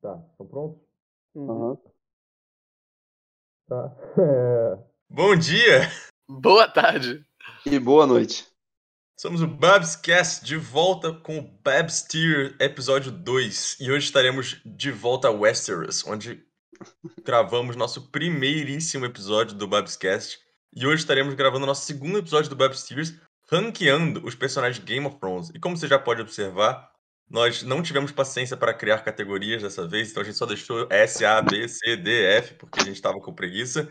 Tá, estão prontos? Aham. Tá. É, Bom dia! Boa tarde. E boa noite. Somos o Babscast de volta com o Babs Tier episódio 2. E hoje estaremos de volta a Westeros, onde gravamos nosso primeiríssimo episódio do Babscast. E hoje estaremos gravando nosso segundo episódio do Babs Tears, ranqueando os personagens de Game of Thrones. E como você já pode observar, nós não tivemos paciência para criar categorias dessa vez, então a gente só deixou S, A, B, C, D, F, porque a gente estava com preguiça.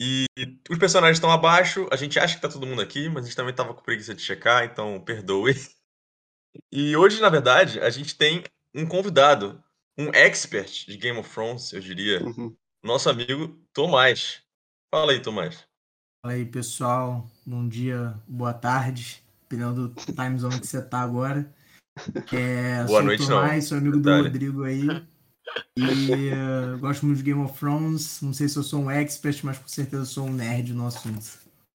E os personagens estão abaixo, a gente acha que tá todo mundo aqui, mas a gente também tava com preguiça de checar, então perdoe. E hoje, na verdade, a gente tem um convidado, um expert de Game of Thrones, eu diria, Uhum. nosso amigo Tomás. Fala aí, Tomás. Fala aí, pessoal. Bom dia, boa tarde, dependendo do time zone que você tá agora. É, Boa sou o noite, Tomás, não. sou amigo Detalhe. do Rodrigo aí. E eh, gosto muito de Game of Thrones. Não sei se eu sou um expert, mas com certeza eu sou um nerd no assunto.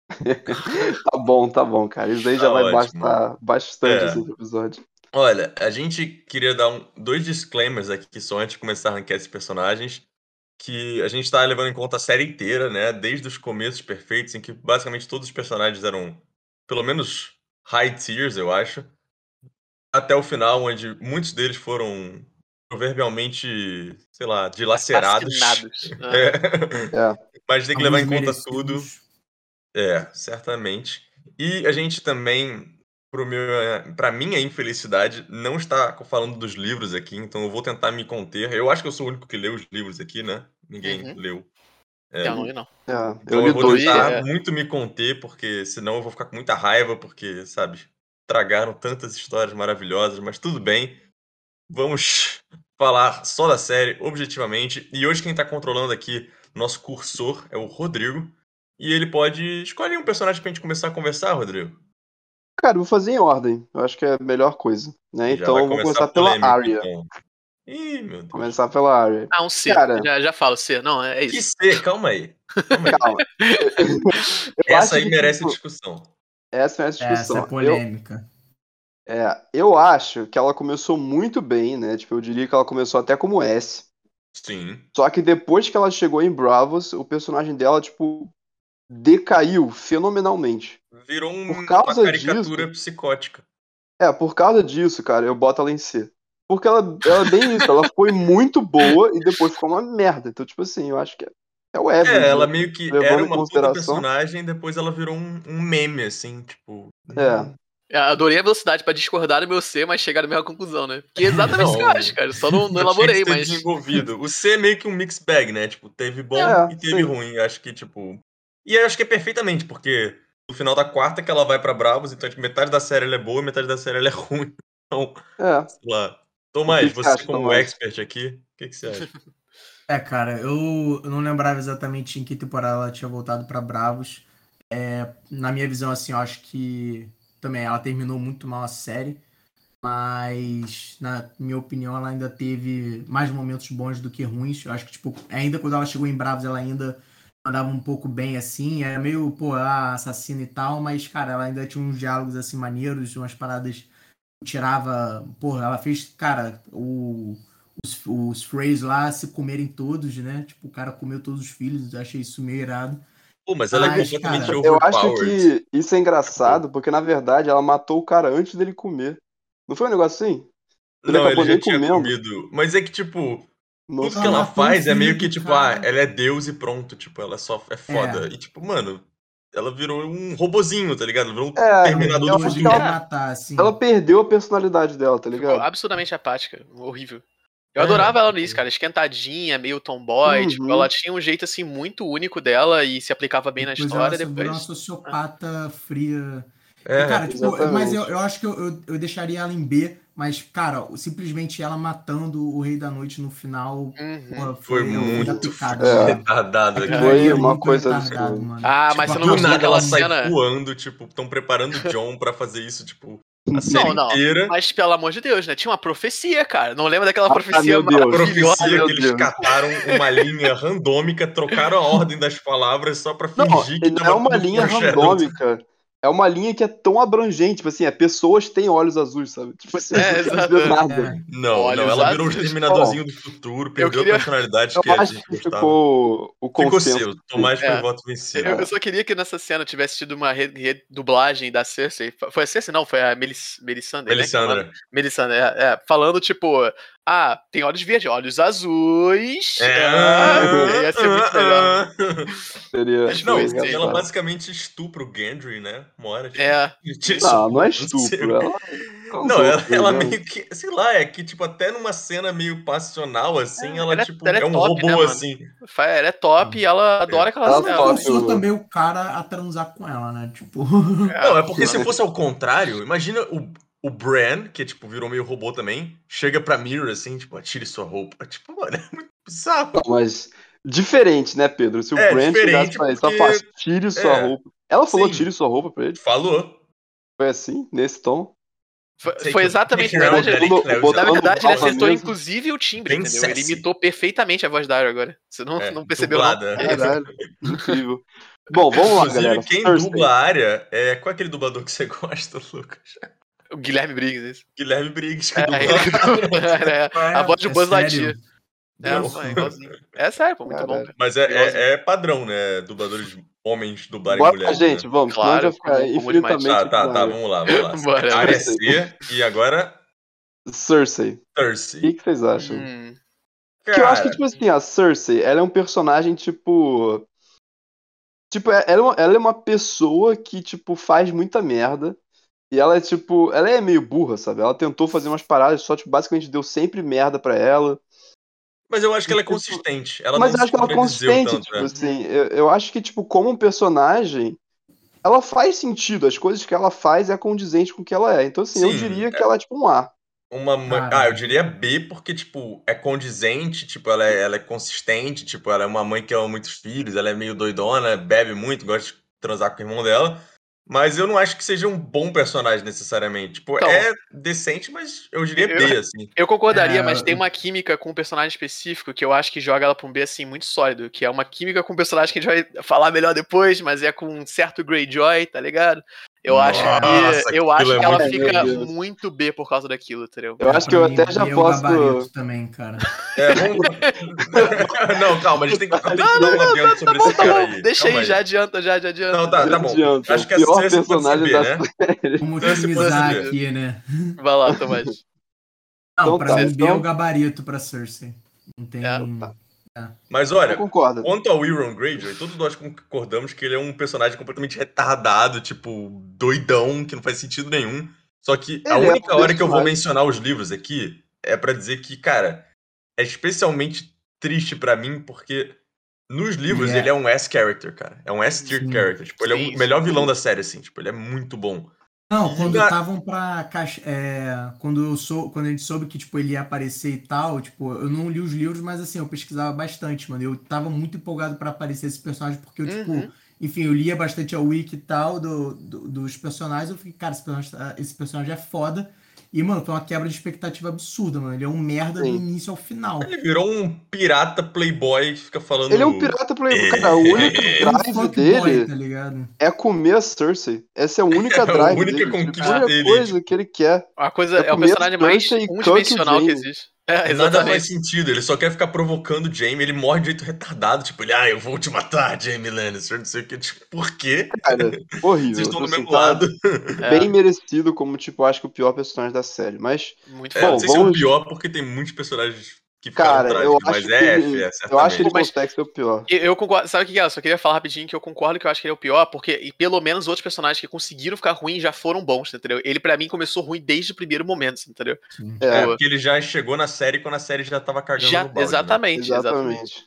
Tá bom, tá bom, cara. Isso daí já Tá vai ótimo. bastar bastante É. assim, pro episódio. Olha, a gente queria dar um- dois disclaimers aqui só antes de começar a ranquear esses personagens. Que a gente tá levando em conta a série inteira, né? Desde os começos perfeitos, em que basicamente todos os personagens eram, pelo menos, high tiers, eu acho. Até o final, onde muitos deles foram proverbialmente, sei lá, dilacerados. Assassinados. É. É. Mas tem que levar em Alguns conta merecidos. tudo. É, certamente. E a gente também, pro meu, pra minha infelicidade, não está falando dos livros aqui, então eu vou tentar me conter. Eu acho que eu sou o único que leu os livros aqui, né? Ninguém Uhum. leu. Ah, É, eu não li, não. É, então eu li eu vou dois, né? tentar cara. é. muito me conter, porque senão eu vou ficar com muita raiva, porque, sabe, tragaram tantas histórias maravilhosas, mas tudo bem. Vamos falar só da série, objetivamente. E hoje quem tá controlando aqui nosso cursor é o Rodrigo. E ele pode escolher um personagem pra gente começar a conversar, Rodrigo. Cara, eu vou fazer em ordem. Eu acho que é a melhor coisa. Né? Já Então vai eu vou começar começar pela polêmico, área. então. Ih, meu Deus. Começar pela área. Ah, um C. Cara. Já, já falo C. Não, é Que isso. ser, calma aí. Calma aí. Calma. Eu acho Essa aí que, merece tipo, discussão. Essa merece Essa discussão. é eu, polêmica. é, eu acho que ela começou muito bem, né? Tipo, eu diria que ela começou até como S. Sim. Só que depois que ela chegou em Bravos, o personagem dela, tipo, decaiu fenomenalmente. Virou um- Por causa uma caricatura psicótica. É, por causa disso, cara, eu boto ela em C. Porque ela, ela é bem isso, ela foi muito boa e depois ficou uma merda. Então, tipo assim, eu acho que é, é o Evan. É, ela meio que levando era em uma puta consideração- personagem, depois ela virou um, um meme, assim, tipo. É. Eu adorei a velocidade pra discordar do meu C, mas chegar na mesma conclusão, né? Que é exatamente isso que eu Não. acho, cara. Só não, não tinha elaborei, que ser mas. desenvolvido. O C é meio que um mix bag, né? Tipo, teve bom É, e teve sim. ruim. Acho que, tipo. E eu acho que é perfeitamente, porque no final da quarta que ela vai pra Bravos, então tipo, metade da série ela é boa e metade da série ela é ruim. Então, É, sei lá. Tomás, O que que você você acha, como Tomás? expert aqui, o que, que você acha? É, cara, eu eu não lembrava exatamente em que temporada ela tinha voltado pra Bravos. É, na minha visão, assim, eu acho que também ela terminou muito mal a série, mas na minha opinião ela ainda teve mais momentos bons do que ruins. Eu acho que, tipo, ainda quando ela chegou em Bravos, ela ainda andava um pouco bem, assim, era meio, pô, ah, assassina e tal, mas, cara, ela ainda tinha uns diálogos, assim, maneiros, umas paradas que tirava, porra, ela fez, cara, o os, os Freys lá se comerem todos, né? Tipo, o cara comeu todos os filhos, eu achei isso meio irado. Pô, mas ela é Mas, completamente cara, eu overpowered. acho que isso é engraçado, porque na verdade ela matou o cara antes dele comer. Não foi um negócio assim? ele Não, ele acabou já nem tinha comendo. comido. Mas é que, tipo, Não Tudo sei. que ela Ela faz é meio que vive, tipo, ah, cara. ela é Deus e pronto, tipo, ela só é foda. E tipo, mano, ela virou um robozinho, tá ligado? Virou um É, Então, Terminador do ela- Futuro. de ela- matar, assim. É, ela perdeu a personalidade dela, tá Ficou ah, ligado? absolutamente apática. Horrível. Eu É, adorava ela nisso, cara. Esquentadinha, meio tomboy. Uhum. Tipo, ela tinha um jeito, assim, muito único dela e se aplicava bem na Depois história. ela se virou uma Depois. sociopata fria. É, E, cara, tipo, exatamente. mas eu, eu acho que eu, eu, eu deixaria ela em B, mas, cara, simplesmente ela matando o Rei da Noite no final, Uhum. porra, foi eu fui da muito picada, assim. É. cara. retardada. Aquilo cara. Foi ali é uma muito coisa assim. retardado, absurda. mano. Ah, Tipo, mas você não Do gostou aquela nada ela daquela sai cena? voando, tipo, estão preparando o John pra fazer isso, tipo, a série Não, não. inteira. Mas, pelo amor de Deus, né? Tinha uma profecia, cara. Não lembra daquela Ah, profecia meu Deus. A maravilhosa? profecia Meu que eles Deus. cataram uma linha randômica, trocaram a ordem das palavras só pra Não, fingir que não tava é uma tudo linha foreshadowed. randômica. É uma linha que é tão abrangente, tipo assim, é pessoas têm olhos azuis, sabe? Tipo É, assim, não quer exato. dizer nada. Não, Olha, não, ela os virou um azuis- exterminadorzinho do futuro, perdeu a queria- personalidade que Eu a acho gente que tipo, gostava. ficou o Ficou consenso. seu, Tomás foi É. voto Eu, vencido. eu só queria que nessa cena tivesse tido uma re- redublagem da Cersei. Fa- Foi a Cersei? Não, foi a Melis, Melisandre. Né? Alessandra. Melisandre, é, é. Falando, tipo, ah, tem olhos verdes, olhos azuis. É. Ah, ia ser muito melhor. Seria, Mas ah, Não, Foi esse, ela engraçado. basicamente estupra o Gendry, né? Uma hora. tipo, É. tira Não, isso- não é sei. estupro. Ela Não, causou, ela, tá ela ligado? meio que. Sei lá, é que, tipo, até numa cena meio passional, assim, É, ela, ela é- tipo, ela é, é um top, robô, né, mano? assim. Fa- Ela é top e ela adora aquela Ela cena. fala- Forçou eu- também o cara a transar com ela, né? Tipo. Não, é porque se fosse ao contrário, imagina o, o Bran, que, tipo, virou meio robô também, chega pra Mirror, assim, tipo, atire sua roupa. Tipo, mano, é muito bizarro. Não, mas diferente, né, Pedro? Se o É, Brand chegasse diferente, pra ele, porque- só faz, tire sua É. roupa. Ela falou, Sim. tire sua roupa pra ele. Falou. Foi assim, nesse tom. Foi, Take foi it- exatamente. take Na it out, verdade, Daddy ele- Botando- Cleo, na botando exato. verdade, o ele pau na acertou, mesa. inclusive, o timbre, Bem entendeu? Ele sexy. imitou perfeitamente a voz da Arya agora. Você não, É, não percebeu, não? dublada. Caralho, incrível. Bom, vamos lá, Inclusive, galera. quem Thursday. dubla a área é. Qual é aquele dublador que você gosta, Lucas? O Guilherme Briggs, isso. Guilherme Briggs, que É, dubla. ele- é, a voz de Buzz Lightyear. É, Não. mano, igualzinho. É sério, pô, muito bom. um Caralho. cara. Mas é, é, é padrão, né? Dubladores homens dublarem Bora, mulheres. né? gente, vamos. senão Claro, já fica como- como demais. Tá, infinitamente. tá, tá, claro. vamos lá, vamos lá. Bora. Área C e agora Cersei, o Cersei. que, que vocês acham? Hum, Que eu acho que, Cara, tipo assim, a Cersei, ela é um personagem, tipo. Tipo, é- ela é uma, ela é uma pessoa que, tipo, faz muita merda. E ela é, tipo. Ela é meio burra, sabe? Ela tentou fazer umas paradas, só, tipo, basicamente deu sempre merda pra ela. mas eu acho que ela é consistente. Ela tipo, Mas não eu acho que ela é se contradizeu consistente, tanto, tipo né? assim. Eu, eu acho que, tipo, como um personagem. Ela faz sentido, as coisas que ela faz é condizente com o que ela é. Então, assim, eu Sim, diria que ela é tipo um A. Uma, ma- Cara. Ah, eu diria B, porque, tipo, é condizente, tipo, ela é, ela é consistente, tipo, ela é uma mãe que ama muitos filhos, ela é meio doidona, bebe muito, gosta de transar com o irmão dela. Mas eu não acho que seja um bom personagem necessariamente. Tipo, Então. é decente, mas eu diria Eu- B, assim. Eu concordaria, É, mas eu- tem uma química com um personagem específico que eu acho que joga ela pra um B assim muito sólido, que é uma química com um personagem que a gente vai falar melhor depois, mas é com um certo Greyjoy, tá ligado? Eu acho Nossa, que aquilo eu acho é que ela muito- fica Meu Deus. muito B por causa daquilo, entendeu? Eu acho que eu até já posso. também, cara. É, vamos... não, calma, a gente tem que, tem que dar um adendo sobre esse Tá cara bom, aí. deixa Calma aí, já adianta, já, já adianta. Não, tá, tá bom. Adianta, Acho que o a pior Cersei pode se personagem B, da né? Então, Vamos Esse otimizar brasileiro. aqui, né? Vai lá, Tomás. Não, Então pra tá, mim, B é então- o gabarito pra Cersei. Não tem. É, tá. Mas Eu olha, concordo. Quanto ao Euron Greyjoy, todos nós concordamos que ele é um personagem completamente retardado, tipo, doidão, que não faz sentido nenhum. Só que a Ele é um única hora que eu vou personagem. mencionar os livros aqui é pra dizer que, cara, é especialmente triste pra mim, porque nos livros Ele é- ele é um S-character, cara. É um S-tier Sim. character. Tipo, ele é Sim, o melhor sim, vilão da série, assim. Tipo, ele é muito bom. Não, quando Na- estavam pra. caixa- é, quando, eu sou, quando a gente soube que tipo, ele ia aparecer e tal, tipo, eu não li os livros, mas assim, eu pesquisava bastante, mano. Eu tava muito empolgado pra aparecer esse personagem, porque eu, tipo, Uhum. enfim, eu lia bastante a wiki e tal do, do- dos personagens. Eu fiquei, cara, esse personagem, tá- esse personagem é foda. E, mano, foi uma quebra de expectativa absurda, mano. Ele é um merda do Sim. início ao final. Ele virou um pirata playboy que fica falando. Ele é um pirata playboy. É. Cara, o único É um drive fuckboy, dele tá ligado? é comer a Cersei. Essa é a única É a drive única dele. conquista tipo, a única dele, coisa que ele quer. A coisa Eu é o começo personagem mais Cersei, Cook e unidimensional que Jaime. existe. É, Nada faz exatamente. sentido, ele só quer ficar provocando o Jamie, ele morre de jeito retardado, tipo, ele, ah, eu vou te matar, Jamie Lannister, não sei o que, tipo, por quê? Cara, horrível. Vocês estão do Tipo assim, mesmo tá lado. É, Bem merecido como, tipo, acho que o pior personagem da série. Mas, É, muito É, bom. Bom, não sei se é o vamos- pior, porque tem muitos personagens que ficaram cara, eu trágicos, acho mas que. é F, é ele- eu acho que certamente. ele Mas- consegue ser o pior. Eu, eu concordo. Sabe o que que é? Eu só queria falar rapidinho que eu concordo que eu acho que ele é o pior, porque e pelo menos outros personagens que conseguiram ficar ruins já foram bons, entendeu? Ele, pra mim, começou ruim desde o primeiro momento, assim, entendeu? Sim. É, É, porque ele já chegou na série quando a série já tava cagando Já- no balde, né? exatamente, exatamente. exatamente.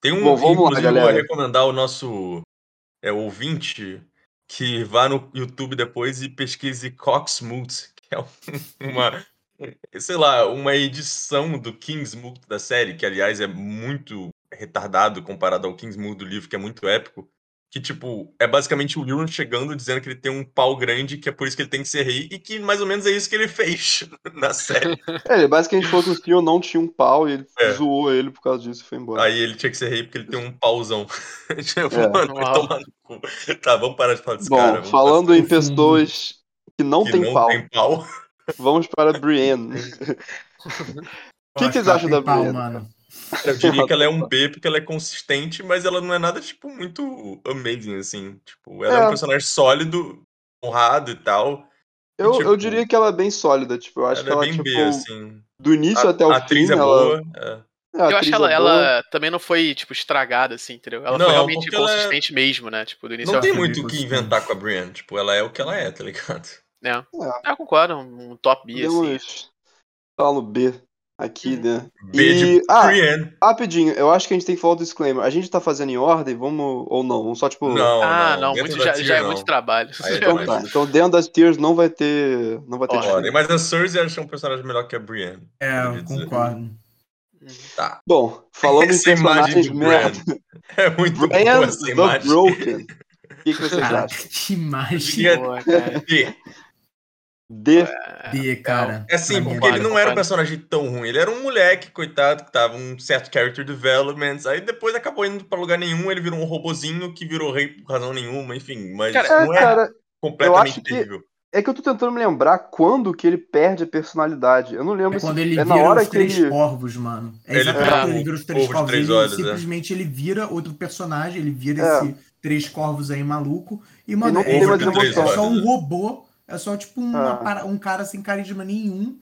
Tem um, Bom, vamos lá, inclusive, eu vou galera. recomendar o nosso é, ouvinte que vá no YouTube depois e pesquise Coxmoot, que é um- uma, sei lá, uma edição do Kingsmoot da série, que, aliás, é muito retardado comparado ao Kingsmoot do livro, que é muito épico. que, tipo, é basicamente o Euron chegando dizendo que ele tem um pau grande, que é por isso que ele tem que ser rei, e que mais ou menos é isso que ele fez na série. É, ele basicamente falou que o Theon não tinha um pau e ele É. zoou ele por causa disso e foi embora. Aí ele tinha que ser rei porque ele tem um pauzão. tipo, É. mano, vai Uau. tomar no cu. Tá, vamos parar de falar desse Bom, cara. vamos falando em pro fundo. pessoas que não passar- que têm não pau, tem pau. vamos para Brienne. O que que vocês acham da Brienne? Brienne? mano. Eu diria que ela é um B porque ela é consistente, mas ela não é nada, tipo, muito amazing, assim. Tipo, ela é, É. um personagem sólido, honrado e tal. Eu, tipo, eu diria que ela é bem sólida, tipo, eu acho ela que ela, é bem tipo, B, assim. do início A- até o a atriz fim, é ela... boa. é. é, a Eu acho atriz que ela, é boa. ela também não foi, tipo, estragada, assim, entendeu? Ela Não, foi realmente porque ela é- consistente mesmo, né? Tipo, do início Não ao tem fim. muito o que Consistente. inventar com a Brienne. Tipo, ela é o que ela é, tá ligado? Ah, Eu concordo, um um top B, assim. Podemos falar no B aqui, né? B de E- ah, Brienne. Rapidinho, eu acho que a gente tem que falar o disclaimer. A gente tá fazendo em ordem, vamos ou não? Vamos só, tipo... Não, ah, não, dentro muito, da já, tier, já é não. muito trabalho. Aí é Já é Então mas- muito- tá, então dentro das tiers não vai ter... Não vai ter Ó, disclaimer. Ordem, mas a Cersei eu acho um personagem melhor que a Brienne. É, Eu ia eu dizer. concordo. Tá. Bom, falando em Essa imagem personagens de Brienne. merda... É muito Brian boa essa the imagem. Broken. O que, que vocês Ah. Caraca, acham? que imagem Brienne. Boa, cara. B. É, D. B, cara. É assim, porque Maneiro. ele não era um Concordo. personagem tão ruim. Ele era um moleque, coitado, que tava um certo character development. Aí depois acabou indo pra lugar nenhum, ele virou um robozinho que virou rei por razão nenhuma, enfim. Mas Cara, É, não é cara, eu acho completamente que- terrível. é que eu tô tentando me lembrar quando que ele perde a personalidade. Eu não lembro É se quando ele é vira na hora os que três ele. corvos, mano. É Ele exatamente vira quando o ele vira os três corvo de corvos. três ele olhos, é. simplesmente ele vira outro personagem, ele vira É. esse três corvos aí maluco. E, Ele mano, não é, tem mais exatamente- emoção. é só um robô, é só tipo uma Ah. para- um cara sem carisma nenhum.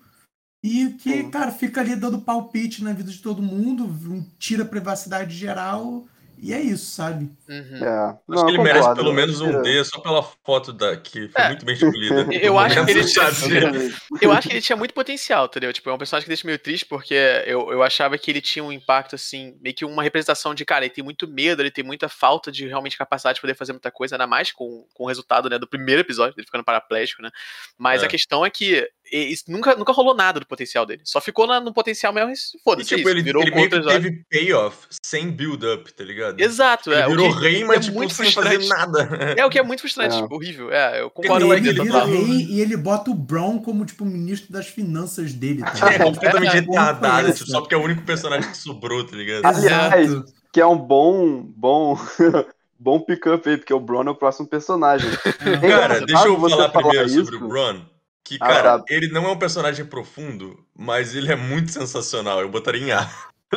E que, Sim. cara, fica ali dando palpite na vida de todo mundo, um- tira a privacidade geral. E é isso, sabe? Uhum. É. Acho Não, que eu ele merece concordo. pelo menos um É, D, só pela foto da, que foi É. muito bem escolhida. Tipo, Eu acho que ele tinha- Sabe? exatamente. Eu acho que ele tinha muito potencial, entendeu? Tipo, é um personagem que deixa meio triste, porque eu, eu achava que ele tinha um impacto, assim, meio que uma representação de, cara, ele tem muito medo, ele tem muita falta de realmente capacidade de poder fazer muita coisa, ainda mais com, com o resultado, né, do primeiro episódio, dele ficando paraplégico, né? Mas É. a questão é que e- isso nunca, nunca rolou nada do potencial dele. Só ficou na- no potencial mesmo e E, foda-se. é tipo, isso, ele, virou ele meio contra que teve payoff sem build-up, tá ligado? Exato, Ele é. o virou que- rei, mas é tipo, muito sem fazer frustrante. nada. É o que é muito frustrante, É. tipo, horrível. É, eu Olha concordo lá, Ele, ele com ele ele vira total. total. rei e ele bota o Bron como, tipo, ministro das finanças dele, tá É ligado? completamente É, retardado, porra, tipo, só porque é o único personagem que sobrou, tá ligado? Ah, Aliás, Exato. Que é um bom. bom. bom pick-up aí, porque o Bron é o próximo personagem. É. Cara, engraçado deixa eu você falar primeiro isso. sobre o Bron. Que, Ah, cara, tá. ele não é um personagem profundo, mas ele é muito sensacional. Eu botaria em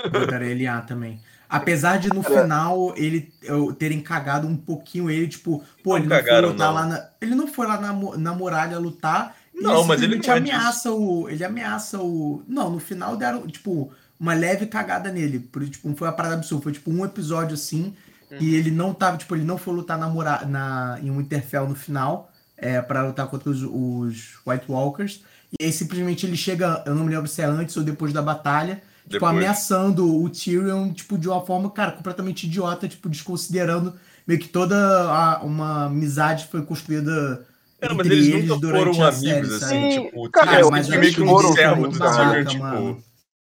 Tipo, A. Botaram ele em A também. Apesar de no Cara. final ele eu, terem cagado um pouquinho ele, tipo, pô, Não ele não cagaram, foi lutar não. lá na. Ele não foi lá na, mu- na muralha lutar. e Não, mas ele simplesmente não é disso. ameaça o. Ele ameaça o. Não, no final deram, tipo, uma leve cagada nele. Por, tipo, não foi uma parada absurda. Foi tipo um episódio assim. Uhum. E ele não tava, tipo, ele não foi lutar na muralha, na, em um Winterfell no final. É, para lutar contra os, os White Walkers. E aí simplesmente ele chega, eu não me lembro se é antes ou depois da batalha. Tipo, Depois. ameaçando o Tyrion, tipo, de uma forma, cara, completamente idiota, tipo, desconsiderando meio que toda a- uma amizade foi construída Cara, entre mas eles eles nunca durante foram a amigos, série, assim, sabe? Sim, tipo, o cara, Tyrion eu sempre acho foi que é meio que um foram servo do amigos, Tyrion, babaca, tipo... mano.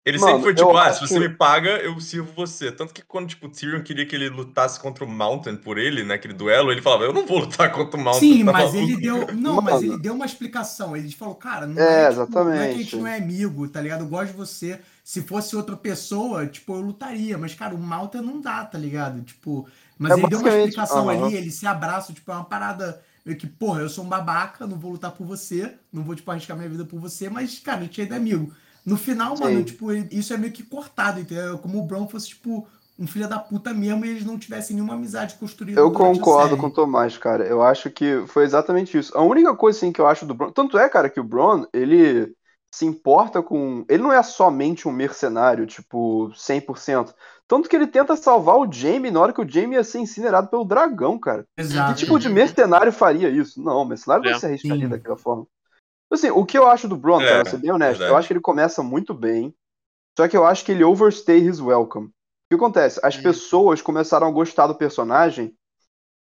Ele Mano, sempre foi eu tipo, ah, acho se você me que- paga, eu sirvo você. Tanto que quando, tipo, o Tyrion queria que ele lutasse contra o Mountain por ele, naquele duelo, ele falava, eu não vou lutar contra o Mountain, Sim, tá mas maluco? ele deu. Não, Mano. mas ele deu uma explicação. Ele falou, cara, não É, é, tipo, exatamente. não é que a gente não é amigo, tá ligado? Eu gosto de você. Se fosse outra pessoa, tipo, eu lutaria. Mas, cara, o Malta não dá, tá ligado? Tipo. Mas É ele deu uma basicamente- explicação Aham. ali, ele se abraça, tipo, é uma parada. meio Que, porra, eu sou um babaca, não vou lutar por você, não vou, tipo, arriscar minha vida por você, mas, cara, a gente ainda é amigo. No final, Sim. mano, tipo, ele- isso é meio que cortado, entendeu? É Como o Brown fosse, tipo, um filho da puta mesmo e eles não tivessem nenhuma amizade construída. Eu durante a concordo série. com o Tomás, cara. Eu acho que foi exatamente isso. A única coisa assim, que eu acho do Bron. Tanto é, cara, que o Bron, ele se importa com. Ele não é somente um mercenário, tipo, 100%. Tanto que ele tenta salvar o Jamie na hora que o Jamie ia ser incinerado pelo dragão, cara. Que Exato. tipo de mercenário faria isso? Não, mercenário não É. se arriscaria Sim. daquela forma. Assim, o que eu acho do Bron, É, cara, pra ser bem honesto, eu verdade. acho que ele começa muito bem, só que eu acho que ele overstay his welcome. O que acontece? As Hum. pessoas começaram a gostar do personagem,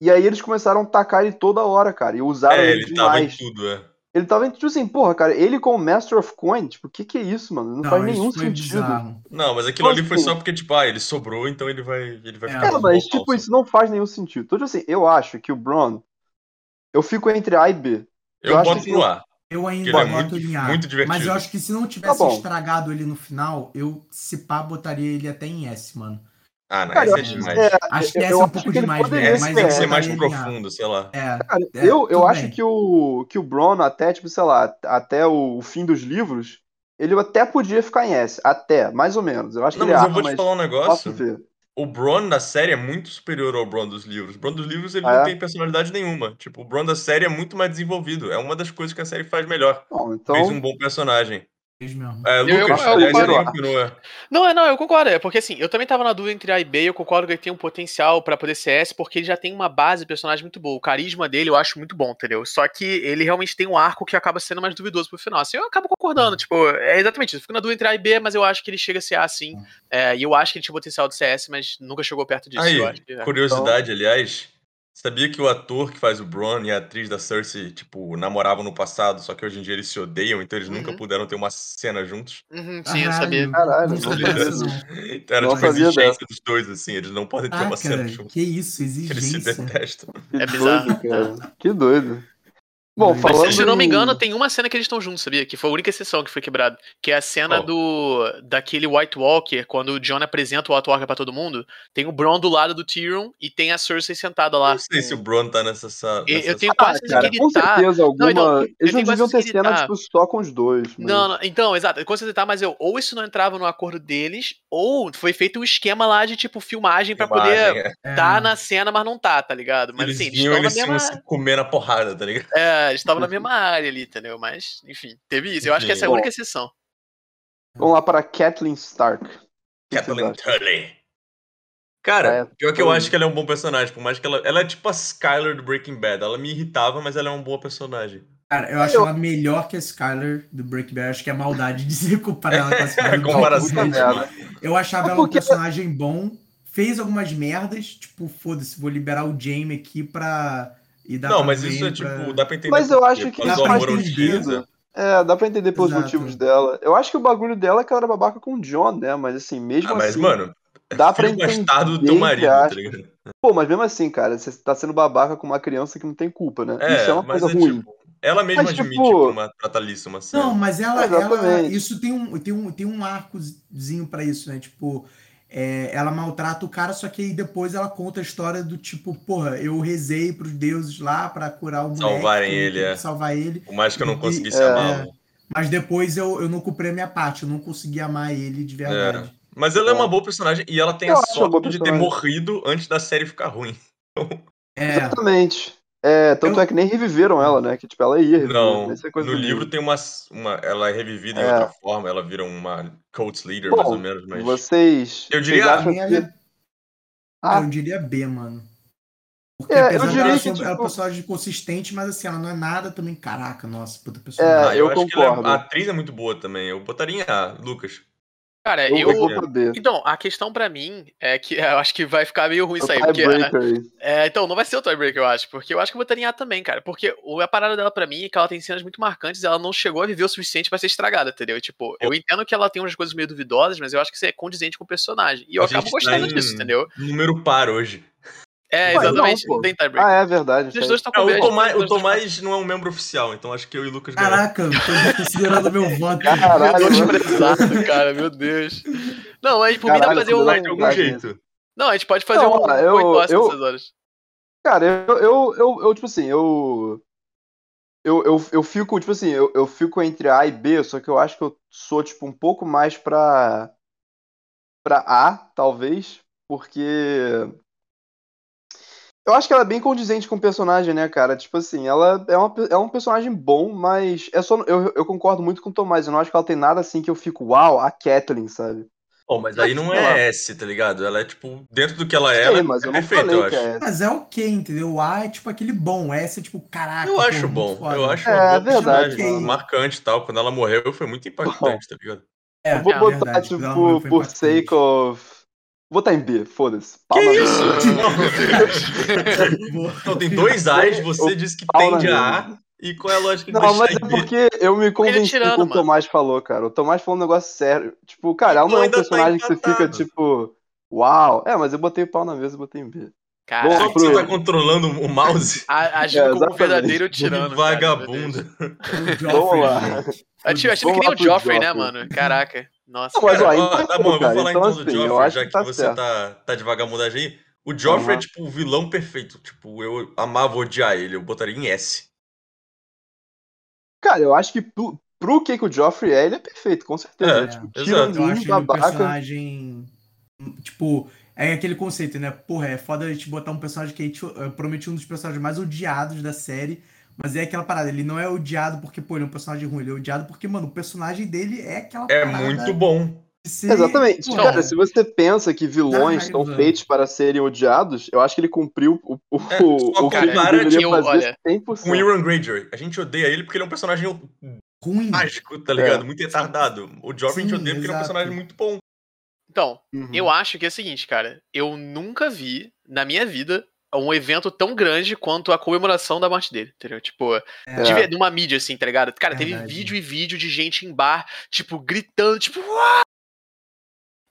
e aí eles começaram a tacar ele toda hora, cara, e usaram é, ele ele tava em demais. tudo, é. Ele tava, tipo assim, porra, cara, ele com o Master of Coin, tipo, o que que é isso, mano? Não, faz isso nenhum foi sentido. bizarro. Não, mas aquilo Mas, ali foi pô- só porque, tipo, ah, ele sobrou, então ele vai, ele vai É, ficar. É, no Então, assim mas, local, tipo, sabe? isso não faz nenhum sentido. Então, tipo assim, eu acho que o Brown, eu fico entre A e B. eu Eu acho boto que- no ar. Eu ainda Ele é boto muito- em A. muito divertido. Mas eu acho que se não tivesse Tá bom. estragado ele no final, eu, se pá, botaria ele até em S, mano. Ah, não, Cara, isso eu é acho- demais. é, Acho que eu S é um acho pouco que ele né? demais, poderia velho. Mas ser- né? eu Tem que ser mais botaria em A. profundo, sei lá. É, Cara, é, eu, eu tudo acho bem. que o, que o Brown, até, tipo, sei lá, até o, o fim dos livros, ele até podia ficar em S. Até, mais ou menos. Eu acho Não, que ele mas é eu vou A, te mas falar um posso negócio. ver. O Bron da série é muito superior ao Bron dos livros. O Bron dos livros ele Ah, não é? tem personalidade nenhuma. Tipo, o Bron da série é muito mais desenvolvido. É uma das coisas que a série faz melhor. Bom, Fez um então, bom personagem. mesmo. É, eu- Lucas, eu aliás, ele concordo. continua. Não, é, não, eu concordo. É porque assim, eu também tava na dúvida entre A e B, eu concordo que ele tem um potencial pra poder ser S, porque ele já tem uma base de personagem muito boa. O carisma dele eu acho muito bom, entendeu? Só que ele realmente tem um arco que acaba sendo mais duvidoso pro final. Assim, eu acabo concordando, tipo, é exatamente isso. Eu Fico na dúvida entre A e B, mas eu acho que ele chega a ser A sim. É, e eu acho que ele tinha potencial de ser S, mas nunca chegou perto disso. Aí, eu acho que, é. Curiosidade, aliás. Sabia que o ator que faz o Bron e a atriz da Cersei, tipo, namoravam no passado, só que hoje em dia eles se odeiam, então eles nunca Uhum. puderam ter uma cena juntos. Uhum, sim, eu sabia. Caralho, Não não. sabia disso, não. Então era Não tipo a sabia existência dos dois, assim, eles não podem ter uma cena Caraca, juntos. que isso, Eles se Ah, exigência. detestam. que É bizarro, doido, cara. Que doido. Bom, Mas, falando. Mas, se eu não me em- engano, tem uma cena que eles estão juntos, sabia? Que foi a única exceção que foi quebrada. Que é a cena Qual? do daquele White Walker, quando o John apresenta o White Walker pra todo mundo. Tem o Bron do lado do Tyrion e tem a Cersei sentada lá. Não sei se o Bron tá nessa. essa- Eu- nessa eu tenho Ah, quase cara, que com ele tá. certeza alguma. então, eu Eles não tenho deviam quase ter que cena gritar. tipo, só com os dois. mas- Não, não, então, exato, eu consigo tentar, mas eu, ou isso não entrava no acordo deles, ou foi feito um esquema lá de, tipo, filmagem pra poder imagem, é. É, tá na cena, mas não tá, tá ligado? Mas eles assim, eles vinham, estão na eles iam mesma. se comer na porrada, tá ligado? É, eles estavam na mesma área ali, entendeu? Mas, enfim, teve isso. Eu acho que essa é a Bom. única exceção. Vamos lá para Kathleen Stark. O que vocês Kathleen acham? Tully. Cara, É, pior que eu Tully. acho que ela é um bom personagem, por mais que ela. Ela é tipo a Skyler do Breaking Bad. Ela me irritava, mas ela é um bom personagem. Cara, eu acho Eu- ela melhor que a Skyler do Breaking Bad. Acho que é maldade dizer comparar ela com a Skyler. do É comparação Breaking Bad. Puta merda. Eu achava É ela um porque- personagem bom, fez algumas merdas, tipo, foda-se, vou liberar o Jamie aqui pra. E dar não, pra mas ver isso é ele tipo. pra- Dá pra entender. Mas eu por quê, acho que por causa dá do pra amor ao entender. James, é. É, dá pra entender pelos Exato. motivos dela. Eu acho que o bagulho dela é que ela era babaca com o John, né? Mas assim, mesmo Ah, mas, assim. mano, é dá pra filho bastardo do teu entender, marido, entre tá aspas. ligado? Pô, mas mesmo assim, cara, você tá sendo babaca com uma criança que não tem culpa, né? Isso é uma mas coisa ruim. Tipo, ela mesma Mas, admite tipo- como a Thalissa uma cena. Não, mas ela, ela Exatamente. isso tem um, tem um, tem um arcozinho pra isso, né? Tipo, é, ela maltrata o cara, só que aí depois ela conta a história do tipo, porra, eu rezei pros deuses lá pra curar o moleque, Salvarem que eu ele, tenho é. que salvar ele. Por mais que eu não E- conseguisse né? é. amá-la. Mas depois eu, eu não cumpri a minha parte, eu não consegui amar ele de verdade. Mas ela é uma É. boa personagem e ela tem Eu a acho uma boa sorte de ter personagem. morrido antes da série ficar ruim. É, Exatamente. É, tanto Eu- é que nem reviveram ela, né? Que tipo, ela ia reviver. Não, Essa é coisa no do livro tem uma, uma. Ela é revivida em É. outra forma, ela vira uma cult leader, Bom, mais ou menos, mas. Vocês. Eu diria- vocês pra acham mim ela que... é- Ah. eu diria B, mano. Porque É, eu apesar diria dela que, ser- ela é tipo- uma personagem consistente, mas assim, ela não é nada também. Caraca, nossa, puta Ah, personagem. eu acho que ela é- concordo. a atriz é muito boa também. Eu botaria em A, Lucas. Cara, eu, é eu. vou pra B. Então, a questão pra mim é que eu acho que vai ficar meio ruim isso aí. O Porque, É um tiebreaker aí. é, então, não vai ser o tiebreaker, eu acho. Porque eu acho que eu botaria em A também, cara. Porque o- a parada dela pra mim é que ela tem cenas muito marcantes e ela não chegou a viver o suficiente pra ser estragada, entendeu? E, tipo, eu entendo que ela tem umas coisas meio duvidosas, mas eu acho que isso é condizente com o personagem. E eu A acabo gente tá gostando em- disso, entendeu? Número par hoje. É, Mas não, exatamente. pô. Não, tem tiebreaker. Ah, é verdade. Vocês tem. dois estão Ah, com o medo, Tomás, vocês o dois tão- Tomás não é um membro oficial, então acho que eu e o Lucas ganhamos. Caraca, eu tô desconsiderando meu voto. Meu Caralho, Deus, mano. desprezado, cara, meu Deus. Não, mas por mim dá pra Caralho, fazer um. Tomás, De eu- algum jeito. Não, a gente pode fazer Não, um. olha, eu- oito horas eu- nessas horas. Cara, eu, eu, eu, eu, tipo assim, eu. Eu, eu, eu fico, tipo assim, eu, eu fico entre A e B, só que eu acho que eu sou, tipo, um pouco mais pra. pra A, talvez, porque. Eu acho que ela é bem condizente com o personagem, né, cara? Tipo assim, ela é, uma, pe- é um personagem bom, mas é só, eu, eu concordo muito com o Tomás. Eu não acho que ela tem nada assim que eu fico, uau, a Kathleen, sabe? Oh, mas aí não Sei lá. é S, tá ligado? Ela é tipo, dentro do que ela é, Sei, ela mas é eu não perfeita, falei eu que acho. é. Mas é o que, entendeu? O A é tipo aquele bom. Essa é tipo, caraca. Eu pô, acho muito bom, foda. eu acho É, uma boa verdade, personagem, mano. marcante e tal. Quando ela morreu, foi muito impactante, tá ligado? É, Eu vou é botar, verdade, tipo, quando ela morreu foi por impactante. sake of. Vou botar em B, foda-se. Que Pau na isso? mesa. Não, Boa. Então tem dois A's, você Eu- disse que pau na tende a A, mesa. E qual é a lógica Não, do mas é Shaggy? porque eu me convenci tirando, com o mano. Tomás falou, cara. O Tomás falou um negócio sério. Tipo, cara, ela Tu não é um ainda tá personagem que você fica, encantado. tipo, uau. É, mas eu botei o pau na mesa e botei em B. Caraca, Só Bom, que você pro- tá controlando o mouse? a- agindo É, como um exatamente. verdadeiro tirano. cara, meu Deus. Vagabunda. O Vamos Joffrey, lá. gente. Ati- Achando que Vamos nem lá o pro Joffrey, né, Joffrey. mano? Caraca. Nossa. Não, mas cara. ó, Ó, então tá bom, eu vou cara, falar então, então, do assim, eu Joffrey, acho já que que, tá você certo. tá, tá de vagabundagem aí. O Joffrey é Aham. tipo o vilão perfeito. Tipo, eu amava odiar ele, eu botaria em S. Cara, eu acho que pro, pro que, que o Joffrey é, ele é perfeito, com certeza. É, É, tipo, exato. Eu tira Eu acho muito ele um babaca. personagem. Tipo, é aquele conceito, né? Porra, é foda a gente botar um personagem que a gente eh, prometeu um dos personagens mais odiados da série. Mas é aquela parada, ele não é odiado porque, pô, ele é um personagem ruim, ele é odiado porque, mano, o personagem dele é aquela É parada muito bom. de ser- Exatamente. Pô, cara, se você pensa que vilões Dá estão raiva. feitos para serem odiados, eu acho que ele cumpriu o, o, É, só o que ele compara deveria que eu- fazer olha, 100%. Com o Euron Granger. A gente odeia ele porque ele é um personagem ruim. mágico, tá ligado? Muito retardado. O Joffrey a gente É. Sim, odeia porque ele é um exato. personagem muito bom. Então, Uhum. eu acho que é o seguinte, cara. Eu nunca vi, na minha vida, um evento tão grande quanto a comemoração da morte dele, entendeu? Tipo, É. de ver- numa mídia, assim, tá ligado? Cara, teve Verdade. vídeo e vídeo de gente em bar, tipo, gritando, tipo, "Uau!"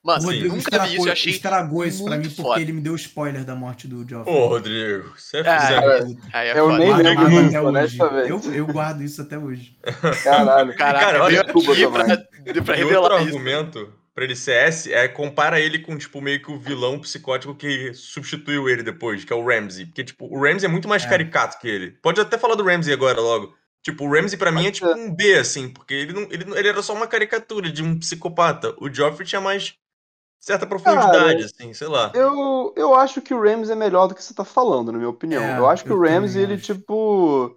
O Mano, Rodrigo nunca estragou, vi isso, eu achei. estragou isso tá- pra mim muito porque foda. ele me deu spoiler da morte do Joffrey. Ô, Rodrigo, você é Ah, fizer. cara, Puta, Aí é Eu foda. nem guardo lembro isso disso, até hoje. honestamente. Eu, eu guardo isso até hoje. Caralho. Caraca, Cara, olha, veio desculpa, aqui Tomás. pra, pra E outro revelar isso. argumento pra ele ser S é compara ele com, tipo, meio que o vilão psicótico que substituiu ele depois, que é o Ramsey. Porque, tipo, o Ramsey é muito mais É. caricato que ele. Pode até falar do Ramsey agora logo. Tipo, o Ramsey pra mim é Pode tipo um B, assim, porque ele, não, ele, não- ele era só uma caricatura de um psicopata. O Joffrey tinha mais certa profundidade, assim, sei lá. Eu, eu acho que o Rams é melhor do que você tá falando, na minha opinião. É, eu acho que eu o Rams, também ele, acho. tipo.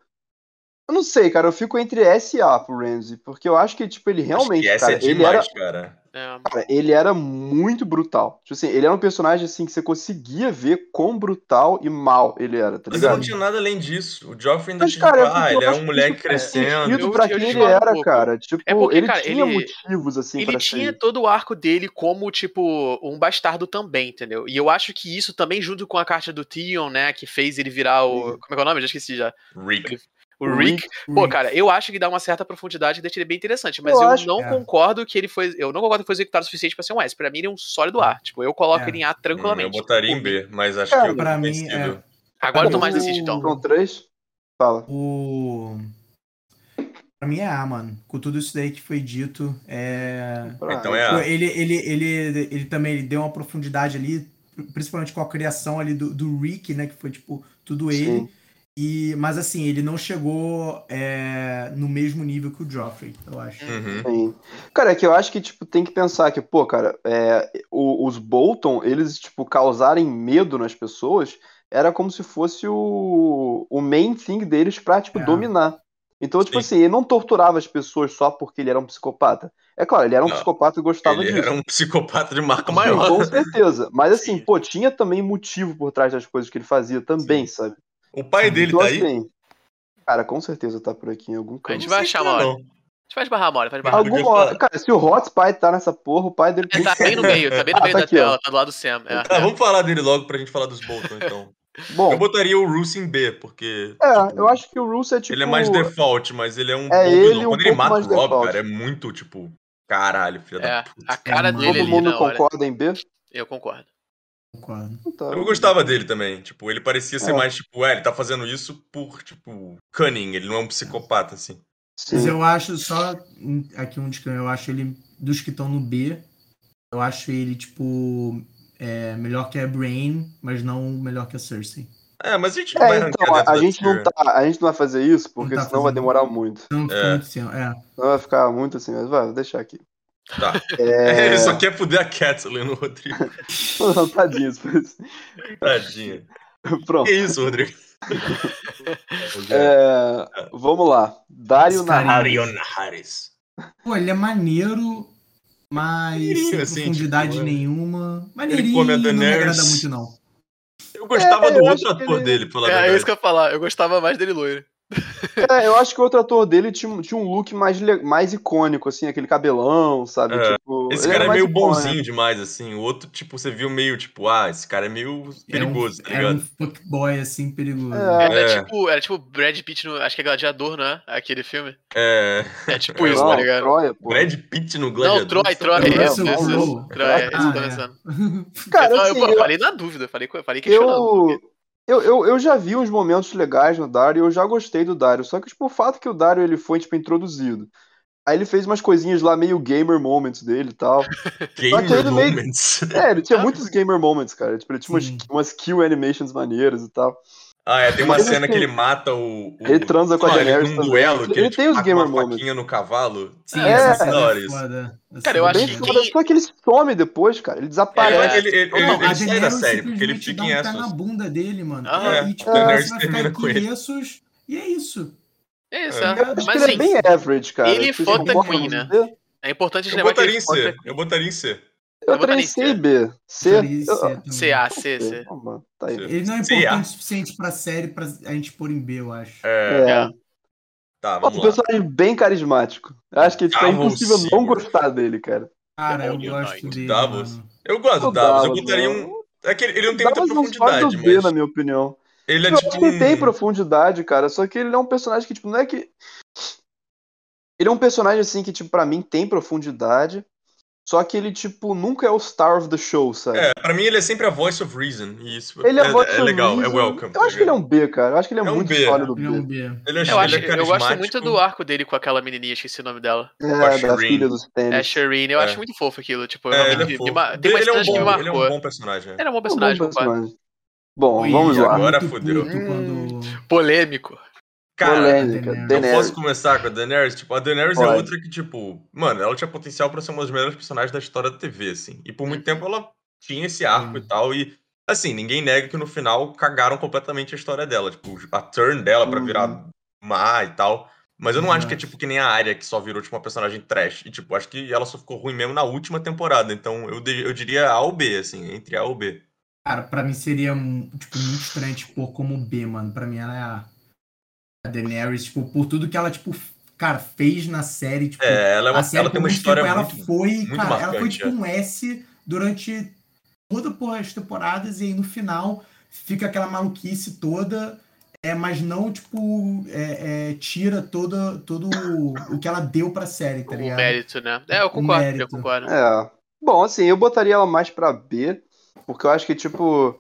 Eu não sei, cara, eu fico entre S e A pro Ramsey, porque eu acho que, tipo, ele realmente, Acho que cara, S é ele, era, demais, cara. É, cara, ele era muito brutal. Tipo assim, ele era um personagem, assim, que você conseguia ver quão brutal e mal ele era, tá Mas ele ligado? não tinha nada além disso. O Joffrey ainda Mas, tinha, cara, é tipo, ah, porque ele eu é acho um que moleque isso faz crescendo. sentido Eu- pra eu quem ele discordo um era, pouco. cara. Tipo, É porque, ele cara, tinha ele- motivos, assim, ele pra tinha ser. todo o arco dele como, tipo, um bastardo também, entendeu? E eu acho que isso também, junto com a carta do Theon, né, que fez ele virar o. Uhum. Como é que é o nome? Já esqueci já. Rick. O O Rick. Pô, Rick. cara, eu acho que dá uma certa profundidade e deixa ele bem interessante, mas Eu eu, acho, não é. concordo que ele foi. Eu não concordo que foi executado o suficiente pra ser um S. Pra mim, ele é um sólido A. Tipo, eu coloco É. ele em A Hum, eu tipo, tranquilamente. botaria em Por B, mas acho Cara, que eu pra tenho mim, é. sido. Agora o Tomás Como- decide, então. São três? Fala. O. Pra mim é A, mano. Com tudo isso daí que foi dito, é. Então Tá. é Pô, A. Ele, ele, ele, ele também ele deu uma profundidade ali, principalmente com a criação ali do, do Rick, né? Que foi, tipo, tudo ele. Sim. E, mas assim, ele não chegou é, no mesmo nível que o Joffrey, eu acho. Uhum. Sim. Cara, é que eu acho que, tipo, tem que pensar que, pô, cara, é, o- os Bolton, eles, tipo, causarem medo nas pessoas, era como se fosse o, o main thing deles pra, tipo, É. dominar. Então, tipo Sim. assim, ele não torturava as pessoas só porque ele era um psicopata. É claro, ele era um Não. psicopata e gostava Ele disso. era um psicopata de marca Sim, com maior. certeza. Mas assim, Sim. pô, tinha também motivo por trás das coisas que ele fazia também, sabe? O pai dele Então, tá aí? assim, cara, com certeza tá por aqui em algum A canto. gente Não vai sei achar se uma tá, hora. não. A gente faz barrar uma hora, faz barrar. Algum- Alguma hora. Cara, se o Hot Pie tá nessa porra, o pai dele É, tá bem no meio, tá bem no Ah, meio tá da aqui, ó. tela, tá do lado do Sam. É, Tá, é. vamos falar dele logo pra gente falar dos Bolton, então. Bom, Eu botaria o Roose em B, porque. é, tipo, eu acho que o Russo é tipo. Ele é mais default, mas ele é um É bom ele vilão. um Quando ele pouco mata o mais Rob, default. cara, é muito, tipo, caralho, filha da É, puta. a cara Todo dele Todo ali mundo na hora. concorda em B? Eu concordo. Concordo. Então tá. Eu gostava dele também. Tipo, ele parecia ser É. mais, tipo, é, ele tá fazendo isso por, tipo, cunning. Ele não é um psicopata, assim. Mas Sim. eu acho só hum, aqui um disclaimer, eu acho ele dos que estão no B, eu acho ele tipo é, melhor que a Brain, mas não melhor que a Cersei. É, mas a gente não vai É, arrancar então, dentro a da gente, não tier. tá, a gente não vai fazer isso, porque Não tá senão vai fazendo. demorar muito. Então fica É. muito assim, ó, é. Senão vai ficar muito assim, mas vai, vou deixar aqui. Tá. É... Ele só quer fuder a Kathleen, o Rodrigo. Não, tadinho, Tadinha. Pronto. Que isso, Rodrigo? É, vamos lá. Dario Esse cara Nahari. Harris. Pô, ele é maneiro, mas sem Maneirinho, assim, profundidade tipo, é. nenhuma. Ele Maneirinho, come a não me agrada Daenerys. muito não. Eu gostava É, do eu outro acho que ator ele- dele, pela É, é isso verdade. que eu ia falar. Eu gostava mais dele loiro. É, eu acho que o outro ator dele tinha, tinha um look mais, le- mais icônico, assim, aquele cabelão, sabe? É, Tipo, Esse ele cara era é mais né? meio icônico. bonzinho demais, assim. O outro, tipo, você viu meio, tipo, ah, esse cara é meio perigoso, tá Era um ligado? fuckboy, assim, perigoso. É. Era, É. tipo, era tipo Brad Pitt no. Acho que é Gladiador, né? Aquele filme. É. É tipo isso, Não, tá ligado? Troia, pô. Brad Pitt no Gladiador. Não, Troy, isso é Troy, Não, é não, isso, não, isso, não. isso. Troy, é isso que eu tô Ah, é. pensando. Cara, Ah, eu, assim, pô, eu- falei na dúvida, falei, co- falei questionando. Eu, eu, eu, eu já vi uns momentos legais no Dario, eu já gostei do Dario, só que tipo, o fato que o Dario ele foi tipo introduzido. Aí ele fez umas coisinhas lá meio gamer moments dele e tal. Só que ele Gamer meio- Moments. É, ele tinha muitos gamer moments, cara. Tipo, ele tinha umas, Sim. umas kill animations maneiras e tal. Ah, é, tem uma Mas ele cena que tem- ele mata o. o- Ele transa com a Olha, Daenerys num também. duelo que ele, tipo, Ele tem os taca gamer uma moments. faquinha no cavalo. Sim, É. essa cena Adoro é isso. foda. Essa Cara, eu cena acho é Bem que foda. Tipo foda, assim, quem- só que ele some depois, cara. Ele É, desaparece. ele, ele, ele, Não, ele a sai da Daenerys série, porque ele simplesmente fica dá em um pé na Essos. bunda dele, mano. Ah, e tipo, é. você vai ficar Termina aqui com ele. em Essos, e é isso. É isso, É. é. Eu Mas acho que ele assim, é bem average, cara. ele e Vocês Fota concordam Queen, com né? você? é importante a gente Eu lembrar que botaria ele em foca C. Eu botaria em C. Eu Eu botaria também em C C. e B. C. Clarice, eu- também. C, A, C, C. C. Vamos lá, Tá aí. C. Ele não é C, A. importante o suficiente pra série pra a gente pôr em B, eu acho. É, É. Tá, Nossa, vamos um lá. Ah, personagem bem carismático. Eu acho que tipo, é Davos impossível não Sr. gostar dele, cara. Cara, eu Olha, gosto ai, dele. Davos. mano. Eu gosto do O Davos. Eu Davos, botaria mano. um. É que ele ele não tem O muita Davos não faz profundidade, um do B, na mas. minha opinião. Ele é Eu acho tipo que ele tem um. profundidade, cara. Só que ele é um personagem que, tipo, não é que. Ele é um personagem, assim, que, tipo, pra mim tem profundidade. Só que ele, tipo, nunca é o star of the show, sabe? É, pra mim ele é sempre a voice of reason. E isso Ele é, a voz é, do legal, é Reason. welcome. Eu acho que ele é um B, cara. Eu acho que ele é, É um muito B. sólido Ele B. é um B. Ele é, Eu, acho, ele é eu gosto muito carismático. do arco dele com aquela menininha, esqueci o nome dela. um É, da Shireen. filha dos É, tênis. Shireen. Eu É. acho muito fofo aquilo. Tipo, É, realmente ele é me fofo. ma- tem uma Ele é um cena que me bom, ele é marcou. um bom personagem. é. Era um bom É um bom personagem, concordo. personagem. Bom, Foi vamos ele é lá. agora muito fudeu. puto quando- Polêmico. Tá é Cara, Polêmica. Daenerys. eu Daenerys. posso começar com a Daenerys? Tipo, a Daenerys é Pode. outra que, tipo, mano, ela tinha potencial pra ser uma das melhores personagens da história da TV, assim. E por muito tempo ela tinha esse arco Uhum. Hum. e tal. E, assim, ninguém nega que no final cagaram completamente a história dela. Tipo, a turn dela pra virar Uhum. má e tal. Mas eu não acho que é Exato. tipo que nem a área que só virou tipo uma personagem trash. E, tipo, acho que ela só ficou ruim mesmo na última temporada. Então eu, de- eu diria A ou B, assim, entre A ou B. Cara, pra mim seria tipo, muito estranho tipo, pôr como B, mano. Pra mim ela é a- a Daenerys, tipo, por tudo que ela, tipo, cara, fez na série, tipo, Uhum. É, ela, é uma- a série ela tem por uma muito tipo, história tempo, ela muito. foi, muito cara, ela foi marcante, é. tipo um S durante toda porra, as temporadas e aí no final fica aquela maluquice toda, é, mas não, tipo, é, é, tira toda, todo o- o que ela deu pra série, tá O ligado? mérito, né? É, eu concordo, eu mérito. concordo. É. Bom, assim, eu botaria ela mais pra B, porque eu acho que, tipo,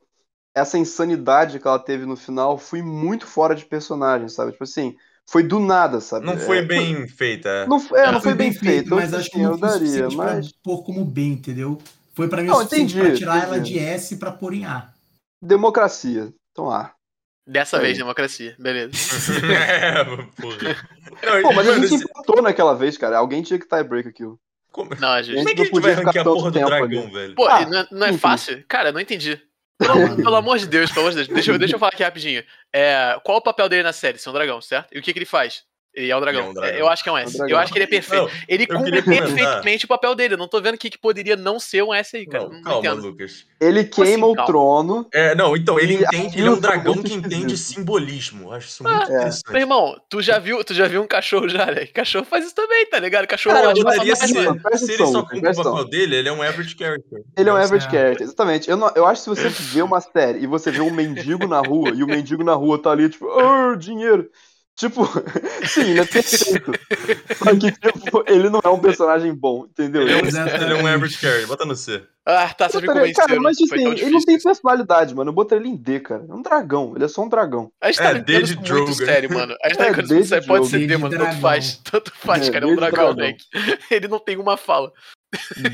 essa insanidade que ela teve no final foi muito fora de personagem, sabe? Tipo assim, foi do nada, sabe? Não foi É, bem feita. é. Não, é, não, foi bem feito, mas eu, acho que eu não foi daria, suficiente mas pra pôr como B, entendeu? Foi pra mim Não, o suficiente pra entendi, tirar ela entendi. de S pra pôr em A. democracia. Então, ah. Dessa Aí. vez, democracia. Beleza. é, porra. Não, Pô, e, mas a mano, gente esse- empatou naquela vez, cara. Alguém tinha que tiebreak aquilo. como... como Não, é Gente, justo. é que a não gente podia vai ficar ranquear a tanto porra do tempo dragão, ali. velho? Pô, Ah, e não é, não é enfim. fácil? Cara, eu não entendi. Pelo, amor- pelo amor de Deus, pelo amor de Deus. Deixa, eu- deixa eu falar aqui rapidinho. É, qual o papel dele na série? Ser um dragão, certo? E o que, que ele faz? Ele é um dragão. Ele é um dragão. É, eu acho que é um É um S. eu dragão. acho que ele é perfeito. Não, ele eu cumpre queria comentar. perfeitamente o papel dele. Eu não tô vendo o que, que poderia não ser um S aí, cara. não, Não, calma, entendo. Lucas. Ele Como assim, queima o calma? trono. É, não, então, ele E entende, ele é um aquilo tá dragão muito que entende esquisito. simbolismo. Acho isso muito Ah, interessante. Meu irmão, tu já viu, tu já viu um cachorro já, né? Cachorro faz isso também, tá ligado? Cachorro é Cara, eu um ótimo Poderia mas, assim, ser. personagem, mano. mano, presta se ele atenção, só Lucas, cumpre o presta papel dele, ele é um average character. Ele é Entendeu? um average É. character, exatamente. Eu, não- eu acho que se você vê uma série e você vê um mendigo na rua e o mendigo na rua tá ali, tipo, "Ah, dinheiro. Tipo, sim, ele é perfeito. Só que, tipo, ele não é um personagem bom, entendeu? Ele é um, Exatamente. ele é um average character. Bota no C. Ah, tá, você Eu me botaria- convenceu. cara, mas Foi assim, tão ele não então é difícil. tem personalidade, mano. Eu botaria ele em D, cara. É um dragão, ele é só um dragão. A gente tá É, brincando D de isso muito Drogon. sério, mano. A gente tá É, brincando D isso de sério. Pode ser D, Drogon. D de mano. Tanto dragão. faz. Tanto faz, É, cara. É um D de dragão, dragão. Nick. Ele não tem uma fala.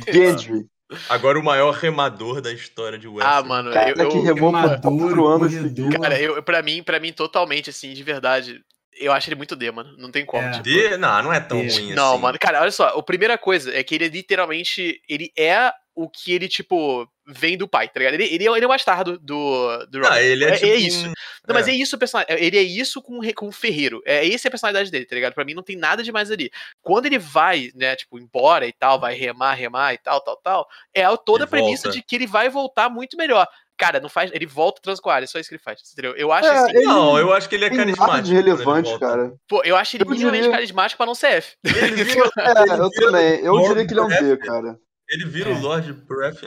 É, Gendry. Agora o maior remador da história de West. Ah, mano, Cara eu. eu- que remou por Remador, quatro anos corredor. seguidos. cara, eu, pra mim, para mim, totalmente, assim, de verdade, eu acho ele muito D, mano. Não tem como. É. tipo. D, não, não é tão D. ruim Não, assim. mano, cara, olha só, a primeira coisa é que ele é literalmente, ele é o que ele, tipo, vem do pai, tá ligado? Ele, ele, é, ele é o bastardo do, do Não, Robert. ele é, tipo isso. um- Não, mas é. é isso o personagem, ele é isso com, o re- com o Ferreiro, é essa é a personalidade dele, tá ligado? Pra mim não tem nada demais ali. Quando ele vai, né, tipo, embora e tal, vai remar, remar e tal, tal, tal, é a- toda E a premissa volta. de que ele vai voltar muito melhor. Cara, não faz. Ele volta transcoalha, é só isso que ele faz. Entendeu? Eu acho É, assim. ele- Não, eu acho que ele é Tem nada carismático. de quando ele relevante, volta. cara. Pô, eu acho ele Eu minimamente diria- carismático pra não ser F. Ele vira, É, eu também. Eu Lord diria que ele é um D, Breath. cara. ele vira É. o Lord Breath.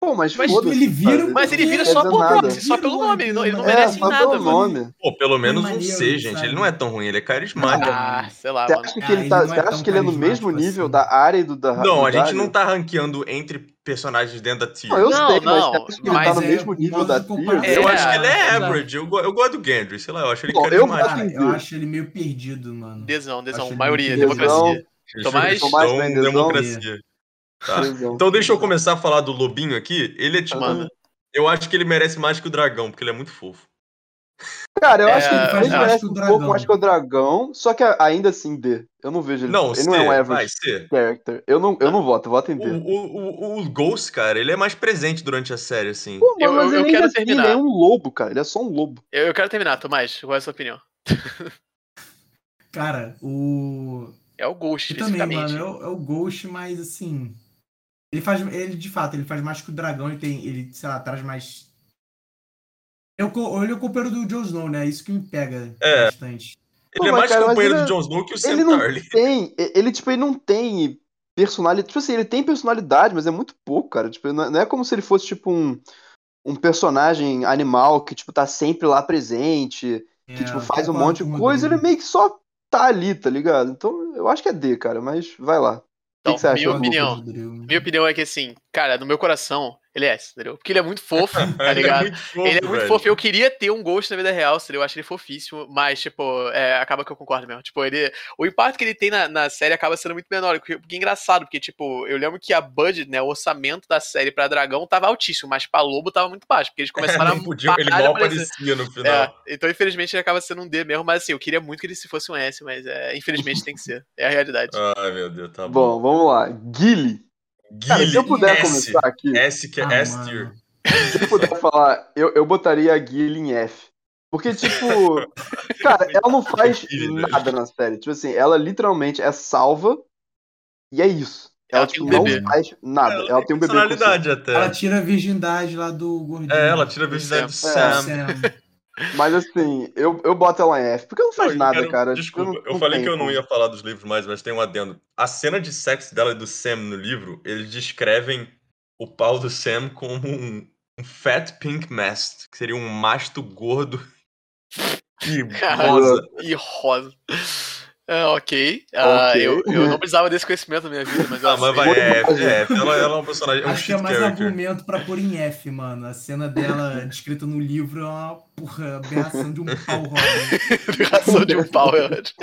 Pô, mas, Mas foda-se, ele vira sabe? um- Mas ele Não vira quer só dizer por nada. proxy, só pelo nome. Ele não, ele não É, merece só nada, pelo mano. nome. Pô, pelo menos um maneiro, C, gente. sabe? Ele não é tão ruim, ele é carismático. Ah, sei lá, Você mano. acha Ah, que ele, ele tá, não é você acha tão que ele é no mesmo carismático nível assim. da área e do da Não, a do gente Dario? não tá ranqueando entre personagens dentro da tier. Não, eu Não, sei, mas você não, acha que ele tá mas no é mesmo nível da modo de comparar. tier? Eu É, acho que ele é exato. average. Eu, go- eu gosto do Gendry, sei lá, eu acho ele Bom, eu carismático. Cara, eu Deus. acho ele meio perdido, mano. Desão, desão. Acho maioria, ele- democracia. Eles Tomás- são Tomás Mendezão. Então, democracia. Tá. Então deixa eu começar a falar do Lobinho aqui. Ele é tipo. Manda. Eu acho que ele merece mais que o dragão, porque ele é muito fofo. Cara, eu É, acho que ele eu faz acho merece que o um dragão. pouco mais que o dragão, só que ainda assim D. Eu não vejo ele. Não, ele C, não é um vai, average C. Ah, um character. Eu não, eu não voto, eu voto em O, D. o, o, o Ghost, cara, ele é mais presente durante a série, assim. Pô, Eu- eu- eu ainda quero assim, terminar. Ele é um lobo, cara. Ele é só um lobo. Eu, eu quero terminar, Tomás. Qual é a sua opinião? Cara, o. É o Ghost, Eu também, especificamente. mano. É o, é o Ghost, mas assim. Ele faz. Ele, de fato, ele faz mais que o dragão. Ele tem. Ele, sei lá, traz mais. Eu, co- ele é o companheiro do Jon Snow, né? Isso que me pega É. bastante. Pô, Ele é mas, mais cara, mas companheiro do ele é- Jon Snow que o Ele não Centauri. tem. e- Ele, tipo, ele não tem personalidade. Tipo assim, ele tem personalidade, mas é muito pouco, cara. Tipo, não é- não é como se ele fosse, tipo, um, um personagem animal que, tipo, tá sempre lá presente, que, É, tipo, eu faz um concordo monte de com o coisa. Ele Rodrigo. meio que só tá ali, tá ligado? Então, eu acho que é D, cara, mas vai lá. Então, que você acha, minha Lucas? opinião. Rodrigo. Minha opinião é que, assim, cara, no meu coração, ele é S, entendeu? Porque ele é muito fofo, tá Ele é ligado? muito fofo. Ele é muito velho. fofo. Eu queria ter um Ghost na vida real, entendeu? Eu acho ele fofíssimo, mas, tipo, é, acaba que eu concordo mesmo. Tipo, ele. O impacto que ele tem na, na série acaba sendo muito menor. Porque, porque é engraçado, porque, tipo, eu lembro que a budget, né, o orçamento da série pra Dragão tava altíssimo, mas pra Lobo tava muito baixo. Porque eles começaram Não a. podia, ele é parar de mal aparecer. aparecia no final. É, então, infelizmente, ele acaba sendo um D mesmo, mas assim, eu queria muito que ele se fosse um S, mas é, infelizmente tem que ser. É a realidade. Ai, meu Deus, tá bom. Bom, vamos lá. Guile. Cara, se eu Guile, puder S. começar aqui, S que é Ah, S mano. tier. se eu puder falar, eu, eu botaria a Guile em F. Porque, tipo, cara, ela não faz Guile, né? nada na série. Tipo assim, ela literalmente é salva e é isso. Ela, Ela tem tipo, um não bebê. faz nada. Ela, tem um bebê. com você. né? Personalidade até. Ela tira a virgindade lá do gordinho. é É, ela tira a virgindade do Do Sam. Sam. Sam. Mas assim, eu, eu boto ela em F, porque ela não faz eu nada, quero- cara. Desculpa, Tipo, eu não falei tem que eu não como. ia falar dos livros mais, mas tem um adendo. A cena de sexo dela e do Sam no livro, eles descrevem o pau do Sam como um, um fat pink mast, que seria um masto gordo e Caralho. rosa. E rosa. Ah, ok. Ah, Ok. Eu, eu não precisava desse conhecimento na minha vida, mas eu Ah, mas vai, aceito. Muito é, bom. é, ela, ela é um personagem, é um Acho que é shit mais character. argumento pra pôr em F, mano. A cena dela descrita no livro é uma porra, aberração de um pau rosa. Aberração de um pau, eu acho.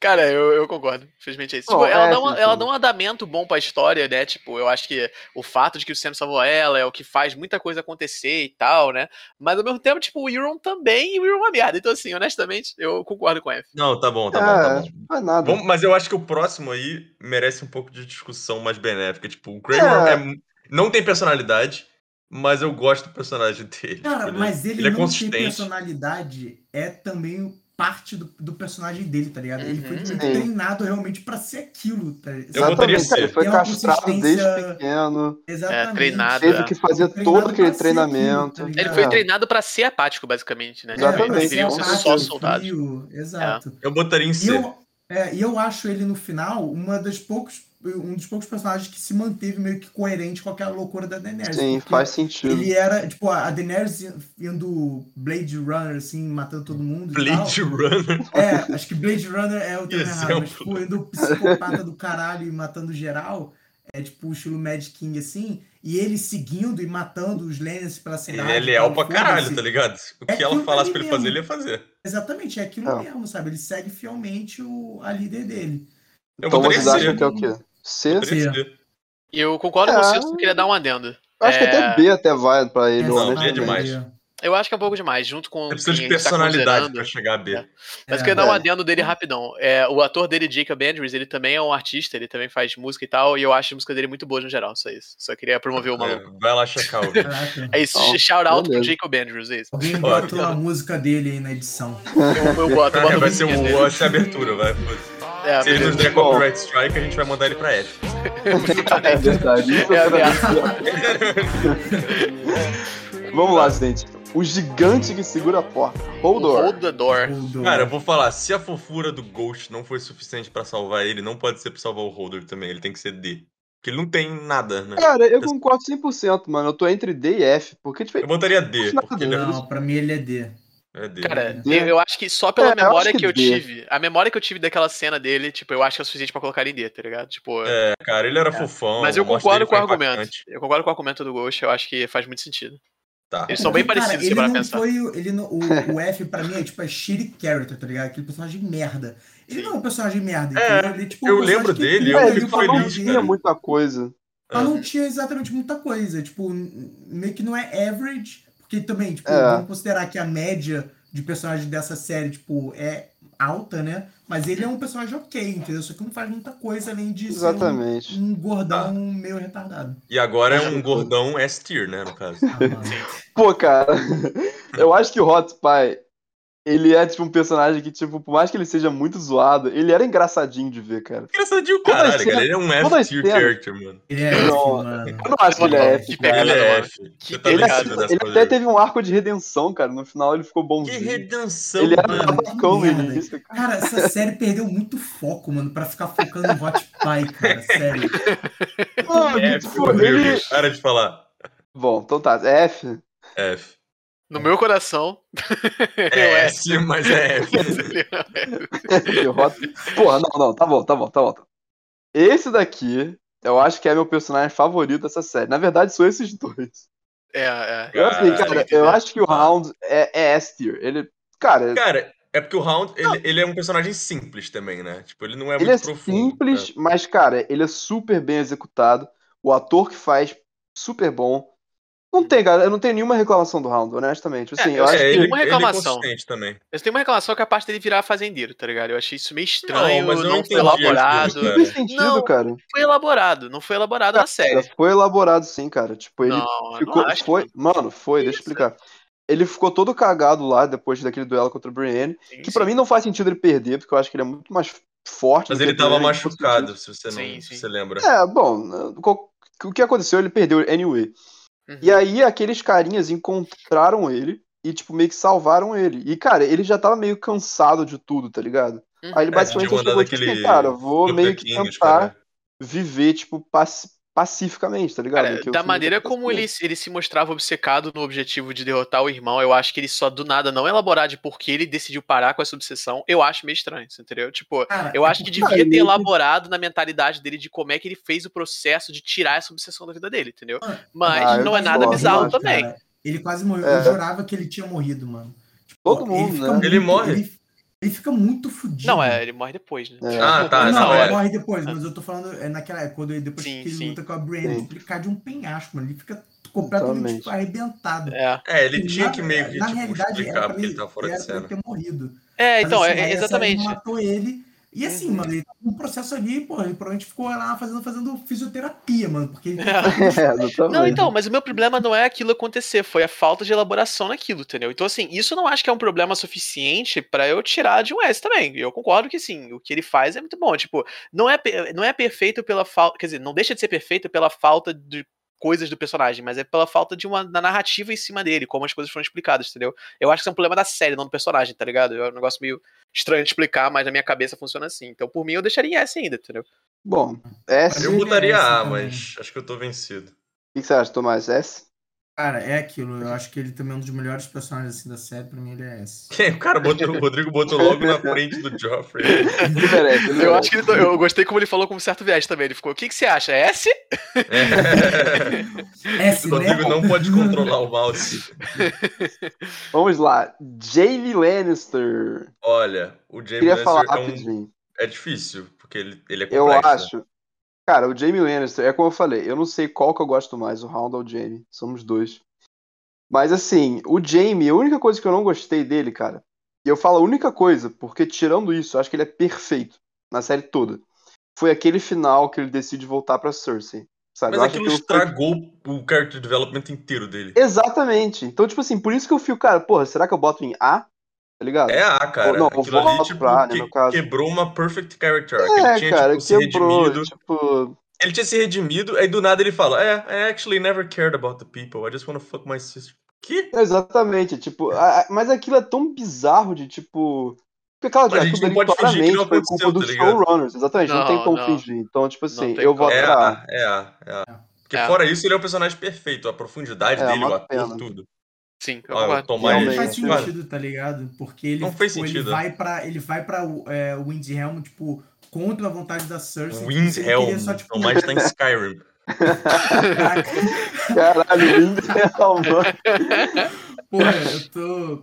Cara, eu, eu concordo. Infelizmente é isso. Bom, Tipo, ela, é, dá uma, sim, ela sim. dá um adamento bom pra história, né? Tipo, eu acho que o fato de que o Sam salvou ela é o que faz muita coisa acontecer e tal, né? Mas ao mesmo tempo, tipo, o Euron também, e o Euron é uma merda. Então, assim, honestamente, eu concordo com a F. Não, tá bom, tá bom, tá É, bom. não faz nada. Vamos- mas eu acho que o próximo aí merece um pouco de discussão mais benéfica. Tipo, o Greyworm É. é mu- não tem personalidade, mas eu gosto do personagem dele. Cara, tipo, ele- mas ele ele, é não tem consistente. personalidade, é também parte do, do personagem dele, tá ligado? Ele foi Uhum. tipo, Sim. treinado realmente pra ser aquilo, tá Eu vou Sabe? botaria Exatamente, cara, ele C. foi Tem uma castrado desde consistência- pequeno, Exatamente. treinado, teve é. que fazer Treinado todo aquele pra ser aquilo, tá treinamento. ligado? Ele foi É. treinado pra ser apático, basicamente, né? É, Tipo, Exatamente. um pra Eles ser deveriam ser apático, só soldados. frio, Exato. Eu botaria em E C. eu, é, e eu acho ele no final uma das poucos, um dos poucos personagens que se manteve meio que coerente com aquela loucura da Daenerys. Sim, porque faz sentido. Ele era, tipo, a Daenerys indo Blade Runner, assim, matando todo mundo e tal. Blade Runner. É, acho que Blade Runner é o termo errado, mas, Exemplo. tipo, indo psicopata do caralho e matando geral, é tipo o estilo Mad King, assim, e ele seguindo e matando os Lannisters pela cidade. Ele e é tal, o pra foda-se. caralho, tá ligado? O É que ela aquilo falasse pra ali ele mesmo. fazer, ele ia fazer. Exatamente, é aquilo É. mesmo, sabe? Ele segue fielmente o, a líder dele. Eu Thomas botaria Isaac C. Dashman, que é o quê? C? Eu botaria C. C. Eu concordo É. com o Celso, eu queria dar um adendo. Eu Acho que É. até B até vai pra ele, um Essa não, B é Maria. honestamente. demais. Eu acho que é um pouco demais, junto com Eu preciso quem de a gente tá personalidade considerando. pra chegar a B. É. Mas É. eu queria dar um É. adendo dele rapidão. É, o ator dele, Jacob Andrews, ele também é um artista, ele também faz música e tal, e eu acho a música dele muito boa no geral, só isso. Só queria promover o maluco. É, vai lá checar o vídeo. Caraca. É isso, Bom, shout out pro beleza. Jacob Andrews, é isso. Alguém Ó, botou a música dele aí na edição. Eu, eu boto, eu boto É, a vai ser musiquinha dele. o, vai ser a abertura, vai. foda-se. É, Se ele nos né? beleza. der copyright strike, a gente vai mandar ele pra F. É verdade. Isso É eu quero ameaça. dizer. Vamos lá, gente. O gigante que segura a porta. Holdor. Hold the door. Holdor. Cara, eu vou falar, se a fofura do Ghost não foi suficiente pra salvar ele, não pode ser pra salvar o Holder também, ele tem que ser D. Porque ele não tem nada, né? Cara, eu concordo 100%, mano. Eu tô entre D e F. Porque, tipo, Eu botaria D, porque ele Não, pra mim ele é D. é, é D. Cara, É. eu, eu acho que só pela É, eu memória acho que, que eu D. tive, a memória que eu tive daquela cena dele, tipo, eu acho que é o suficiente pra colocar ele em D, tá ligado? Tipo, É, cara, ele era fofão. mas eu o rosto concordo dele com o foi argumento. impactante. Eu concordo com o argumento do Ghost, eu acho que faz muito sentido. Tá. Eles são bem Cara, parecidos, se ele parar não pra pensar. foi. o- Ele não, o, o F pra mim é tipo é shitty character, tá ligado? Aquele personagem merda. Ele Sim. não é um personagem merda, É, entendeu? Ele, é, tipo, um eu personagem lembro que dele, tem eu ali é, fico o ele falou papel não feliz, dele, tinha cara. muita coisa. Mas não tinha exatamente muita coisa. Tipo, n- meio que não é average, porque também, tipo, É. vamos considerar que a média de personagem dessa série, tipo, é alta, né? Mas ele é um personagem ok, entendeu? Só que não faz muita coisa além de ser um- Exatamente. um, Ah. gordão meio retardado. E agora é um gordão S-tier, né, no caso. Ah, mano. Pô, cara, eu acho que o Hot Pie, ele é, tipo, um personagem que, tipo, por mais que ele seja muito zoado, ele era engraçadinho de ver, cara. Engraçadinho, Todas caralho, as cara. Ele é um todas as F-tier cenas. character, mano. Ele é, Não, mano. Eu não acho que ele é F, Que cara. Ele pegada, é mano. F. Que Você tá Ele, ligado ele dessa até coisa. teve um arco de redenção, cara. No final ele ficou Que bonzinho. redenção, Ele era um mano. mano. babacão no Que merda. início, cara. Cara, essa série perdeu muito foco, mano, pra ficar focando no Hot Pie, cara. Sério. Mano, F, tipo, Rodrigo, ele... Para de falar. Bom, então tá. F. F. No meu coração. eu É S, mas é F. Eu voto- Porra, não, não, tá bom, tá bom, tá bom. tá bom. Esse daqui, eu acho que é meu personagem favorito dessa série. Na verdade, são esses dois. É, é. Eu, assim, cara, eu acho que o Ah. Round é, é S-tier. Ele, cara, Cara, é porque o Hound, ele, ele é um personagem simples também, né? Tipo, ele não é ele muito é profundo. né? simples, mas, cara, ele é super bem executado. O ator que faz, super bom. Não tem, cara, eu não tenho nenhuma reclamação do Round, honestamente. Assim, É, eu É, acho é, que ele, uma ele é reclamação. consistente também. Eu tenho uma reclamação com a parte dele virar fazendeiro, tá ligado? Eu achei isso meio estranho, mas eu não não, foi entendi elaborado. aquilo, não cara. tem sentido, Não, cara. Não foi elaborado, não foi elaborado na Cara, série. Foi elaborado sim, cara. Tipo, ele Não, eu Ficou, não acho. foi, mano, foi, deixa eu Isso. né? explicar. Ele ficou todo cagado lá depois daquele duelo contra o Brienne, Sim, que pra mim não faz sentido ele perder, porque eu acho que ele é muito mais forte. Mas do que ele tava Brienne, em todo machucado, se você não Sim, se sim. você lembra. sentido. É, bom, co- o que aconteceu, ele perdeu anyway. Uhum. E aí aqueles carinhas encontraram ele e, tipo, meio que salvaram ele. E, cara, ele já tava meio cansado de tudo, tá ligado? Uhum. Aí ele É, basicamente tinha chegou mandado tipo assim, aquele cara, eu vou Lupita meio que né? King, os tentar caras- viver, tipo, paci- pacificamente, tá ligado? Cara, Que eu É, da fiz maneira outra como coisa. ele, ele se mostrava obcecado no objetivo de derrotar o irmão, eu acho que ele só do nada não elaborar de por que ele decidiu parar com essa obsessão, eu acho meio estranho, você entendeu? Tipo, Cara, eu acho que devia né? ele- ter elaborado na mentalidade dele de como é que ele fez o processo de tirar essa obsessão da vida dele, entendeu? Ah, Mas Ah, eu não é nada discordo, bizarro eu também. Cara, ele quase morreu. É. Eu jurava que ele tinha morrido, mano. Tipo, Todo ele mundo, fica né? um muito- Ele morre? Ele, ele fica muito fudido. Não, é, ele morre depois, né? É. Ah, tá, Não, essa não, ele hora. morre depois, mas eu tô falando é naquela época, quando ele, depois Sim, que ele sim. luta com a Brienne, Sim. ele cai de um penhasco, mano. Ele fica completamente Totalmente. arrebentado. É, É, ele Na- tinha que meio que na tipo, realidade, era explicar pra porque ele tava fora de era pra ele cena. ter morrido. é Mas, então, assim, é- é, aí a série exatamente. matou ele. E assim, mano, ele tava num processo ali, pô, ele provavelmente ficou lá fazendo, fazendo fisioterapia, mano, porque ele É, exatamente. Não, então, mas o meu problema não é aquilo acontecer, foi a falta de elaboração naquilo, entendeu? Então, assim, isso eu não acho que é um problema suficiente pra eu tirar de um S também. Eu concordo que sim, o que ele faz é muito bom. Tipo, não é, pe- não é perfeito pela falta. Quer dizer, não deixa de ser perfeito pela falta de coisas do personagem, mas é pela falta de uma da narrativa em cima dele, como as coisas foram explicadas, entendeu? Eu acho que isso é um problema da série, não do personagem, tá ligado? É um negócio meio estranho de explicar, mas na minha cabeça funciona assim. Então, por mim, eu deixaria em S ainda, entendeu? Bom, S. Mas Eu ele botaria merece A, também. mas acho que eu tô vencido. O que você acha, Tomás? S? Cara, é aquilo. Eu acho que ele também é um dos melhores personagens assim, da série. Pra mim, ele é esse. O cara botou, o Rodrigo botou logo na frente do Joffrey. Ele merece, ele Eu merece. acho que ele- eu gostei como ele falou com um certo viés também. Ele ficou, o que, que você acha? É S? É. S, O né? Rodrigo não pode controlar o mouse. Vamos lá. Jamie Lannister. Olha, o James Queria falar Lannister é, um- rapidinho. é difícil, porque ele, ele é Eu complexo. né? acho. Cara, o Jamie Lannister, é como eu falei, eu não sei qual que eu gosto mais, o Round ou o Jamie. Somos dois. Mas assim, o Jamie, a única coisa que eu não gostei dele, cara, e eu falo a única coisa, porque tirando isso, eu acho que ele é perfeito na série toda. Foi aquele final que ele decide voltar pra Cersei. Sabe? Mas eu acho aquilo aquilo foi estragou o character development inteiro dele. Exatamente. Então, tipo assim, por isso que eu fico, cara, porra, será que eu boto em A? Tá ligado? É A, cara. Não, eu aquilo ali, volto tipo, pra A, né, que- no caso. quebrou uma perfect character. arc. É, ele tinha, cara, tipo, se quebrou. redimido. Tipo, Ele tinha se redimido, aí do nada ele fala, é, I actually never cared about the people, I just wanna fuck my sister. Que? Exatamente, tipo, a- a- mas aquilo é tão bizarro de tipo. Porque aquela Mas a gente aquilo não pode fingir que não foi aconteceu, culpa dos tá ligado? showrunners, exatamente, não, Não, tem como não. fingir. Então, tipo assim, tem eu como. vou É, pra. é, é. Porque É. fora isso, ele é um personagem perfeito. A profundidade É, dele, o uma ator, pena. tudo. Sim, eu Ah, o concordo. Tomás. não Realmente, faz cara. sentido, tá ligado? Porque ele, Não fez tipo, sentido. ele vai pra, ele vai pra é, Windhelm, tipo, contra a vontade da Cersei. tipo, se ele Windhelm. queria só, tipo, Ah, Tomás tá em Skyrim. caraca, Caralho, lindo real, mano. porra, eu tô...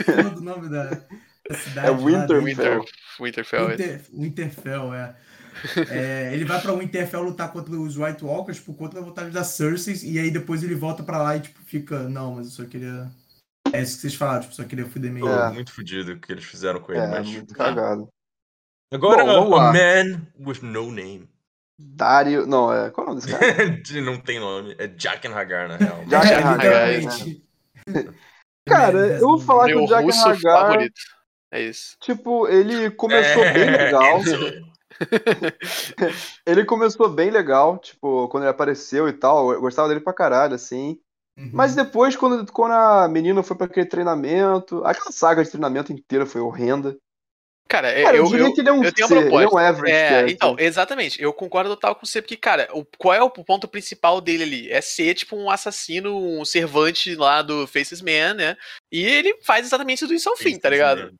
Como é o nome da, da cidade? É lá, Winter- né? Winter, Winterfell. é. Winter, Winterfell, é. É, Ele vai pra Winterfell lutar contra os White Walkers, tipo, contra a vontade da Cersei, e aí depois ele volta pra lá e, tipo, fica, não, mas eu só queria... É isso que vocês falaram, tipo, só queria fuder meio... Tô É. muito fodido o que eles fizeram com ele, É, mas. muito cagado. Agora, Bom, vamos a lá. man with no name. Dario. Não, é. Qual é o nome desse cara? De- não tem nome. É Jack and Hagar, na real. Jack É, and Hagar, né? literalmente. Cara, eu vou falar que Meu o Jack russo Hagar, favorito. É isso. tipo, ele começou É, bem legal. cancel. Ele começou bem legal, tipo, quando ele apareceu e tal, eu gostava dele pra caralho, assim. Uhum. Mas depois, quando, quando a menina foi pra aquele treinamento, aquela saga de treinamento inteira foi horrenda. Cara, Cara, eu, eu, diria eu, que ele é um eu tenho C, uma ele é um proposta. average É, character. então, exatamente. Eu concordo total com você, porque, cara, o, qual é o ponto principal dele ali? É ser, tipo, um assassino, um servante lá do Faces Man, né? E ele faz exatamente tudo isso ao fim, tá ligado?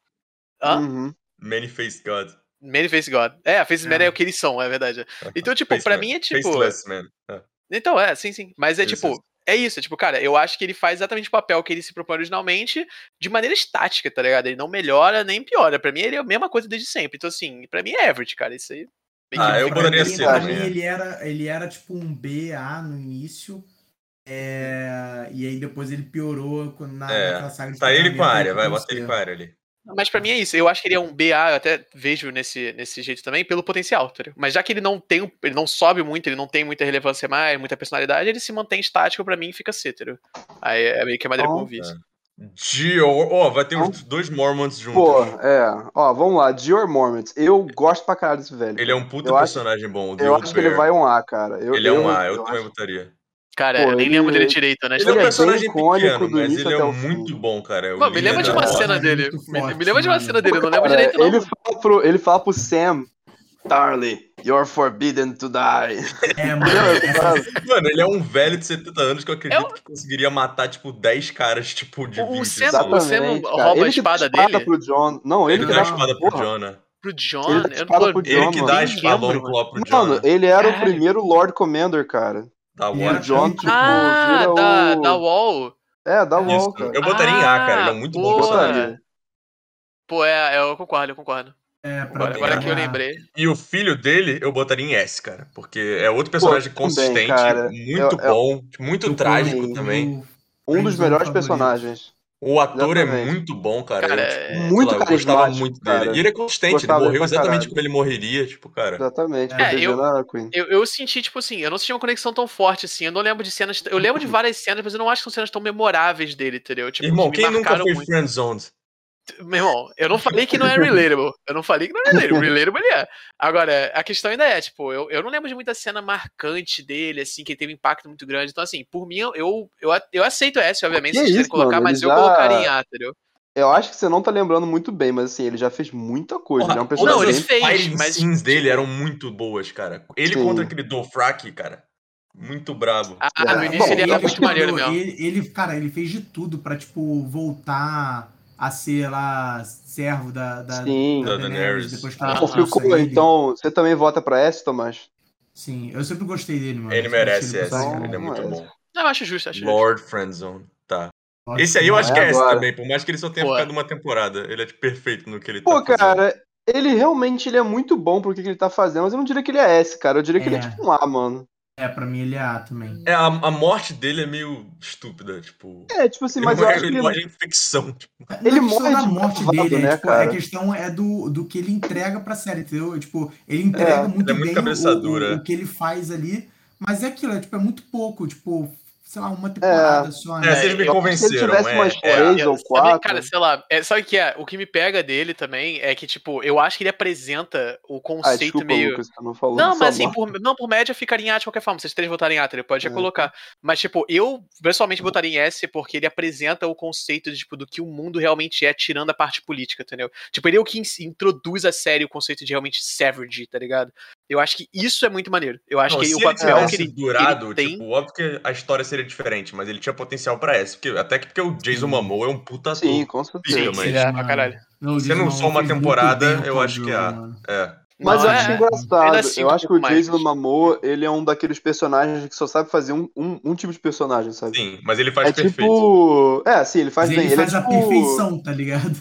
Hã? Uhum. Many-faced God. Many Face God. É, Faces Man É. é o que eles são, é verdade. Então, tipo, Face pra Man. mim é tipo. Faceless, man. É. Então, é, sim, sim. Mas é Isso, tipo, isso. é isso, é tipo, cara, eu acho que ele faz exatamente o papel que ele se propõe originalmente de maneira estática, tá ligado? Ele não melhora nem piora. Pra mim, ele é a mesma coisa desde sempre. Então, assim, pra mim é average, cara. Isso aí. né? meio Ah, que- eu Pra botaria mim- C pra também, mim, é. ele era, ele era tipo um B, A no início. é, E aí depois ele piorou com- na, É, naquela saga de Tá ele com a treinamento, área, aí vai, ficou um bota ele C. com a área ali. Mas pra mim é isso. Eu acho que ele é um BA, eu até vejo nesse, nesse jeito também, pelo potencial, tá ligado? Mas já que ele não tem, um- ele não sobe muito, ele não tem muita relevância mais, muita personalidade, ele se mantém estático pra mim e fica cétero. Aí é meio que a maneira Então, como eu vi isso. Dior. Ó, vai ter os dois Mormons juntos. Pô, é. Ó, vamos lá, Dior Mormont. Eu gosto pra caralho desse velho. Ele é um puta Eu acho- personagem bom. o The eu Old acho que ele Bear. vai um A, cara. Eu, Ele é um A, eu, eu também acho- botaria. Cara, Pô, eu nem ele- lembro dele direito, né? Ele é um bem personagem icônico pequeno, do mas início ele é até o muito fim. bom, cara. Eu Mano, é me li lembra de na uma moda. cena é muito dele. Me, forte, me lembra de uma mano. cena dele, eu não lembro Cara, direito, não. É, ele, fala pro, ele fala pro Sam, Tarly, you're forbidden to die. É, mano, essa- Mano, ele é um velho de 70 anos que eu acredito É que conseguiria matar, tipo, 10 caras, tipo, de O- o 20. Sam- sabe? É, Você não rouba ele a espada que dá espada dele? pro John. Não, ele, Ele que dá a dá espada pro porra. John, né? Pro John, Ele dá eu não espada tô... pro eu John, Ele que dá a nem espada lembro, mano. lá pro John. Mano, né? ele era o Caralho. primeiro Lord Commander, cara. Da ele E era o Warner. John, tanto- tipo, Ah, vira da, o... da Wall. É, da Isso, Wall, cara. Eu botaria em A, cara. Ele é Ah, muito bom boa. personagem. Pô, é, é, eu concordo, eu concordo. é, pra Agora, mim agora era que eu uma- lembrei. E o filho dele, eu botaria em S, cara. Porque é outro personagem também, consistente, cara. muito Eu- eu- bom, muito eu trágico coloquei também. o- Um dos Friendzone melhores favorito. personagens. O ator é Exatamente. muito bom, cara. Cara, eu, tipo, é- sei Muito lá, eu gostava carismático, muito dele. cara. E ele é consistente, Gostava ele dele morreu pra exatamente caralho. como ele morreria, tipo, cara. Exatamente, É, protegendo a Queen. Eu, eu senti, tipo assim, eu não senti uma conexão tão forte assim. Eu não lembro de cenas. Eu lembro de várias cenas, mas eu não acho que são cenas tão memoráveis dele, entendeu? Tipo, Irmão, que quem me nunca marcaram foi muito. friendzoned? Meu irmão, eu não falei que não é relatable. Eu não falei que não é relatable. Relatable ele é. Agora, a questão ainda é, tipo, eu, eu não lembro de muita cena marcante dele, assim, que teve um impacto muito grande. Então, assim, por mim, eu, eu, eu, a- eu aceito essa, obviamente, Que é se vocês quiserem isso, colocar, mano, mas ele eu já- colocaria em A, entendeu? Eu acho que você não tá lembrando muito bem, mas assim, ele já fez muita coisa. Porra, ele é um todas Não, ele personagem as bem... fez, fighting mas, scenes dele tipo- eram muito boas, cara. Ele Sim. contra aquele Dofrak, cara. Muito brabo. Ah, É. no início Bom, ele e era ele muito maneiro mano, mesmo. Ele, ele, cara, ele fez de tudo pra, tipo, voltar a ser lá servo da, da, Sim. Da Daenerys. depois que Ah, ela Então, trouxe ficou- ele. então, você também vota pra S, Tomás? Sim, eu sempre gostei dele, mano. Ele Eu sempre merece gostei S, do personagem. cara. Ele é muito Não, bom. Não, eu acho justo, acho justo. Lord Friendzone. Tá. Nossa, Esse aí eu acho é que é S agora. também, por mais que ele só tenha Pô. ficado uma temporada. Ele é tipo, perfeito no que ele Pô, tá fazendo. cara, ele realmente ele é muito bom pro que, que ele tá fazendo, mas eu não diria que ele é S, cara. Eu diria que ele é É. tipo um A, mano. É, pra mim ele é A também. É, a, a morte dele é meio estúpida, tipo. É, tipo assim, ele mas eu morre- acho que ele ele morre de infecção. tipo. Não é Ele questão morre da de morte cavalo, dele, é, né, tipo, cara? a questão é do, do que ele entrega pra série, entendeu? Tipo, ele entrega É, muito ele é muito bem o- cabeça o, dura. o que ele faz ali, mas é aquilo, é, tipo, é muito pouco, tipo, sei lá, uma temporada só, É, né? vocês me eu- Se ele convenceram, tivesse é. mais é. três ou Sabe, quatro. Cara, sei lá, é, sabe o que é? O que me pega dele também é que, tipo, eu acho que ele apresenta o ah, conceito desculpa, meio. Lucas, que eu não falou. Não, sua mas assim, morte. por, não, por média ficaria em A de qualquer forma. Se vocês três votarem em A, ele pode já É. colocar. Mas, tipo, eu pessoalmente votaria em S porque ele apresenta o conceito de, tipo, do que o mundo realmente é, tirando a parte política, entendeu? Tipo, ele é o que in- introduz a série o conceito de realmente Savage, tá ligado? Eu acho que isso é muito maneiro. Eu acho Não, que se o ele papel tivesse que ele, que ele durado, tem. tipo, óbvio que a história seria diferente, mas ele tinha potencial pra essa. Porque, até que porque o Jason Momoa é um puta ator. assim, Sim, com certeza. Sim, Sim, mas- ele é pra caralho. Não, o Sendo Digimon só uma fez muito temporada, bem o eu acho que jogo, a- mano. É. Mas eu Não, acho é- engraçado. ainda assim, eu um acho que o pouco mais. Jason Momoa, ele é um daqueles personagens que só sabe fazer um, um, um tipo de personagem, sabe? Sim, mas ele faz é perfeito. tipo. É, sim, ele faz Mas bem. ele faz é a tipo- perfeição, tá ligado?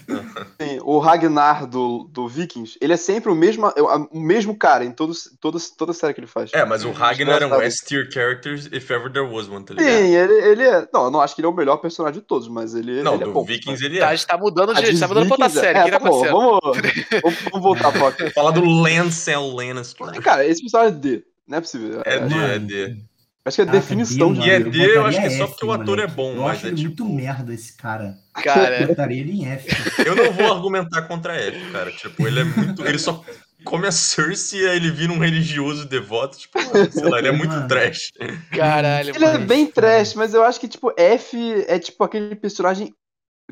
Sim, o Ragnar do, do Vikings, ele é sempre o mesmo, o mesmo cara em todo, todo, toda série que ele faz. É, mas o Ragnar é um Engraçado. S-tier character, if ever there was one, tá Sim, ligado? ele, ele é. Não, eu não acho que ele é o melhor personagem de todos, mas ele, Não, ele é do bom. Vikings ele Tá, a é. gente tá mudando de. A A gente tá mudando pra outra Vikings é- série. O é, que tá tá bom, acontecendo? vamos, vamos, vamos voltar pro aqui. Falar do é Lancel Lannister. Cara, esse personagem é D. Não é possível. É D, é Mano, D. Acho que é Caraca, definição D, de E é mano, D. D, eu botaria acho que é só F, porque o ator é moleque. bom, Eu mas acho é ele muito tipo... merda esse cara. Eu Cara, botaria ele em F. Eu não vou argumentar contra F, cara. Tipo, ele é muito... Ele só come a Cersei e aí ele vira um religioso devoto. Tipo, mano, sei lá, ele é muito Mano. trash. caralho, Ele é mano. bem trash, mas eu acho que, tipo, F é tipo aquele personagem,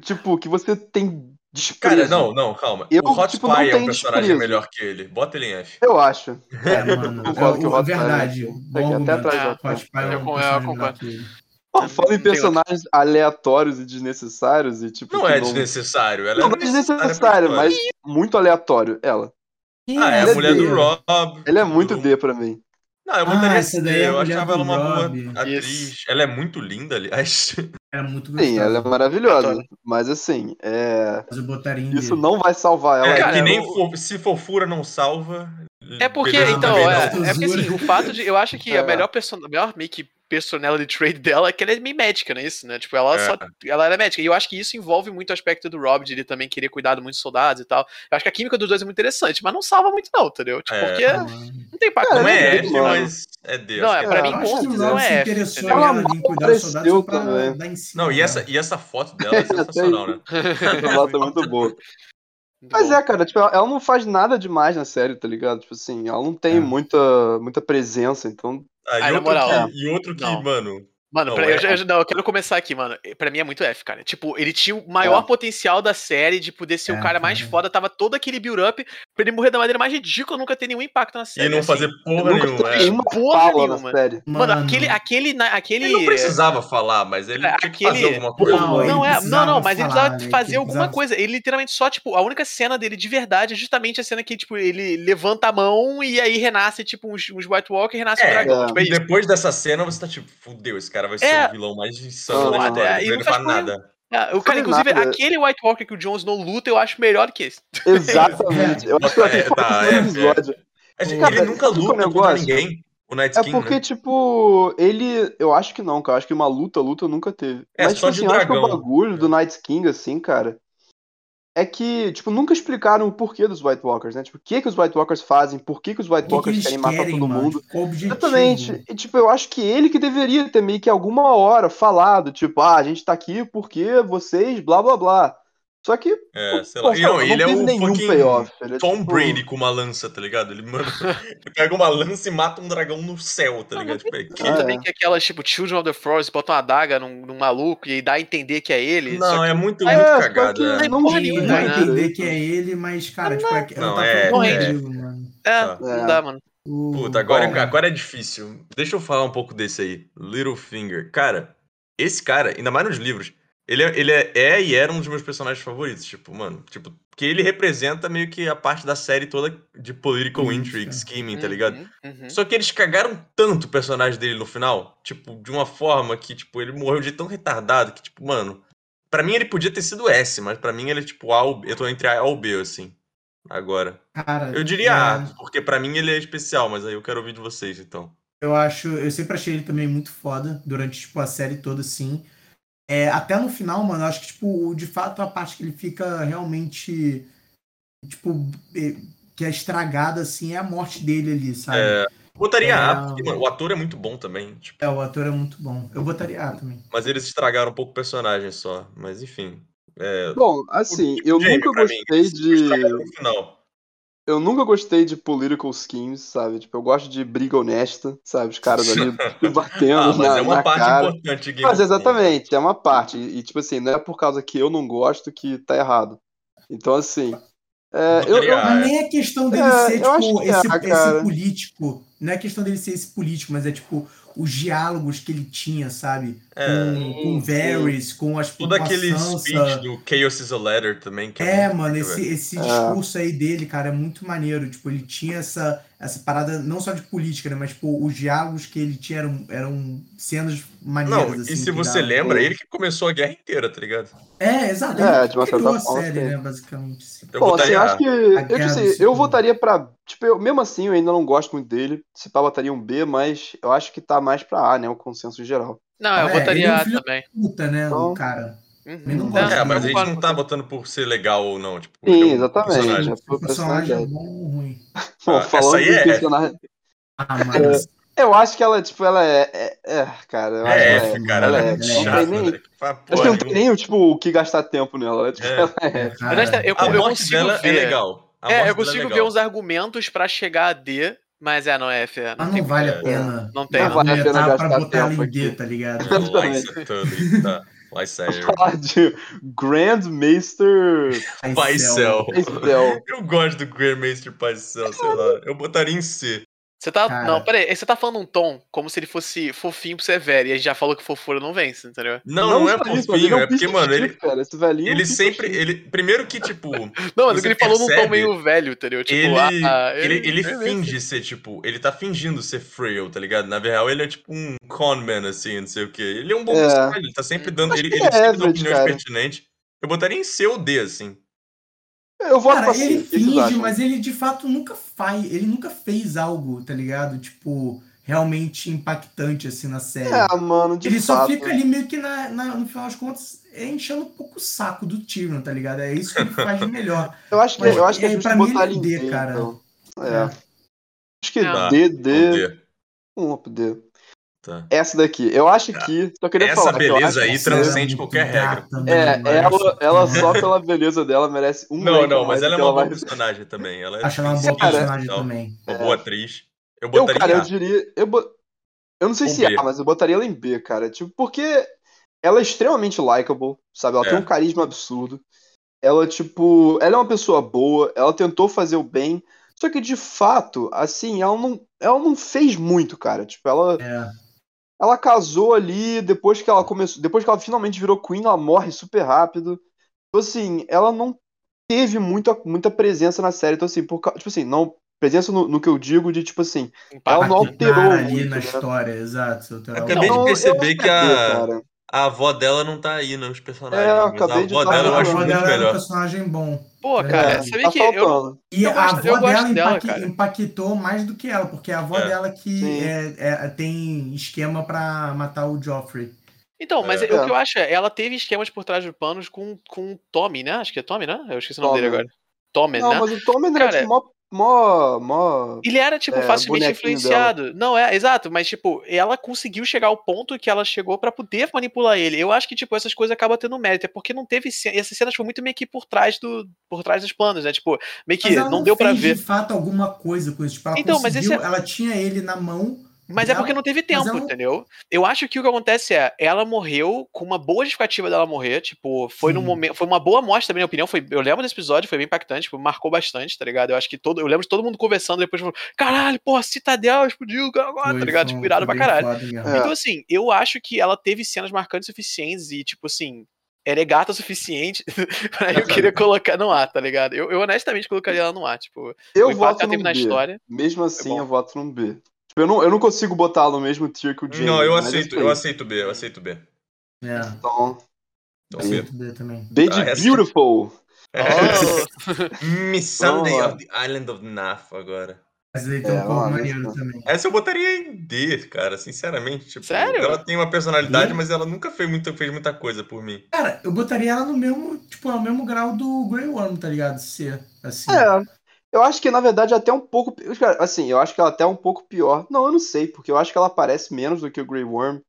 tipo, que você tem desprezo. Cara, não, não, calma. tipo, Eu, o Hot tipo, não Pie é um tenho personagem desprezo. melhor que ele. Bota ele em F. Eu acho. É, mano. concordo é, que o é Rottweiler- verdade. Até Bom argumento. atrás do Ah, Rottweiler. Hotspur é Eu um con- eu personagem melhor concordo. que ele. Bom, fala em Não tem personagens aleatórios e desnecessários e tipo. Não que é desnecessário. Ela Não, é não é desnecessário, pra mas muito aleatório ela. história. Ah, é Ela a é mulher D. do Rob. Ela é do- muito D pra mim. Não, eu Ah, botaria essa daí é a eu mulher achava do ela uma Rob. boa atriz. Ela é muito linda, É, aliás. Era muito gostoso. Sim, ela é maravilhosa. Aleatório. Mas assim, é, Mas eu botaria em isso D. não vai salvar ela. É, cara, que nem eu- fo- se fofura não salva. É porque, beleza então, também é, não. é porque assim, o fato de. Eu acho que É. a melhor, person... a melhor meio que personality trait dela é que ela é meio médica, não é isso, né? Tipo, ela É. só. Ela era médica. E eu acho que isso envolve muito o aspecto do Rob, de ele também querer cuidar de muitos soldados e tal. Eu acho que a química dos dois é muito interessante, mas não salva muito, não, entendeu? Tipo, É. porque não tem impacto. Cara, Não ela é é F, muito boa. mas é D. né? Não, acho é, que pra É, mim, eu acho pontos que o não Rob se é F. interessou entendeu? Ela em ela em cuidar dos soldados apareceu só pra também. dar em cima. Não, e essa, né? e essa foto dela é tá sensacional, né? Ela tá muito boa. Muito Mas bom. é, cara, tipo, ela ela não faz nada demais na série, tá ligado? Tipo assim, ela não tem É. muita, muita presença, então. Ah, e, Aí, na outro moral, que, e outro que, não. mano. Mano, Não, pra- é- eu, já- eu já- não, eu quero começar aqui, mano. Pra mim é muito F, cara. Tipo, ele tinha o maior É. potencial da série de poder ser o É, cara mais cara. foda. Tava todo aquele build-up pra ele morrer da maneira mais ridícula, nunca ter nenhum impacto na série. E não assim. fazer porra nunca nenhuma. teve é. uma Porra fala nenhuma. na É série. Mano, aquele. aquele, na- aquele Ele não precisava falar, mas ele Cara, tinha que aquele- fazer alguma coisa. Não, Não, é, ele não, não, precisava mas ele falar, precisava né, fazer que ele alguma precisava- coisa. Ele literalmente só, tipo, a única cena dele de verdade é justamente a cena que, tipo, ele levanta a mão e aí renasce, tipo, uns, uns White Walker e renasce É, o dragão. é. Tipo, é isso. Depois dessa cena, você tá tipo, fudeu, esse cara vai ser É. o vilão mais insano da Ah, história. é, e ele não não faz faz porra nada. Ah, o cara, Não inclusive, nada. aquele White Walker que o Jones não luta, eu acho melhor do que esse. Exatamente. Eu acho que ela tem É, tá, no é, episódio. Ele Cara, nunca sabe qual luta contra negócio? ninguém. O Night É King, porque, né? tipo, ele. Eu acho que não, cara. Eu acho que uma luta, luta nunca teve. É, Mas, tipo só de assim, eu acho que o dragão. É. bagulho do Night King, assim, cara. É que, tipo, nunca explicaram o porquê dos White Walkers, né? Tipo, o que, que os White Walkers fazem, por que, que os White O que que Walkers eles querem matar querem, todo mano? mundo. Qual o objetivo? Exatamente. E, tipo, eu acho que ele que deveria ter meio que alguma hora falado, tipo, ah, a gente tá aqui porque vocês, blá blá blá. Só que. É, sei pô, lá. E não, sabe, ele é teve o nenhum fucking payoff. Ele é, Tom tipo, Brady com uma lança, tá ligado? Ele, manda, ele pega uma lança e mata um dragão no céu, tá ligado? Tipo, é que- Ah, também que aquelas, tipo, Children of the Forest botam uma adaga num, num maluco e aí dá a entender que é ele. só Não, que é muito, É, muito só cagado. que é. é não porra Ele nenhuma, vai né? entender que é ele, mas, cara, tipo, é, Não, tá é- falando é. comigo, mano. É, Tá. não dá, mano. O- Puta, agora, Bom. é- agora é difícil. Deixa eu falar um pouco desse aí. Littlefinger. Cara, esse cara, ainda mais nos livros, ele, é, ele é, é e era um dos meus personagens favoritos. Tipo, mano, tipo, que ele representa meio que a parte da série toda de political Política. intrigue, scheming, tá ligado? Uhum, uhum. Só que eles cagaram tanto o personagem dele no final, tipo, de uma forma que, tipo, ele morreu de tão retardado que, tipo, mano, pra mim ele podia ter sido S, mas pra mim ele é tipo A ou B, eu tô entre A ou B, assim, agora. Cara, Eu diria é, A, porque pra mim ele é especial, mas aí eu quero ouvir de vocês, então. Eu acho, eu sempre achei ele também muito foda durante tipo a série toda assim. É, até no final, mano, eu acho que tipo, o- de fato a parte que ele fica realmente tipo eh, que é estragada assim é a morte é dele ali, sabe? É, Botaria É. A, porque, mano, o ator é muito bom também. Tipo, É, o ator é muito bom. Eu botaria A também. mas eles estragaram um pouco o personagem só. Mas enfim. É, Bom, assim, eu Jamie, nunca pra mim, gostei de. estragaram no final. Eu nunca gostei de political schemes, sabe? Tipo, eu gosto de briga honesta, sabe? Os caras ali se batendo Ah, mas na, é uma na parte cara. importante de Game of Thrones. Mas exatamente, é uma parte. E, e, tipo assim, não é por causa que eu não gosto que tá errado. Então, assim. é, eu, eu- Ah, Mas é. nem é questão dele É, ser, eu acho tipo, que é, esse, esse cara. político. Não é questão dele ser esse político, mas é, tipo, os diálogos que ele tinha, sabe? É, Com, com o Varys, com as todo com a aquele Sansa. speech do Chaos is a Letter também. Que É, muito mano, maneiro, esse, velho. esse É. discurso aí dele, cara, é muito maneiro. Tipo, ele tinha essa, essa parada não só de política, né? Mas, tipo, os diálogos que ele tinha eram, eram cenas maneiras, Não, assim. e se que você dava. lembra, Pô. ele que começou a guerra inteira, tá ligado? É, exato. É, ele de uma criou certa a forma, série, sim. né? Basicamente. assim. Eu Bom, assim, botaria eu acho A. que. A Eu, tipo guerra assim, desse eu filme. votaria pra. Tipo, eu- mesmo assim, eu ainda não gosto muito dele. Se pá, botaria um B, mas eu acho que tá mais pra A, né? O consenso geral. Não, eu É, votaria ele é um A filho- também. Puta, né, Então- o cara. Uhum. Ele não gosta, É, mas a eu gente concordo não com tá você. botando por ser legal ou não. Tipo, Sim, ele é um exatamente. personagem. É O por personagem é personalidade. bom ou ruim? Bom, Ah, falando essa aí de é- personagem. Ah, É. mas... Eu acho que ela, tipo, ela é. É, é, cara, eu acho É que ela F, é, cara. ela ela é. é Não muito chata, tem chato, nem. velho. Fala, acho porra, que não tem nem, tipo, o que gastar tempo nela. Ela, tipo, É. ela é. cara, Ah, Honesta- tá- eu- A eu morte consigo dela é ver. legal. A morte É, eu dela consigo ver legal. uns argumentos pra chegar a D, mas é, não é F. é, Não mas tem Ah, não vale é. a pena. Não tem. Não vale a pena argumentar gastar pra botar ela tempo em D, aqui. tá ligado? É, o Exatamente. Lysa Tully, tá? Lysa Eyre. Falar é de Grand Master Paisel. Excel. Eu gosto do Grandmaster Paisel, sei lá. Eu botaria em C. Você tá. Cara. Não, peraí. Você tá falando um tom como se ele fosse fofinho pro Severo. E a gente já falou que fofura não vence, entendeu? Não, não, é só isso, mas ele fofinho, um é porque, piece of mano, shit, ele, cara, esse velhinho é um ele piece of sempre. shit. Ele, primeiro que, tipo, Não, mas o Você que ele falou num tom percebe? meio velho, entendeu? Tipo, ele, ah, ah, ele, ele não é finge ser, tipo, ele tá fingindo ser frail, tá ligado? Na real, ele é tipo um conman, assim, não sei o quê. Ele é um bom É. personagem, ele tá sempre dando. Acho Ele, que ele ele é sempre dá average, opiniões cara. pertinentes. Eu botaria em C ou D, assim. Eu voto pra Cara, C. ele o que vocês finge, acham? mas ele de fato nunca faz, ele nunca fez algo, tá ligado? Tipo, realmente impactante assim na série. É, mano, de ele só fato. fica ali meio que na, na- no final das contas é enchendo um pouco o saco do Tyrion, tá ligado? É isso que ele faz de melhor. Eu acho que, Mas, eu acho que é é, justo pra mim, ele botar é ele em D, D, cara. então. É. É. Acho que Tá. D, Ou D, D. um up D. Tá. Essa daqui. Eu acho que. Só queria Essa falar que eu beleza acho aí que- transcende É, Muito qualquer regra. gata, mano, É, eu acho ela, que ela só pela beleza dela merece um Não, like a não, mais mas ela é que uma boa vai- personagem também. Ela é Acho ela uma boa tipo, Cara, personagem tal, também. Uma É. boa atriz. Eu Eu, botaria cara, em eu A. diria. Eu, bo- eu não sei Ou se é B. A, mas eu botaria ela em B, cara. Tipo, porque ela é extremamente likable, sabe? Ela É. tem um carisma absurdo. Ela, tipo. Ela é uma pessoa boa, ela tentou fazer o bem. Só que, de fato, assim, ela não, ela não fez muito, cara. Tipo, ela, É. ela casou ali, depois que ela começou. Depois que ela finalmente virou Queen, ela morre super rápido. Então, assim, ela não teve muita, muita presença na série. Então, assim, por, cau- tipo assim, não. Presença no, no que eu digo de, tipo assim, impacto. Tá ela não alterou Impactar ali muito, na né? história, exato. seu Teodoro. Acabei de Então, eu perceber acho que a- é D, cara. A avó dela não tá aí, né? Os personagens. É, eu mas a acabei de avó tá dela eu a acho avó falando. muito dela era um melhor. personagem bom. Pô, cara, É, sabia tá que eu, faltando. E Eu a gosto- eu avó gosto dela, dela, impacti- cara. impactou mais do que ela, porque a avó É. dela que Sim. é, é- tem esquema pra matar o Joffrey. Então, mas É. o que É. eu acho é, ela teve esquemas por trás dos panos com, com o Tommy, né? Acho que é Tommy, né? Eu esqueci o nome dele Tommen. agora. Tommy, Não, né? mas o Tommen era Cara- tipo mó. mó, mó... Ele era, tipo, É, facilmente bonequinho influenciado. Não, é, exato, mas, tipo, ela conseguiu chegar ao ponto que ela chegou pra poder manipular ele. Eu acho que, tipo, essas coisas acabam tendo mérito, é porque não teve. ce- e Essas cenas foram muito meio que por trás, do, por trás dos planos, né? Tipo, meio Mas Ah, que ela não, deu pra fez ver. de fato alguma coisa com isso. Tipo, ela Então, mas conseguiu, esse ela tinha ele na mão. Mas é dela, porque não teve mas tempo, ela- entendeu? Eu acho que o que acontece é, ela morreu com uma boa justificativa dela morrer, tipo, foi num Sim. momento, foi uma boa morte também, na minha opinião, foi, eu lembro desse episódio, foi bem impactante, tipo, marcou bastante, tá ligado? Eu acho que todo, eu lembro de todo mundo conversando depois, falando, caralho, porra, Citadel explodiu, agora, Foi- tá ligado? foi- Tipo, irado pra foi bem caralho. foda mesmo. É. Então, assim, eu acho que ela teve cenas marcantes suficientes e, tipo assim, ela é gata o suficiente pra eu querer colocar no ar, tá ligado? Eu, eu honestamente colocaria ela no ar, tipo, Eu o impacto que voto ela num teve na B. história. Mesmo assim, bom. eu voto num B. Tipo, eu não, eu não consigo botar no mesmo tier que o James. Não, eu mas aceito, sei. eu aceito B, eu aceito B. É, Então, Então, assim, B. tu vê também. B de é. Ah, essa- É. Beautiful. Oh. Miss Sunday Vamos lá. of the Island of Naf agora. Mas ele É, tem um vamos corpo lá, maneiro vamos também. Essa eu botaria em D, cara, sinceramente. Tipo, Sério? Ela tem uma personalidade, D? mas ela nunca fez muita, fez muita coisa por mim. Cara, eu botaria ela no mesmo, tipo, no mesmo grau do Grey Worm, tá ligado? C, assim. É. Eu acho que, na verdade, é até um pouco. cara, Assim, eu acho que ela até é um pouco pior. Não, eu não sei, porque eu acho que ela aparece menos do que o Grey Worm.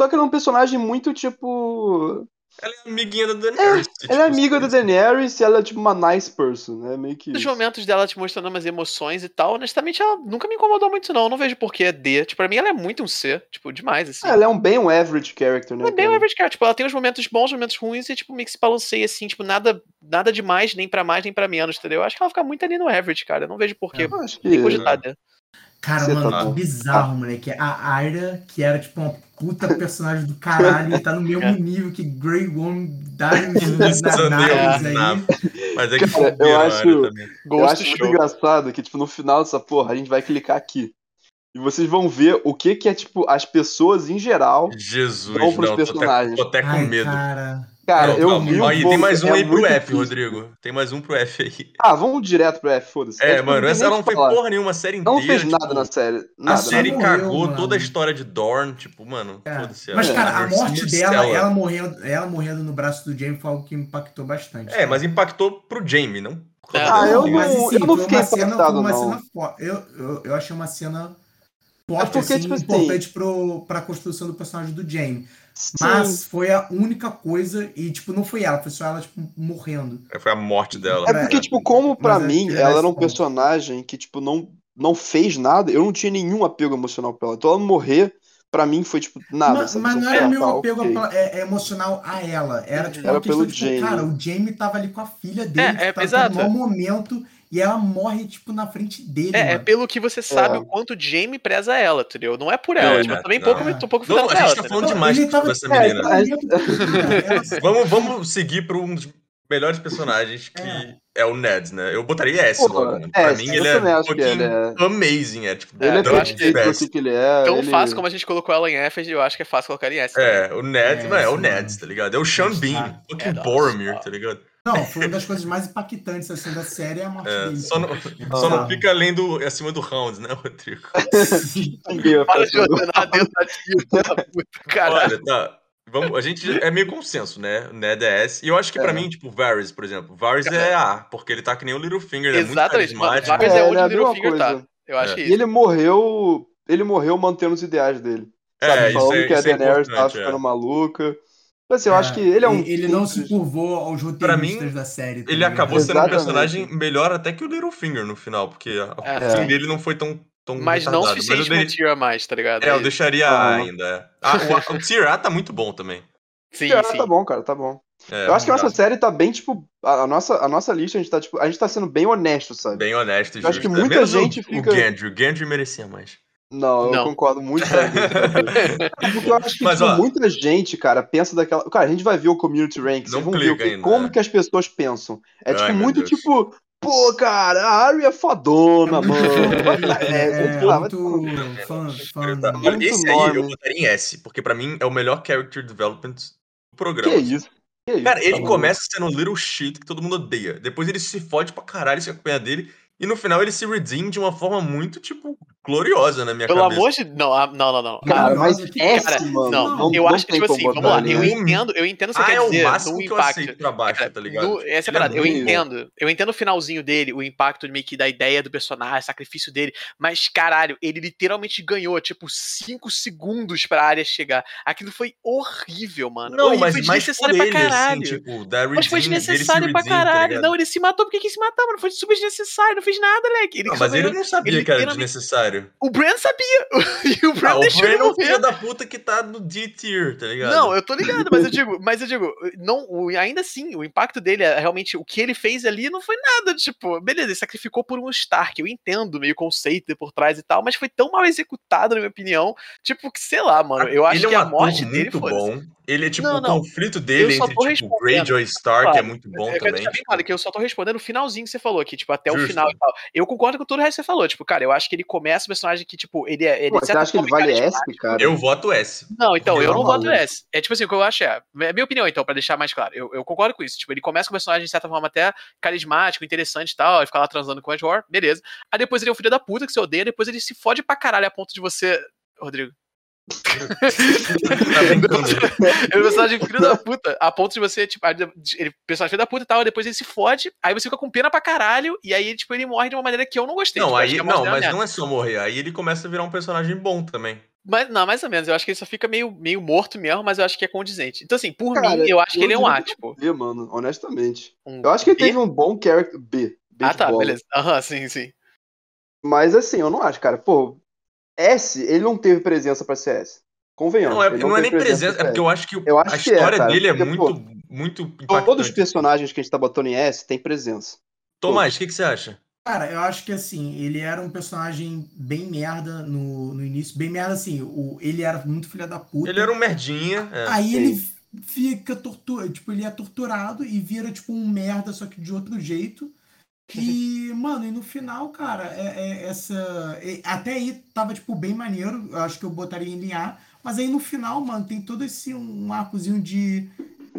Só que ela é um personagem muito, tipo. Ela é amiguinha da Daenerys. tipo, Ela é amiga da assim, Daenerys e ela é, tipo, uma nice person, né? Meio que. Os isso. momentos dela te mostrando umas emoções e tal, honestamente, ela nunca me incomodou muito, não. Eu não vejo por que é D. Tipo, pra mim ela é muito um C, tipo, demais, assim. Ah, ela é um bem um average character, né? Ela é bem cara? o average cara. Tipo, ela tem os momentos bons, os momentos ruins e, tipo, meio que se balanceia, assim, tipo, nada, nada de mais, nem pra mais, nem pra menos, entendeu? Eu acho que ela fica muito ali no average, cara. Eu não vejo por que. Eu acho Nem que. cogitar, né? Cara, Você mano, tá que bom. bizarro, moleque. A Arya, que era tipo uma puta personagem do caralho, tá no mesmo É. nível que Grey Worm, Darius, Isso, Daenerys aí. Daenerys. Mas é que Cara, eu fuderam a acho- área também. Eu Ghost acho muito Show. engraçado que, tipo, no final dessa porra, a gente vai clicar aqui. E vocês vão ver o que que é, tipo, as pessoas em geral. Jesus, Vão pros não, tô até, personagens. tô até com Ai, medo. cara. Cara, Não, eu calma. vi. um Aí, tem pouco, mais um é aí pro muito F, difícil. Rodrigo. Tem mais um pro F aí. Ah, vamos direto pro F, foda-se. É, tipo, mano, não tem essa nem ela o não que fez falar. porra nenhuma, a série Não inteira. fez tipo, nada na série. A Nada, série nada. Ela morreu, cagou mano. toda a história de Dorne, tipo, mano, É. foda-se. Mas, ela. cara, a Mercy morte dela, Stella. ela morrendo, ela morrendo no braço do Jaime foi algo que me impactou bastante. É, mas impactou pro Jamie, não por causa Ah, dela. Ah, eu Mas, não, assim, eu não foi fiquei uma cena, foi impactado, uma não. cena forte. Eu, eu, eu achei uma cena forte, É porque, assim, tipo assim- importante pro, pra construção do personagem do Jaime. Sim. Mas foi a única coisa, e, tipo, não foi ela, foi só ela, tipo, morrendo. Foi a morte dela. É porque, É. tipo, como pra Mas acho mim que ela era merece um ponto. personagem que, tipo, não, não fez nada, eu não tinha nenhum apego emocional pra ela. Então ela morrer, pra mim, foi, tipo, nada. Ma- sabe? mas Só não foi, era ah, meu tá, apego ok. apla- é- é emocional a ela. Era tipo Era uma questão, pelo tipo, Jaime. cara, o Jamie tava ali com a filha dele, É, é, que tava exato. no mau momento, e ela morre, tipo, na frente dele, É, é mano. pelo que você sabe É. o quanto o Jamie preza ela, entendeu? Não é por ela. É, tipo, eu também não. pouco, me- tô um pouco Vamos- ficando a pra gente ela. tá entendeu? falando demais Ele tava- dessa menina. no momento dele, cara, né? ela- É. Vamos, vamos seguir para um dos melhores personagens que é. É. o Ned, né? Eu botaria S Pô, logo, mano. é, Pra mim eu ele é também acho que fucking ele é- amazing, é tipo. Ele é eu Dunk's acho que- perfeito no best. que, que ele é. Tão ele... fácil Então como a gente colocou ela em F, eu acho que é fácil colocar em S. também. É, o Ned, É, mano, é o sim, Ned, mano. tá ligado? É o Sean Bean, Tá. fucking É, nossa. Boromir, tá ligado? Não, foi uma das coisas mais impactantes assim, da série é a morte É, dele. tipo, só não, só Ah. não fica além do, acima do round, né, Rodrigo? um Ninguém vai Para fazer de tá ordenar dentro da tia, pela puta, caralho. Olha, tá. Vamos, a gente é meio consenso, né? O Ned é S. E eu acho que pra É. mim, tipo, Varys, por exemplo. Varys é A, porque ele tá que nem o Littlefinger, ele é muito Exatamente, mano. carismático. Varys é, É, onde ele é o a mesma Littlefinger tá. coisa. Eu acho É. que E ele morreu. Ele morreu mantendo os ideais dele. Sabe? É, isso tá Falando é, que a isso é Daenerys tava importante. é. ficando maluca. Tipo Assim, eu acho que ele é um. Ele não se simples- curvou aos Pra mim, roteiristas da série. tá Ele ligado? acabou sendo um Exatamente. personagem melhor até que o Littlefinger no final, porque a- É. o fim É. dele não foi tão, tão Mas não o um retardado. suficiente Mas eu, pra um dei- tier a mais, tá ligado? é, eu Isso. deixaria A Ah. ainda. é. Ah, o, A- o Tier A tá muito bom também. Sim, Ah, sim. tá bom, cara, tá bom. É, Eu acho que a nossa tá série tá bem, tipo. A, a nossa, a nossa lista, a gente tá, tipo, a gente tá sendo bem honesto, sabe? Bem honesto e Eu acho que justo, é. muita Menos gente o, fica- o Gendry. O Gendry merecia mais. Não, eu Não. concordo muito com a gente, sabe? Porque eu acho que Mas, tipo, ó. muita gente, cara, pensa daquela. Cara, a gente vai ver o community rank, Não vocês vão ver o clica que- ainda, como né? que as pessoas pensam. É Ai, tipo meu muito Deus. tipo, pô, cara, a Ari é fodona, mano. É, é, sei lá, vai tomar muito no fã, fã. Olha, muito Esse aí nome. eu botaria em S, porque pra mim é o melhor character development do Que programa. isso? Que isso? Cara, ele tá começa sendo um little shit que todo mundo odeia. Depois ele se fode pra caralho, se acompanha dele. E no final ele se redeem de uma forma muito, tipo, gloriosa na minha Pelo cabeça. amor de Não, ah, não, não, não. é maluco. Cara, Nossa, mas que S, cara, mano. Não, não, eu acho que, tem tipo como assim, vamos botar lá, ali, eu né? entendo, eu entendo o que você Ah, quer é o dizer máximo no que eu aceito impacto. pra baixo, Cara, tá ligado? no- essa é a Ele é parada, eu muito- entendo. Eu entendo o finalzinho dele, o impacto meio que da ideia do personagem, sacrifício dele. Mas, caralho, ele literalmente ganhou, tipo, 5 segundos pra área chegar. Aquilo foi horrível, mano. Não, horrível, mas foi mais por desnecessário ele, pra caralho. assim, tipo, da mas redeem, foi dele se desnecessário pra redeem, tá caralho. ligado? não, ele se matou. Por que, que ele se matou, mano? Foi super desnecessário, não fez nada, moleque. Ele Não, só mas ele ganhou- não sabia ele que era literalmente- desnecessário. O Bran sabia. E o Bran Ah, o deixou Bran ele é o morrer. filho da puta que tá no D tier, tá ligado? Não, eu tô ligado, mas eu digo, mas eu digo, não, o- ainda assim, o impacto dele é realmente o que ele fez ali não foi nada, tipo, beleza, ele sacrificou por um Stark, eu entendo meio o conceito por trás e tal, mas foi tão mal executado na minha opinião, tipo que sei lá, mano, eu acho ele é um que a ator morte muito dele foi bom. Ele é tipo Não, o não. conflito dele Eu só entre tô tipo respondendo, Greyjoy e Stark é claro. muito bom eu quero também. tipo deixar bem claro que eu só tô respondendo o finalzinho que você falou aqui, tipo, até o Justo. final e tal. Eu concordo com tudo o resto que você falou, tipo, cara, eu acho que ele começa o personagem que, tipo, ele é. Ele, Pô, de você certa acha que ele forma, é vale S, carismático. cara? Eu voto S. Não, então, eu Não, não voto maluco. S. É tipo assim, o que eu acho é. É minha opinião, então, pra deixar mais claro. Eu, eu concordo com isso. Tipo, ele começa com o personagem, de certa forma, até carismático, interessante e tal. Ele fica lá transando com o Edward, beleza. Aí depois ele é um filho da puta que você odeia, depois ele se fode pra caralho a ponto de você. Rodrigo. tá brincando. Ele é um personagem filho da puta, a ponto de você, tipo, a- de- ele, personagem filho da puta e tal, depois ele se fode, aí você fica com pena pra caralho, e aí, tipo, ele morre de uma maneira que eu não gostei. Não, tipo, acho aí, que a morte não, dele é uma mas merda. não é só morrer. Aí ele começa a virar um personagem bom também. Mas, não, mais ou menos, eu acho que ele só fica meio, meio morto mesmo, mas eu acho que é condizente. Então, assim, por Cara, mim, eu acho que eu ele é um diria A, que- tipo. B, mano, honestamente. um Eu acho que ele B. teve um bom character B. B Ah, de tá, bola. beleza. Aham, sim, sim. Mas assim, eu não acho, cara. Pô, S, ele não teve presença pra ser S. Convenhamos. Não, é, ele não é teve nem presença, é pra porque eu acho que Eu acho a que é, história cara, dele é porque, pô, muito, muito S. impactante. Todos os personagens que a gente tá botando em S tem presença. Tomás, o que, que você acha? Cara, eu acho que assim, ele era um personagem bem merda no, no início. Bem merda, assim, o, ele era muito filha da puta. Ele era um merdinha. é. Aí ele fica torturado, tipo, ele é torturado e vira, tipo, um merda, só que de outro jeito. E, mano, e no final, cara, é, é essa. é- até aí tava, tipo, bem maneiro. Eu acho que eu botaria ele em A. Mas aí no final, mano, tem todo esse um, arcozinho de.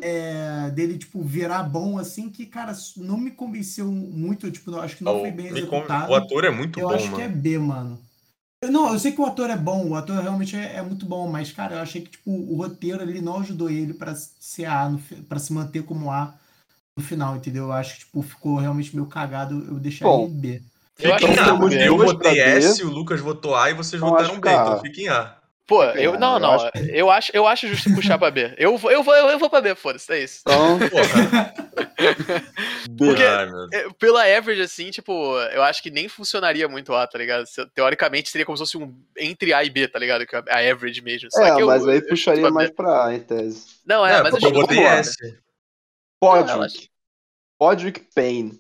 é, dele, tipo, virar bom, assim, que, cara, não me convenceu muito. Tipo, eu acho que não o, foi bem me con- executado. o ator é muito Eu bom, acho mano. que é B, mano. Eu- não, eu sei que o ator é bom, o ator realmente é, é muito bom, mas, cara, eu achei que, tipo, o roteiro ele não ajudou ele pra ser A, no, fi- pra se manter como A no final, entendeu? Eu acho que, tipo, ficou realmente meio cagado, eu deixaria Bom. em B. Eu tá acho Fica em que A. temos Eu duas pra votei B. S, o Lucas votou A e vocês Então votaram acho B, que então A. fica em A. Pô, É, eu, não, eu não, acho eu acho, eu acho justo puxar pra B. Eu vou, eu vou, eu vou pra B, foda-se, é isso. Então, Porra. B. Porque- Ai, meu Deus. É, Pela average, assim, tipo, eu acho que nem funcionaria muito A, tá ligado? Se- Teoricamente seria como se fosse um entre A e B, tá ligado? Que é A average mesmo. Só É, que eu- mas aí eu chuto puxaria pra mais B. pra A, em tese. Não, é, É, mas eu chuto botei pra B. S. Podrick. Podrick Payne.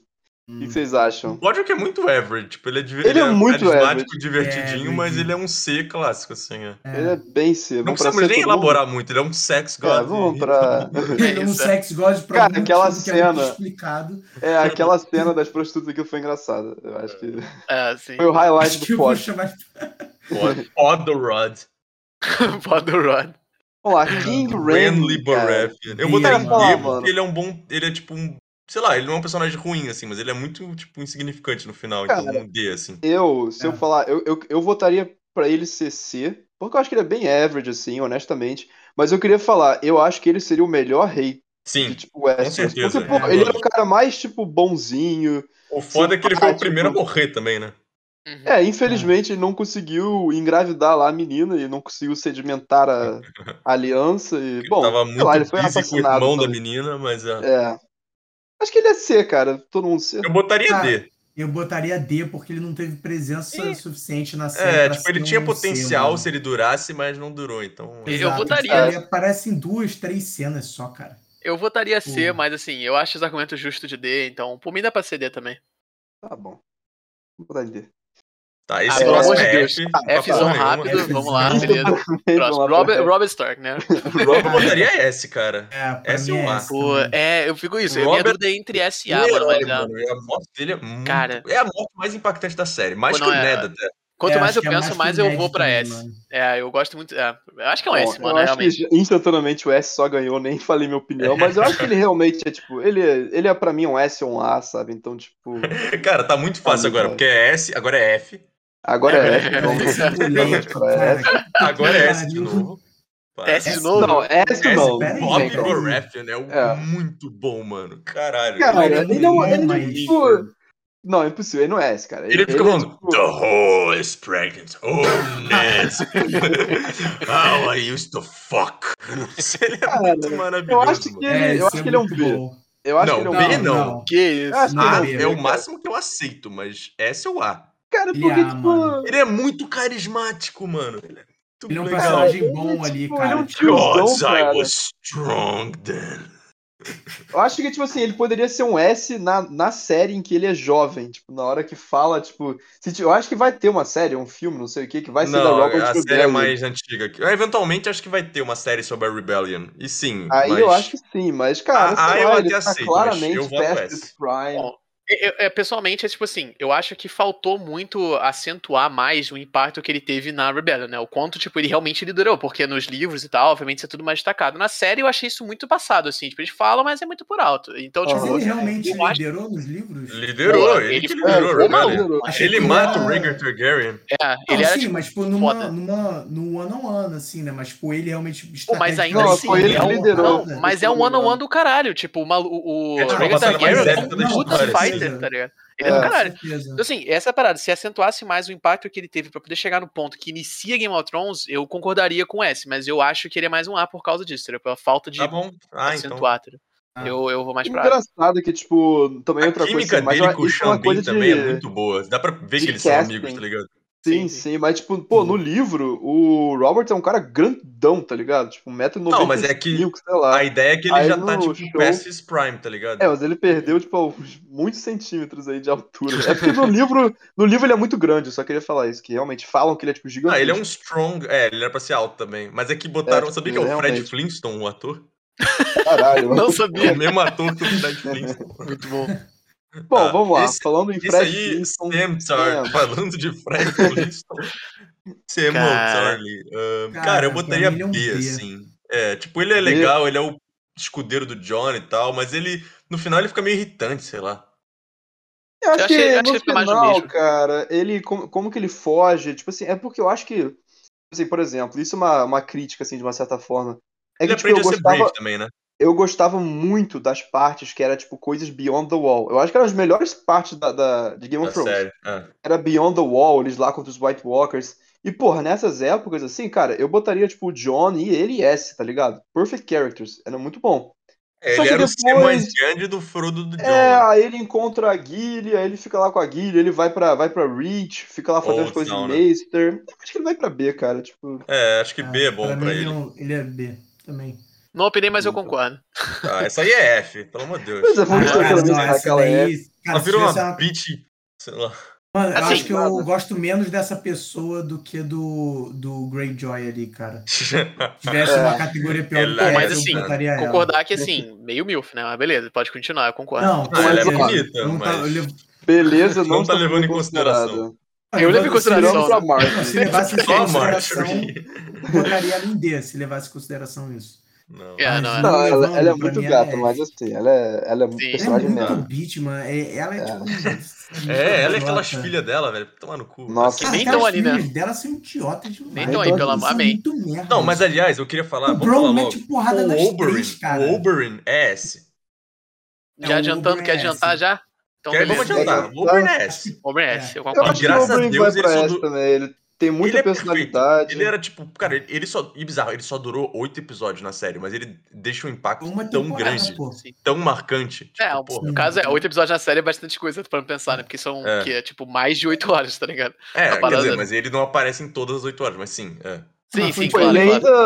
O que que Hum. vocês acham? O Roderick é muito average, tipo, ele é, div- Ele é muito carismático, average. divertidinho, É, mas average. ele é um C clássico, assim, é. É. Ele é bem C. Não vamos pra precisamos nem C todo mundo? elaborar muito, ele é um sex god. É, vamos pra. Ele é um isso, é. sex god pra Cara, muito aquela filme que é muito cena- explicado. É, aquela cena das prostitutas que foi engraçada. Eu acho que. É, sim. Foi o highlight Acho que do eu vou pod. chamar Odd Rod. Pode o Rod. Vamos lá, King Randy Randy. cara. Baratheon. Eu botaria Cara, um fala, B, mano. porque ele é um bom. Ele é tipo um. Sei lá, ele não é um personagem ruim, assim, mas ele é muito, tipo, insignificante no final. Então, Cara. um D, assim. Eu, se eu É. falar, eu, eu, eu votaria pra ele ser C, porque eu acho que ele é bem average, assim, honestamente. Mas eu queria falar, eu acho que ele seria o melhor rei de, Sim. tipo, Westeros. certeza, Porque, pô, é, ele mano. era o cara mais, tipo, bonzinho. O foda é que ele foi o Simpático. primeiro a morrer também, né? Uhum. É, infelizmente ele não conseguiu engravidar lá a menina e não conseguiu sedimentar a a aliança e, Ele bom, tava sei lá, ele muito foi busy com o assassinado. irmão da também. menina, mas. é. É. Acho que ele é C, cara. Todo mundo C. Eu botaria Cara, D. Eu botaria D, porque ele não teve presença suficiente na série. É, pra tipo, ele ser tinha um C, potencial mano. se ele durasse, mas não durou, então. Eu Exato, votaria. cara, ele aparece em duas, três cenas só, cara. Eu votaria C, Hum. mas assim, eu acho os argumentos justos de D, então por mim dá pra ser D também. Tá bom. Vou botar em D. Tá, esse Ah, próximo pelo é amor de F. não tá Fzão porra nenhuma. rápido, Fzão. vamos lá, beleza. Vamos Próximo. lá, Robert, pra- Robert Stark, né? Eu botaria S, cara. É, pra Essa mim eu é acho. essa Pô, também. é, eu fico isso. a minha Robert- dúvida é entre S e A, Um mano, mas herói, ah, mano. A morte dele é muito. Cara. É a morte mais impactante da série. Mais Pô, que não o é- Ned até. Quanto É, mais acho eu que é penso, mais mais que o eu Ned vou pra também, S. mano. É, eu gosto muito. É, eu acho que é um Bom, S, mano, eu acho realmente. que instantaneamente o S só ganhou, nem falei minha opinião, mas eu acho que ele realmente é tipo, ele é, ele é pra mim um S ou um A, sabe? Então, tipo, Cara, tá muito fácil Ah, agora, muito porque é S, agora é F, agora é S, Cara, vamos. esse moleque, Pra cara, agora é S de pariu. novo. Vai. S de S novo? Não, S S, não. peraí, Bob velho. Baratheon é, um É. muito bom, mano. Caralho. Cara, Olha, ele não, é, não, ele não, mas- tipo, não, é impossível, ele não é S, cara. ele fica é, falando, tipo, The whole is pregnant. Oh, Ned. How I used to fuck. Ele é Cara, muito eu maravilhoso. acho que mano. ele, eu esse acho que ele é um muito B. bom. Eu acho Não, que ele é um B B. não. Que isso? Eu acho que ele é A um B, é o cara. máximo que eu aceito, mas S é o A. Cara, Ele porque, é A, tipo, mano. Ele é muito carismático, mano. Ele é muito Ele é um legal. personagem Ele é, bom ali, tipo, cara. ele é um Tipo, tiozão, Gods, I cara. was strong then. Eu acho que, tipo assim, ele poderia ser um S na, na série em que ele é jovem. Tipo, na hora que fala, tipo. se ti- eu acho que vai ter uma série, um filme, não sei o que, que vai ser da Não, Robert a série é Rebellion. mais antiga. que- Ah, Eventualmente acho que vai ter uma série sobre a Rebellion. E sim, Aí mas... eu acho que sim, mas, cara, Ah, sei eu lá, até ele tá aceito, mas claramente eu voto past S. his prime. Bom, Eu- eu- pessoalmente, é tipo assim, eu acho que faltou muito acentuar mais o impacto que ele teve na Rebellion, né? O quanto, tipo, ele realmente liderou, porque nos livros e tal, obviamente, isso é tudo mais destacado. Na série eu achei isso muito passado, assim, tipo, eles falam, mas é muito por alto. Então, Mas tipo, ele realmente eu acho- liderou nos livros? Liderou, Pô, ele, ele que É, ficou liderou, maluco. Rebellion. Achei Ele que mata era- o Rhaegar Targaryen. é, Não, ele era, sim, tipo, mas tipo, numa, foda. numa, no one-on-one, assim, né? Mas tipo, ele realmente... Pô, mas ainda Não, assim, foi ele é que um, liderou. não, mas é um one on one do caralho, tipo, o malu- o, o É, tipo, a Rhaegar batalha mais Targaryen é épica da um puta história, assim. fighter, tá ligado? Ele é, É. do caralho. Certeza. Então, assim, essa é a parada. Se acentuasse mais o impacto que ele teve pra poder chegar no ponto que inicia Game of Thrones, eu concordaria com S, mas eu acho que ele é mais um A por causa disso, entendeu? pela falta de Tá bom. Ah, então. acentuar. entendeu? Ah. Eu, eu vou mais pra A. É Engraçado que, tipo, também A outra coisa. química assim, mas dele com o isso é uma Xambin coisa também de- é muito boa. Dá pra ver de que eles casting. são amigos, tá ligado? Sim, Sim, sim, mas, tipo, pô, Hum. no livro, o Robert é um cara grandão, tá ligado? Tipo, 1,95m, Não, mas é que sei lá. A ideia é que ele Aí já no tá, tipo, show- past his prime, tá ligado? É, mas ele perdeu, tipo, uns muitos centímetros aí de altura. É porque no livro, no livro ele é muito grande, eu só queria falar isso, que realmente falam que ele é, tipo, Ah, gigantesco. ele é um strong. É, ele era pra ser alto também. Mas é que botaram. É, sabia que é o realmente. Fred Flintstone, o ator? Caralho. Não É o sabia. mesmo ator que o É, Fred Flintstone. Muito bom. Bom, Ah, vamos lá. esse- Falando em Isso Fred aí, é- Flintstone, Samtar, Sam. falando de Fred Flintstone. Sam Cara. Tarly. Ahn, Cara, cara, eu pra botaria mim ele é um B, B. assim. É, tipo, ele é B. legal, ele é o escudeiro do John e tal, mas ele, no final, ele fica meio irritante, sei lá. Eu acho Eu achei- que eu achei no é que foi mais do final, mesmo. cara, ele como, como que ele foge, tipo assim, é porque eu acho que, assim, por exemplo, isso é uma, uma crítica, assim, de uma certa forma. É Ele que, tipo, eu aprende a ser brave gostava, também, né? eu gostava muito das partes que era, tipo, coisas Beyond the Wall. Eu acho que eram as melhores partes da, da- de Game Tá of Thrones. sério. É. Era Beyond the Wall, eles lá contra os White Walkers. E, porra, nessas épocas, assim, cara, eu botaria, tipo, o John e ele e S, tá ligado? Perfect Characters. Era muito bom. Ele Só que era o Sam mais depois- grande do Frodo do John. É, né? aí ele encontra a Guilha, ele fica lá com a Guilha, ele vai pra, vai pra Reach, fica lá fazendo Old as coisas Town, de né? Maester. Eu acho que ele vai pra B, cara, tipo... É, acho que Ah, B é bom pra, mim ele. é um- ele é B também. Não opinei, mas eu concordo. Ah, essa aí é F, pelo amor de Deus. Mas é, vamos Ah, ver cara, pelo menos não, essa naquela época. daí. Cara, Ela se virou tivesse uma uma... bitch, sei lá. Mano, eu Assim, acho que eu nada. gosto menos dessa pessoa do que do, do Greyjoy ali, cara. Se tivesse É. uma categoria pior, Ela que é, essa, mas assim, eu botaria ela. Concordar que, assim, meio milf, né? Mas beleza, pode continuar, eu concordo. Não, Ah, ela é certeza. bonita, Não tá- mas- eu levo- Beleza, não, Não tá está levando em consideração. considerada. Eu levo em se consideração, Tirando né? pra assim. Mark. Não, se levasse em Só a consideração, Marjorie. botaria ela em D, se levasse em consideração isso. Não. É, não, é. Não, Não, ela, não, ela é pra muito mim, gata, ela é- mas assim, ela é, ela é um Sim. Ela é personagem muito mesmo. bitch, mano. É, ela é tipo. É, ela é idiota. aquelas filhas dela, velho. Tomar no cu. Nossa. Que Cara, nem aquelas tão ali, né? filhas dela são idiotas demais. Nem tão aí, Elas pelo são amor- amém. Muito merda. Não, mas aliás, eu queria falar. O Vamos falar Bron logo. mete porrada nas O Oberyn, três, cara. o Oberyn é S. É, Já o adiantando, Oberyn quer é adiantar S. já? Então, Quer, beleza. vamos adiantar. O Oberyn é S. Oberyn é S, E eu Eu concordo. acho que graças o a Brin vai Deus ele pra só essa do- também, ele tem muita ele é personalidade. perfeito. Ele era tipo, cara, ele ele só. E bizarro, ele só durou oito episódios na série, mas ele deixa um impacto Uma tão temporada, grande, pô. Sim. tão marcante. Tipo, É, porra. no caso é, oito episódios na série é bastante coisa pra pensar, né? Porque são, É. que é, tipo, mais de oito horas, tá ligado? É, quer parada- dizer, mas ele não aparece em todas as oito horas, mas sim. É. Sim, mas foi sim, Pô, tipo, claro. ele claro.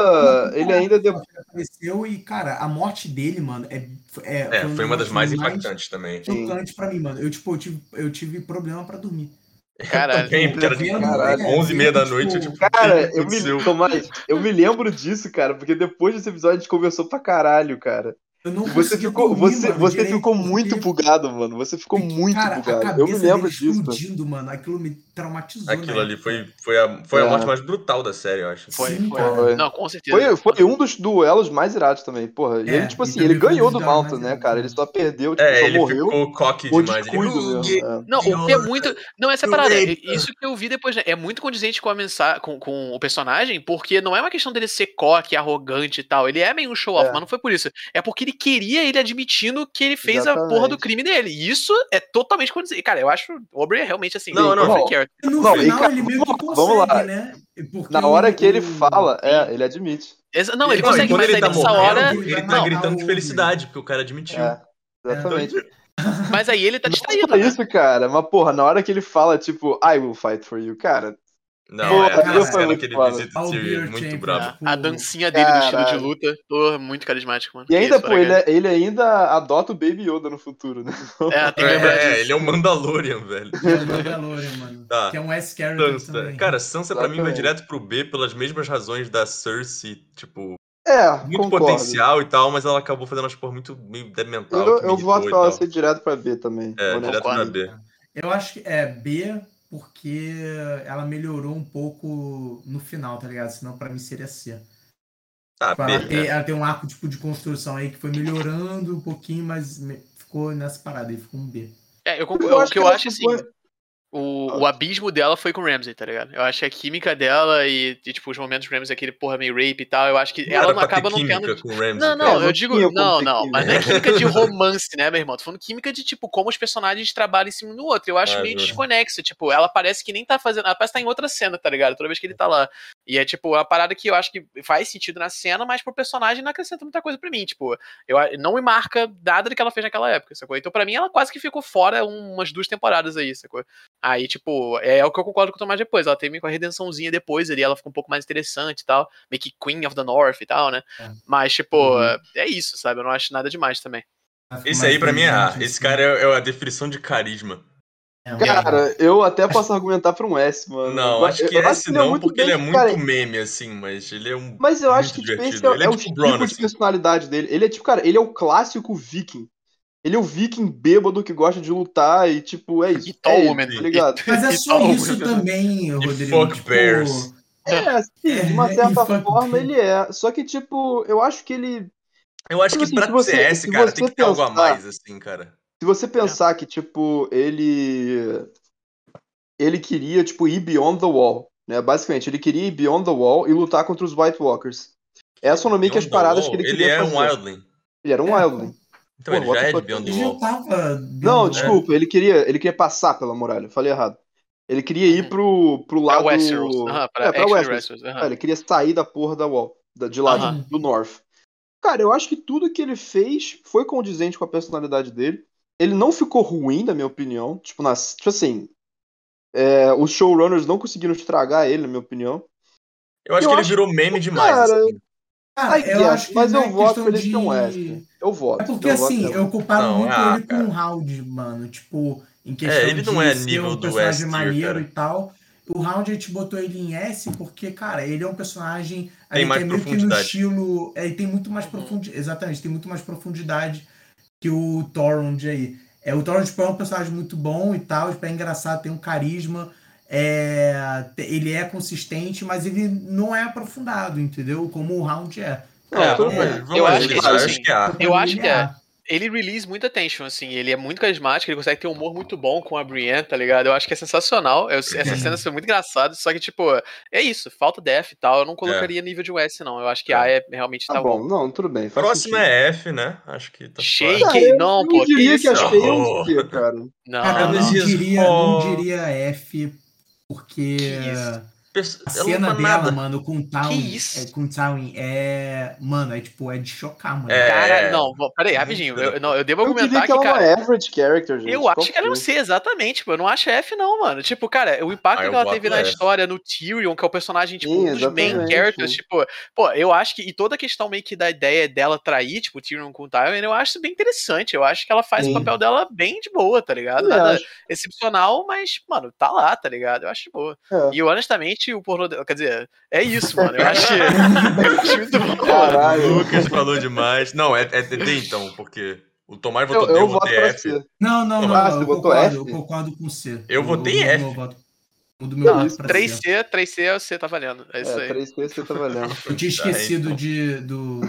ainda. Ele ainda. de- Apareceu e, cara, a morte dele, mano, é. É, É, um foi uma das negócio mais impactantes também. Sim. chocante pra mim, mano. Eu, tipo, eu tive, eu tive problema pra dormir. Caralho. Também, porque era de Vendo, Caralho. é, 11 e meia da noite, eu, tipo, tipo, né? Cara, o que eu me, aconteceu? Tomás, eu me lembro disso, cara, porque depois desse episódio a gente conversou pra caralho, cara. Eu não E Você conseguia ficou, dormir, você, mano, você direito, ficou porque- muito bugado, mano. Você ficou porque, muito cara, A bugado. cabeça Eu me lembro dele disso. explodindo, mano. Aquilo me traumatizou. Aquilo né? ali foi, foi, a, foi a É. morte mais brutal da série, eu acho. Foi, Sim, foi. cara. Não, com certeza. Foi, foi um dos duelos mais irados também, porra. E É, ele, tipo e assim, também ele foi um ganhou dos do duelos Malta, mais né, irados, cara? né? Ele só perdeu, tipo, É, só ele morreu ficou coque por demais. Ele, descuido mesmo. é. Não, o que é muito. Não, essa é a parada. Violeta. Isso que eu vi depois, né? É muito condizente com a mensagem, com, com o personagem, porque não é uma questão dele ser coque, arrogante e tal. Ele é meio um show-off, É. mas não foi por isso. É porque ele queria ele admitindo que ele fez a porra do Exatamente. crime dele. E isso é totalmente condizente. Cara, eu acho o Aubrey é realmente assim. Não, um não. perfect character. E No Não, e, final, cara, ele meio que vamos- consegue, vamos lá. né? Porque Na o- hora que ele o- fala, é, ele admite. Exa- Não, ele Não, e consegue, quando mas ele aí tá nessa morrendo, hora. Ele tá Não, gritando de o- felicidade, porque o cara admitiu. Então, É, exatamente. mas aí ele tá Não distraído. só né? isso, cara, mas porra, na hora que ele fala, tipo, I will fight for you, cara. Não, é Porra, aquela cara, cena foi que ele foda. visita o All Beer Tyrion, muito Champion. brabo. A dancinha dele do estilo Caralho. de luta. Tô muito carismático, mano. E ainda, Isso, pô, ele, é- ele ainda adota o Baby Yoda no futuro, né? É, É, tem que lembrar disso. ele é o Mandalorian, velho. É o Mandalorian, mano. Tá. Que é um S-Character Sansa. também. Cara, Sansa pra mim vai Exatamente. direto pro B pelas mesmas razões da Cersei, tipo, É, Muito concordo. potencial e tal, mas ela acabou fazendo as porra muito meio demental. Eu, que me eu irritou voto e pra ela né? tal. ser direto pra B também. É, honestamente. direto pra Concordo. B. Eu acho que é B porque ela melhorou um pouco no final, tá ligado? Senão pra mim seria C. Tá, Tipo, B. ela, tem, é. ela tem um arco tipo, de construção aí que foi melhorando um pouquinho, mas me- ficou nessa parada aí, ficou um B. É, eu Eu concordo. acho o que que eu ela acho, assim, foi- o, o abismo dela foi com o Ramsey, tá ligado? Eu acho que a química dela e, e, tipo, os momentos do Ramsey, aquele porra meio rape e tal, eu acho que Não ela era não pra ter acaba não química tendo. tá com o Ramsey, Não, cara. não, É, não eu digo. tinha como Não, ter não, química. mas não é química de romance, né, meu irmão? Tô falando química de, tipo, como os personagens trabalham em cima um do outro. Eu acho Ah, meio justo. desconexo. Tipo, ela parece que nem tá fazendo. Ela parece que tá em outra cena, tá ligado? Toda vez que ele tá lá. E é, tipo, a parada que eu acho que faz sentido na cena, mas pro personagem não acrescenta muita coisa pra mim. Tipo, eu, a- não me marca nada do que ela fez naquela época, sacou? Então, pra mim, ela quase que ficou fora um, umas duas temporadas aí, sacou? Aí, tipo, é, o que eu concordo com o Tomás depois. Ela teve meio com a redençãozinha depois ali, ela ficou um pouco mais interessante e tal. Meio que Queen of the North e tal, né? É. Mas, tipo, Uhum. é isso, sabe? Eu não acho nada demais também. Ela ficou Esse mais aí pra mim é A. inteligente, Esse assim. cara é, é a definição de carisma. É, um B. Cara, eu até posso argumentar pra um S, mano. Não, Mas acho que eu esse ele é não, muito porque bem ele é muito cara- meme, assim, mas ele é um. Mas eu acho que muito tipo, esse é, divertido. Ele é é o tipo tipo Bronn, de assim. personalidade dele. Ele é tipo, cara, ele é o clássico viking. Ele é o viking bêbado que gosta de lutar e, tipo, é isso. E tall é woman. Isso, tá ligado? Mas é E só tal, isso também, Rodrigo. fuck tipo, bears. É, assim, de uma É, certa e fuck forma you. ele é. Só que, tipo, eu acho que ele Eu acho que Tipo assim, pra se você- CS, se cara, você tem que ter algo a pensar- mais, assim, cara. Se você É. pensar que, tipo, ele. Ele queria, tipo, ir beyond the wall, né? Basicamente, ele queria ir beyond the wall e lutar contra os White Walkers. Essas foram meio que as Beyond the paradas Wall, que ele ele queria era fazer. um Wildling. Ele era um É, Wildling. Então Pô, ele what já the é de Beyond fuck? tá- Ele the já Wall. tava. Não, bem- né? desculpa, ele queria, ele queria passar pela muralha, falei errado. Ele queria ir Uhum. pro, É pro Pra lado. Westeros. Aham, pra, é, pra actually Westeros. Westeros. É, aham. ele queria sair da porra da Wall, da- de lá, Ah. Aham. do North. Cara, eu acho que tudo que ele fez foi condizente com a personalidade dele. Ele não ficou ruim, na minha opinião. Tipo, nas, tipo assim, é, os showrunners não conseguiram estragar ele, na minha opinião. Eu acho Eu que ele acho virou meme demais, cara, assim. Cara, I Ah, eu guess, acho que mas não eu é voto questão pra ele ser um de- Western. Eu voto. É porque eu voto assim, nela. eu comparo Não, muito ah, ele cara. com o Round, mano. Tipo, em questão É, ele não de é ser nível um do personagem S tier, maneiro cara. e tal. O Round a gente botou ele em S porque, cara, ele é um personagem Tem ali que mais é meio que no profundidade. estilo. É, e tem muito mais profundidade. Exatamente, tem muito mais profundidade que o Torrond aí. É, o Torrond tipo, é um personagem muito bom e tal, tipo, é engraçado, tem um carisma. é, te- ele é consistente, mas ele não é aprofundado, entendeu? Como o Round é. Não, é, tudo vamos, bem. vamos Eu lá, acho que, gente, tipo eu assim, acho que é A. Eu acho que é. Ah, Ele release muita tension, assim. Ele é muito carismático, ele consegue ter um humor muito bom com a Brienne, tá ligado? Eu acho que é sensacional. Eu- essa cena foi muito engraçada, só que, tipo, é isso. Falta def e tal. Eu não colocaria nível de US, não. Eu acho que É. A é realmente É. Tá tá bom, não, tudo bem. Faz Próxima sentido. é F, né? Acho que tá Shake, suave. Ah, não, eu pô. Que diria isso? que achei não. um C, cara. Não, Cara, eu não. não This is diria, não for- diria F, porque Que isso? Perso- a Ela não cena faz dela, nada. mano, com o Town, Que isso? é, com o Town é, mano, é tipo, é de chocar, mano. É. Caralho, não, bom, peraí, rapidinho. Muito. Eu, não, eu devo Eu diria argumentar que que, ela é cara. uma average character, gente. Eu Qual acho que ela é um foi? C, exatamente. Tipo, eu não acho F, não, mano. Tipo, cara, o impacto Ah, eu que ela voto teve na F. história, no Tyrion, que é o personagem, tipo, Sim, um dos main exatamente. characters, tipo, pô, eu acho que. E toda a questão meio que da ideia dela trair, tipo, o Tyrion com o Tyrion, eu acho isso bem interessante. Eu acho que ela faz Sim. o papel dela bem de boa, tá ligado? Eu Nada acho. excepcional, mas, mano, tá lá, tá ligado? Eu acho de boa. É. E eu, honestamente, o pornô dela. Quer dizer, é isso, mano. Eu acho. eu acho muito bom, mano. Caralho. O Lucas falou demais. Não, é, é D então, porque o Tomás Eu, votou D, eu eu voto votei pra F. C. Não, não, não, Ah, você eu, botou concordo, F? eu concordo com C. Eu votei o F. meu voto- O do meu Não, voto isso- pra C. 3C, 3C é o C, tá valendo. É isso É, aí. 3C você tá valendo. Eu tinha Tá, esquecido então. de, do...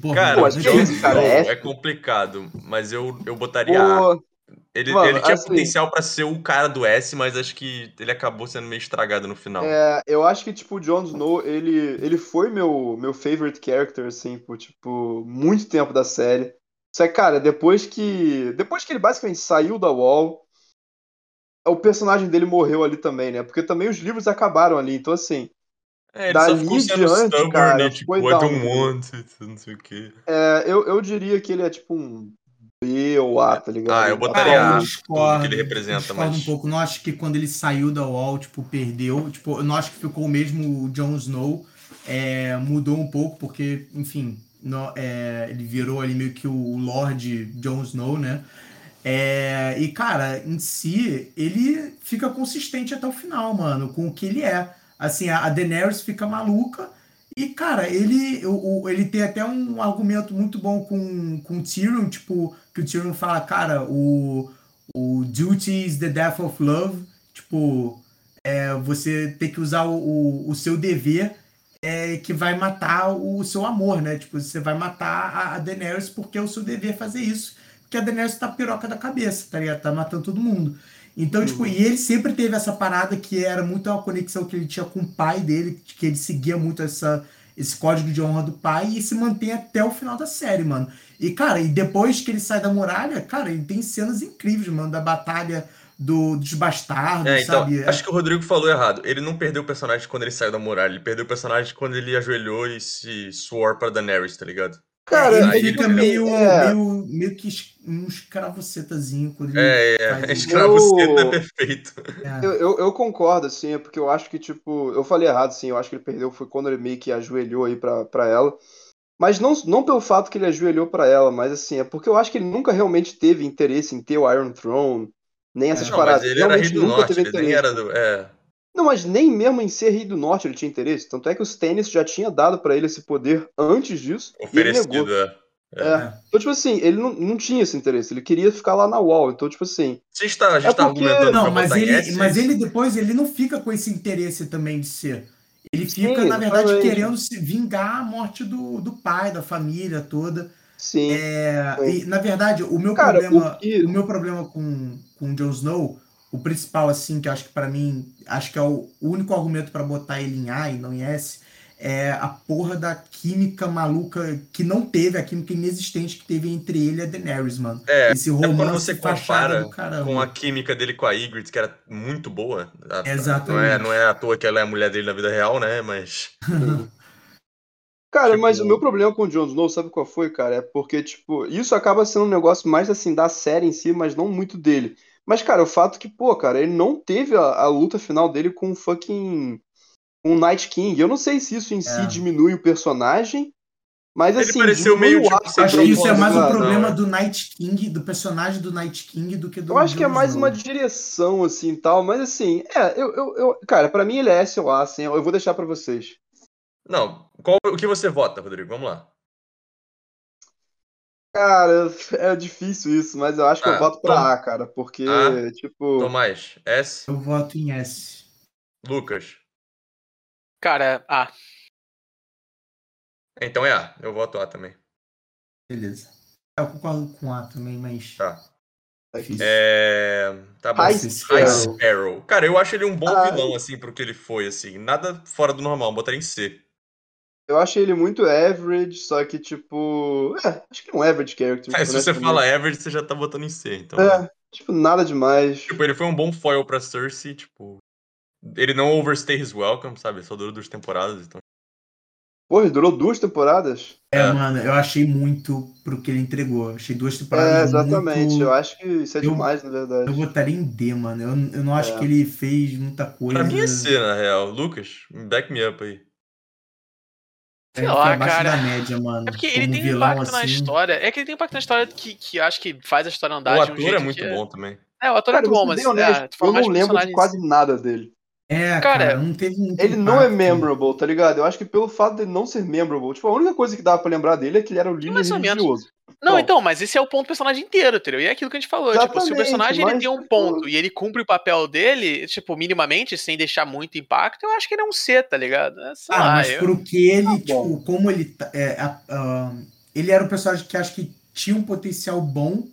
Porra, Cara, Pô, o mas que Jon isso, cara, Snow é é F. complicado, mas eu, eu botaria A. Pô, Ele, Mano, ele tinha assim- potencial pra ser o cara do S, mas acho que ele acabou sendo meio estragado no final. é, eu acho que, tipo, o Jon Snow, ele, ele foi meu, meu favorite character, assim, por, tipo, muito tempo da série. Só que, cara, depois que. Depois que ele basicamente saiu da Wall, o personagem dele morreu ali também, né? Porque também os livros acabaram ali, então assim. É, ele só Dali ficou sendo diante, stubborn cara, e tipo, foi I don't down. want it, não sei o quê. É, eu, eu diria que ele é tipo um B ou A, tá ligado? Ah, eu Tá botaria falando Cara, A. eu de- discordo. tudo que ele eu representa, discordo mas- um pouco. Não acho que quando ele saiu da UOL, tipo, perdeu. Tipo, eu não acho que ficou o mesmo o Jon Snow. É, mudou um pouco, porque, enfim, no- é, ele virou ali meio que o Lorde Jon Snow, né? É, e, cara, em si, ele fica consistente até o final, mano, com o que ele é. Assim, a a Daenerys fica maluca E, cara, ele, o, o- ele tem até um argumento muito bom com, com o Tyrion, tipo, que o Tyrion fala, cara, o, o duty is the death of love, tipo, é, você tem que usar o, o, o seu dever é, que vai matar o seu amor, né? Tipo, você vai matar a, a Daenerys porque é o seu dever fazer isso, porque a Daenerys tá piroca da cabeça, tá ligado? Tá matando todo mundo. Então, Uhum. tipo, e ele sempre teve essa parada que era muito uma conexão que ele tinha com o pai dele, que ele seguia muito essa, esse código de honra do pai e se mantém até o final da série, mano. E, cara, e depois que ele sai da muralha, cara, ele tem cenas incríveis, mano, da batalha do, dos bastardos, É, então, sabe? acho que o Rodrigo falou errado. Ele não perdeu o personagem quando ele saiu da muralha, ele perdeu o personagem quando ele ajoelhou e se swore pra Daenerys, tá ligado? Cara, ele aí fica ele- meio, tipo, um é. meio, meio que es- um escravocetazinho quando ele É, é, faz Hum, isso. escravoceta Eu- é perfeito. É. Eu, eu, eu concordo, assim, é porque eu acho que, tipo, eu falei errado, sim, eu acho que ele perdeu, foi quando ele meio que ajoelhou aí pra, pra ela. Mas não, não pelo fato que ele ajoelhou pra ela, mas assim, é porque eu acho que ele nunca realmente teve interesse em ter o Iron Throne, nem essas É, Não, paradas. mas ele era rei Realmente do nunca norte, teve ele nem interesse. era do. É. Não, mas nem mesmo em ser rei do norte ele tinha interesse. Tanto é que o Stannis já tinha dado pra ele esse poder antes disso, e ele negou. Oferecido. é. É. Então, tipo assim, ele não, não tinha esse interesse, ele queria ficar lá na wall. Então, tipo assim, Você está, a gente É tá porque- argumentando pra Não, mas botar em ele, S? mas ele depois ele não fica com esse interesse também de ser. Ele fica, Sim, na verdade, exatamente. querendo se vingar a morte do, do pai, da família toda. sim. É, e, na verdade, o meu Cara, problema, o que- o meu problema com, com o Jon Snow, o principal, assim, que eu acho que pra mim, acho que é o único argumento pra botar ele em A e não em S, é a porra da química maluca que não teve, a química inexistente que teve entre ele e a Daenerys, mano. É, Esse quando romance você compara fachada do caramba. Com a química dele com a Ygritte, que era muito boa. A- Não é, Exatamente. não é à toa que ela é a mulher dele na vida real, né? Mas. Cara, Uhum. Tipo- mas o meu problema com o Jon Snow, sabe qual foi, cara? É porque, tipo, isso acaba sendo um negócio mais assim da série em si, mas não muito dele. Mas, cara, o fato que, pô, cara, ele não teve a, a luta final dele com o fucking. com o Night King. Eu não sei se isso em si É. diminui o personagem, mas Ele assim. pareceu meio, diminui o tipo, arco sem acho que dele, isso é mais um sabe? Não, problema é. do Night King, do personagem do Night King, do que do. Eu acho que é Jon mais Snow. uma direção, assim, tal, mas assim, é, eu, eu, eu- cara, pra mim ele é S ou A, assim, eu vou deixar pra vocês. Não, qual, o que você vota, Rodrigo? Vamos lá. Cara, é difícil isso, mas eu acho que Tá, eu voto pra toma- A, cara, porque, Ah, tipo. Tomás, S, Eu voto em S. Lucas. Cara, ah, Então é A, eu voto A também. Beleza. Eu concordo com A também, mas. Tá. difícil. É. Tá bom. High High High Sparrow. Sparrow. Cara, eu acho ele um bom Ah. vilão, assim, pro que ele foi, assim. Nada fora do normal, botaria em C. Eu achei ele muito average, só que tipo. É, acho que é um average character. É, se você honestamente. fala average, você já tá botando em C, então. É, tipo, nada demais. Tipo, ele foi um bom foil pra Cersei, tipo. Ele não overstay his welcome, sabe? Só durou duas temporadas, então. Porra, ele durou duas temporadas? É, É. mano, eu achei muito pro que ele entregou. Achei duas temporadas. É, exatamente. muito- Eu acho que isso é Eu- demais, na Eu verdade. votaria em D, mano. Eu, eu não acho É. que ele fez muita coisa. Pra mim é Uhum. C, na real. Lucas, back me up aí. Sei Ele foi lá, abaixo cara. da média, mano. é porque ele Como tem um vilão, impacto na assim. história. É que ele tem um impacto na história que, que acho que faz a história andar o de um ator jeito é muito que- bom também. É, o ator é Cara, muito eu vou bom, ser mas bem honesto, é, tu eu falando mais não lembro de personagens- quase nada dele. É, cara, Cara, não teve muito Ele Ah, não é impacto. memorable, tá ligado? Eu acho que pelo fato de ele não ser memorable, tipo, a única coisa que dava pra lembrar dele é que ele era um líder Mais ou menos. religioso. Não, Bom. então, mas esse é o ponto do personagem inteiro, entendeu? E é aquilo que a gente falou, tipo, se o Exatamente, personagem ele mas, tem um tipo- ponto e ele cumpre o papel dele, tipo, minimamente, sem deixar muito impacto, eu acho que ele é um C, tá ligado? É, sei Ah, lá, mas eu- pro que ele, Tá tipo, como ele. tá- é, a- a- ele era um personagem que acho que tinha um potencial bom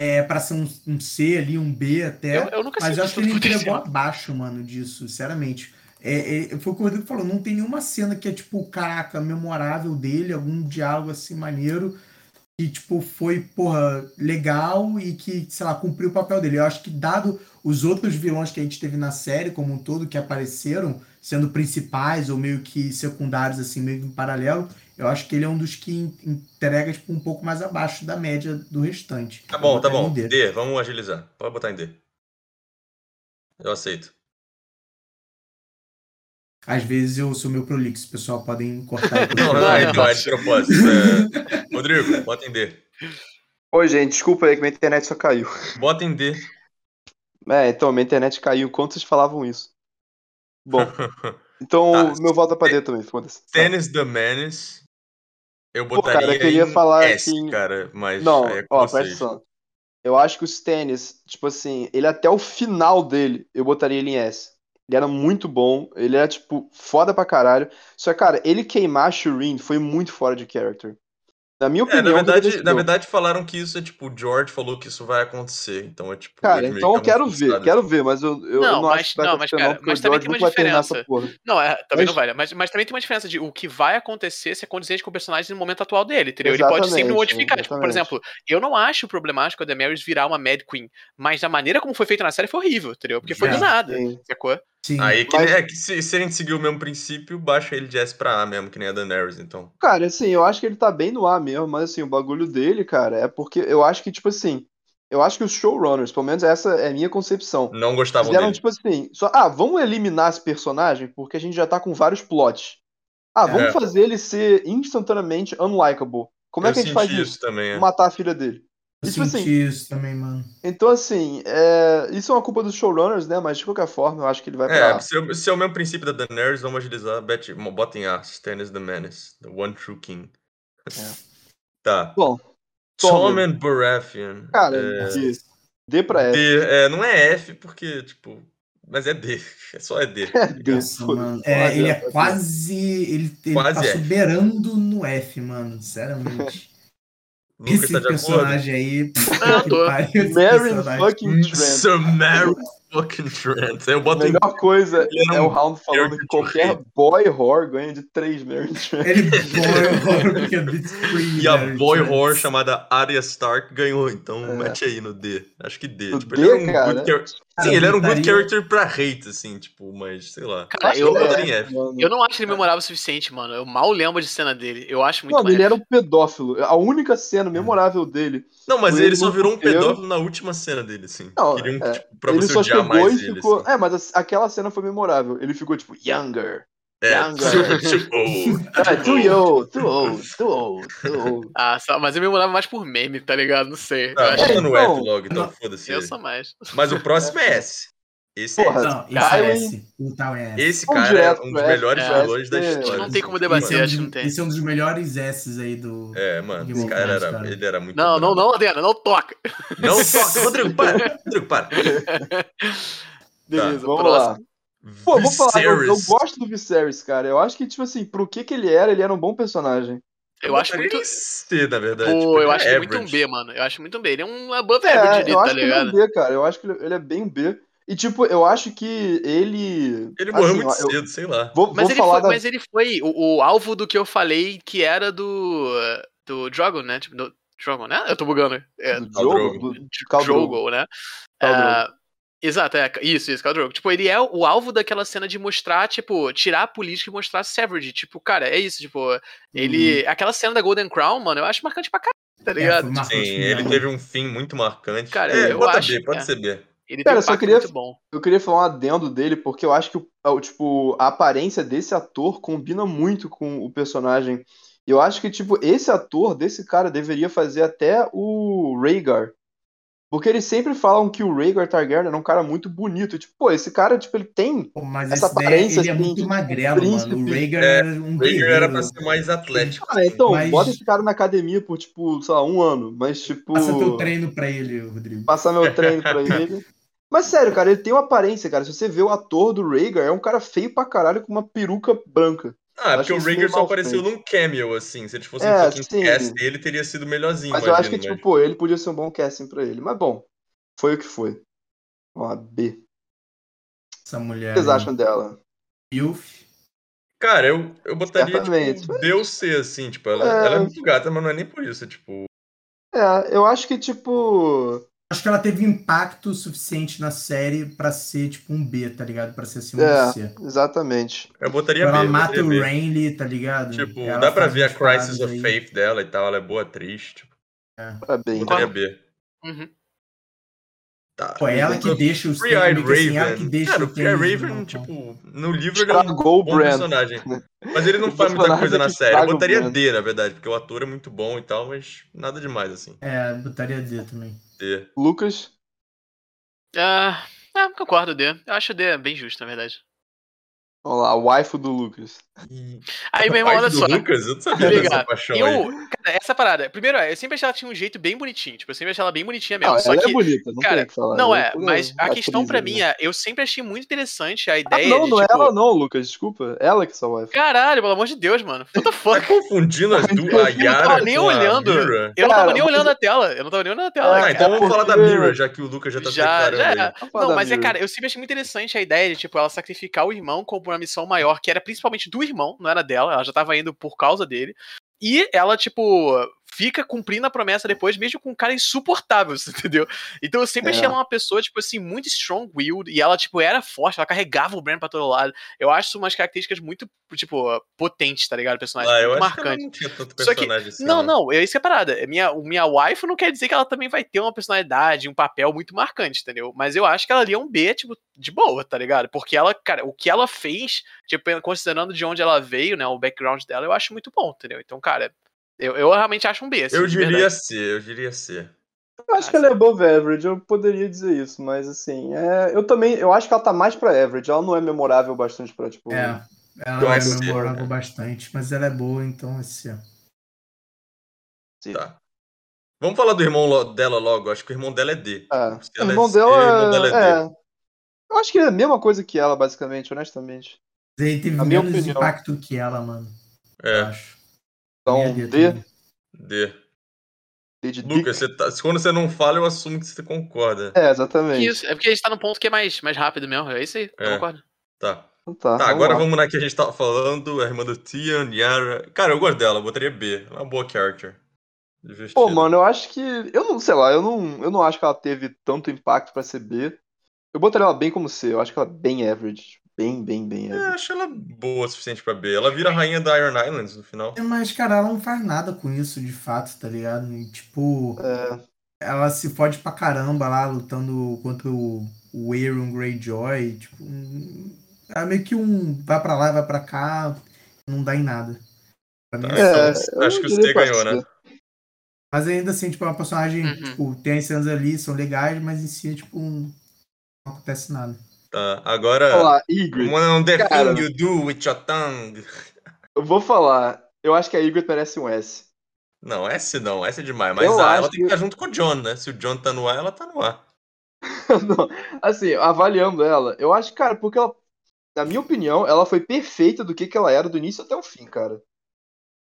é, para ser um, um C ali, um B até. eu, eu nunca mas senti eu acho que tanto ele é entregou potencial. abaixo, mano, disso, sinceramente. É, é, foi o que o Rodrigo falou, não tem nenhuma cena que é, tipo, caraca, memorável dele, algum diálogo assim maneiro, que, tipo, foi, porra, legal e que, sei lá, cumpriu o papel dele. Eu acho que, dado os outros vilões que a gente teve na série, como um todo, que apareceram, sendo principais ou meio que secundários, assim, meio que em paralelo, eu acho que ele é um dos que en- entrega, tipo, um pouco mais abaixo da média do restante. um Tá bom, tá Eu botaria bom. em D. D. vamos agilizar. Pode botar em D. Eu aceito. Às vezes eu sou meu prolixo, pessoal podem cortar. e Não, não, cortar. então é de propósito. é. Rodrigo, bota em D. Oi, gente, desculpa aí que minha internet só caiu. Bota em D. É, então, minha internet caiu enquanto vocês falavam isso. Bom, Então, Tá. meu voto é pra D também, foda-se. Dennis the Menace. Eu Pô, cara, botaria eu queria em falar S, que- cara, mas Não, aí é com ó, vocês. presta atenção. Eu acho que o Stannis, tipo assim, ele até o final dele, eu botaria ele em S. Ele era muito bom, ele era, tipo, foda pra caralho. Só que, cara, ele queimar a Shireen foi muito fora de character. Na minha É, opinião, na deveria verdade, ser na eu. verdade falaram que isso é tipo, o George falou que isso vai acontecer, então é tipo... Cara, eles meio então eu que estavam quero ver, frustrados. quero ver, mas eu, eu eu Não, não, mas- acho que vai não, mas, acontecer cara, não, porque mas o também George tem uma nunca vai terminar diferença. essa porra. Não, é, também Mas- não vale. Mas, mas também tem uma diferença de o que vai acontecer ser condizente com o personagem no momento atual dele, entendeu? ele pode sempre Exatamente, modificar. Tipo, por exatamente. exemplo, eu não acho problemático a Daenerys virar uma Mad Queen, mas da maneira como foi feito na série foi horrível, entendeu? Porque foi É. do nada, Sim. sacou? Sim. Aí que, Mas- é que se, se a gente seguir o mesmo princípio, baixa ele de S pra A mesmo, que nem a Daenerys, então. Cara, assim, eu acho que ele tá bem no ar mesmo, mas assim, o bagulho dele, cara, é porque eu acho que, tipo assim, eu acho que os showrunners, pelo menos essa é a minha concepção, Não gostavam fizeram dele. tipo assim, só, ah, vamos eliminar esse personagem porque a gente já tá com vários plots. Ah, vamos É. fazer ele ser instantaneamente unlikable. Como é Eu que a gente faz senti isso? também, é. Matar a filha dele. Eu Tipo assim, senti isso também, mano. Então, assim, é, isso é uma culpa dos showrunners, né? Mas de qualquer forma, eu acho que ele vai pra. É, se é, o- se é o mesmo princípio da Daenerys, vamos agilizar. Bet, bota em A, Stannis the Menace, the one true king. Tá. É. Bom, Tom Tommen. and Baratheon. Cara, é, D. D pra F. D, é, não é F, porque, tipo... Mas é D, é só é D. É D. Nossa, foda-se. mano. É, ele é Foda-se. quase. Ele, ele Quase é. tá F. soberando no F, mano. Sinceramente. Lucas Esse tá de acordo? personagem é aí. Não, eu que tô. pariu, esse Meryn personagem. fucking Trent. Samara fucking Trent. Eu A boto em melhor coisa Ele é é um o Round falando Meryn que qualquer boy horror ganha de 3 Meryn Trent. Ele é boy horror porque é Beat Screen. E a velho, boy tipo, horror chamada Arya Stark ganhou, então É. mete aí no D. Acho que D. No Tipo, D, ele era um cara? good character. cara, Sim, ele era um good botaria- character pra hate, assim, tipo, mas sei lá. Cara, Acho que eu eu, eu, botaria em F. Mano. eu não acho ele memorável o suficiente, mano. Eu mal lembro de cena dele. Eu acho muito Mano, ele mais. era um pedófilo. A única É. cena memorável dele. Não, mas Ele ele, só não virou um roteiro. pedófilo na última cena dele, assim. Não, Queriam, é. tipo, pra ele você só odiar chegou e mais ele. ficou. assim. É, mas a- aquela cena foi memorável. Ele ficou tipo, younger. É, Younger. tipo, Tá. oh, Ah, too old, too old, too old, too old. Ah, só- mas eu memorava mais por meme, tá ligado? Não sei. tá, eu, acho... bota no então, F logo, então, foda-se. eu ele. sou mais. Mas o próximo é S. Esse, é Porra, S. Não, esse Cara, é S. Então é S. esse vamos cara direto é um pro dos S, melhores é. vilões da A gente não história. tem como assim. debater. Esse é, um acho que dos- não tem. esse é um dos melhores S's aí do. É, mano, esse Game of cara Thrones, era, cara. ele era muito Não, brabo. não, não, Adriana, não toca. Não toca, Rodrigo, para. Rodrigo, para. Beleza, Vamos próximo. lá. Pô, vou falar, eu, eu Viserys. gosto do Viserys, cara. Eu acho que, tipo assim, pro que que ele era, ele era um bom personagem. Eu acho botaria muito. em C, na verdade. Pô, tipo, ele eu é acho ele muito um average. B, mano. Eu acho muito um B. Ele é um above É, average ali, eu tá acho que ele é um ligado? B, cara. Eu acho que ele, ele é bem B. E, tipo, eu acho que ele. Ele morreu assim, muito ó, eu cedo, sei lá. Vou, Mas vou ele, falar foi, da. mas ele foi o, o alvo do que eu falei que era do. Do Drogon, né? Tipo, do Drogon, né? Eu tô bugando. É, do Khal jogo, Drogo. do- de Khal Drogo. Drogo, né? Khal Ah, exato, é, isso, isso, Khal Drogo. Tipo, ele é o alvo daquela cena de mostrar, tipo, tirar a política e mostrar Severed. Tipo, cara, é isso, tipo, ele. Uhum. Aquela cena da Golden Crown, mano, eu acho marcante pra caralho, tá É, ligado? foi marcante Sim, mesmo. ele teve um fim muito marcante. Cara, é, eu bota acho B, que pode é. ser B. Ele Cara, tem eu um só impacto queria- muito bom. Eu queria falar um adendo dele, porque eu acho que o- o, tipo, a aparência desse ator combina muito com o personagem. E Eu acho que, tipo, esse ator desse cara deveria fazer até o Rhaegar. Porque eles sempre falam que o Rhaegar Targaryen era um cara muito bonito. E, Tipo, pô, esse cara, tipo, ele tem. Pô, Mas essa esse daí, aparência, ele é assim, muito tipo, magrelo, mano. O príncipe. Rhaegar É, era um é. Rager guerreiro. era pra ser mais atlético. Ah, então, Mas- bota esse cara na academia por, tipo, sei lá, um ano. Mas, tipo. Passa teu treino pra ele, Rodrigo. passar meu treino pra ele. Mas sério, cara, ele tem uma aparência, cara. Se você vê o ator do Rhaegar, é um cara feio pra caralho com uma peruca branca. Ah, Acho porque o isso meio Rager só mal apareceu feito. num cameo, assim. Se ele fosse É, um fucking sim. cast dele, teria sido melhorzinho, Mas eu acho que, imagino, né? tipo, pô, ele podia ser um bom casting pra ele. Mas bom, foi o que foi. Ó, a B. O que Essa mulher. vocês É. aí. acham dela? Milf. Cara, eu, eu botaria, Certamente. tipo, B ou C, assim. Tipo, ela É. ela é... muito gata, mas não é nem por isso. é, Tipo, É, eu acho que, tipo. Acho que ela teve impacto suficiente na série pra ser tipo um B, tá ligado? Pra ser acima É. do C. Exatamente. eu botaria Ela é B. eu mata botaria o B. Renly, tá ligado? Tipo, Ela dá pra faz ver a umas paradas Crisis of aí. Faith dela e tal. Ela é boa atriz. Tipo, Parabéns. botaria B. Uhum. Tá. Pô, é ela que deixa os Free-Eyed meio que assim, ela que Raven. deixa Cara, o os Free-Eyed tênis de Raven, mão. tipo, no livro ele é um Estragou o bom Tá, brand. personagem. Mas ele não O faz muita personagem é coisa na que série. Eu estraga o botaria brand. D, na verdade, porque o ator é muito bom e tal, mas nada demais, assim. É, botaria D também. D. Lucas, Ah, é, concordo, D. Eu acho D bem justo, na verdade. Olha lá, o waifu do Lucas. E... Aí, meu irmão, Pai olha do só. Lucas, eu não sabia dessa Obrigado. paixão E aí. eu, cara, essa parada, primeiro, é, eu sempre achei ela tinha um jeito bem bonitinho. Tipo, eu sempre achei ela bem bonitinha mesmo. Não, só ela que. é bonita, não tem cara, o que falar. não Ela é, mas a atriz, questão pra né? mim é, eu sempre achei muito interessante a Ah, ideia não, de, não é tipo, ela não, Lucas, desculpa. Ela que é sua wife. caralho, pelo amor de Deus, mano. What the Tá fuck? confundindo as duas, a Eu não Yara tava nem com olhando. a Mira? Eu não Cara, tava nem mas- olhando a tela. Eu não tava nem olhando a tela. Ah, cara. então vamos falar da é porque- Mira, já que o Lucas já tá se Já, já declarando era. aí. Fala Não, da mas é, Mira. cara, eu sempre achei muito interessante a ideia de, tipo, ela sacrificar o irmão como uma missão maior, que era principalmente do irmão, não era dela, ela já tava indo por causa dele. E ela, tipo, fica cumprindo a promessa depois, mesmo com um cara insuportável, você entendeu? Então eu sempre É. achei ela uma pessoa, tipo assim, muito strong-willed, e ela, tipo, era forte, ela carregava o Brand pra todo lado. Eu acho umas características muito, tipo, potentes, tá ligado? O personagem, Ah, eu muito acho que marcante. ela não tinha tanto Só que- personagem assim. Não, não, é isso que é a parada. É Minha, o minha waifu não quer dizer que ela também vai ter uma personalidade, um papel muito marcante, entendeu? Mas eu acho que ela ali é um B, tipo, de boa, tá ligado? Porque ela, cara, o que ela fez, tipo, considerando de onde ela veio, né, o background dela, eu acho muito bom, entendeu? Então, cara, eu, eu realmente acho um B, assim, Eu de verdade. diria ser, eu diria ser. Eu acho que ela é above average, eu poderia dizer isso, mas assim, é, eu também, eu acho que ela tá mais pra average, ela não é memorável bastante pra, tipo... É. Ela Eu é acho que- memorável bastante, mas ela é boa, então assim, ó. Tá. Vamos falar do irmão lo- dela logo. Acho que o irmão dela é D. É. Se O ela é irmão C, dela o irmão é... dela é é. Eu acho que ele é a mesma coisa que ela, basicamente, honestamente. Mas ele teve Na minha menos opinião. impacto que ela, mano. Eu É, acho. Então, Minha né? D, D D. D de Lucas, você tá- quando você não fala, eu assumo que você concorda. É, Que exatamente. isso, é porque a gente tá num ponto que é mais, mais rápido mesmo, é isso aí, eu É. concordo. Tá. Então tá, Tá, agora lá. vamos na que a gente tava falando. A irmã do Tian, Yara. Cara, eu gosto dela, eu botaria B. Ela é uma boa character. Divertida. Pô, mano, eu acho que. Eu não sei lá, eu não, eu não acho que ela teve tanto impacto pra ser B. Eu botaria ela bem como C, eu acho que ela é bem average. Bem, bem, bem É, average. acho ela boa o suficiente pra B. Ela vira a rainha da Iron Islands no final. Mas, cara, ela não faz nada com isso de fato, tá ligado? E, tipo, É, ela se fode pra caramba lá, lutando contra o, o Aeron Greyjoy. Tipo, hum, é meio que um vai pra lá, vai pra cá, não dá em nada. Pra mim, Tá, é só- é, acho eu não que o diria C pra ganhou, né? Mas ainda assim, tipo, é uma personagem, Uhum. tipo, tem as cenas ali, são legais, mas em si, tipo, não acontece nada. Tá, agora. é. Olha lá, Ygritte. One the Cara. thing you do with your tongue. Eu vou falar, eu acho que a Ygritte merece um S. Não, S não, S é demais. Mas Eu A, acho ela tem que que- estar junto com o John, né? Se o John tá no A, ela tá no A. Não, assim, avaliando ela, eu acho, cara, porque ela, na minha opinião, ela foi perfeita do que, que ela era do início até o fim, cara.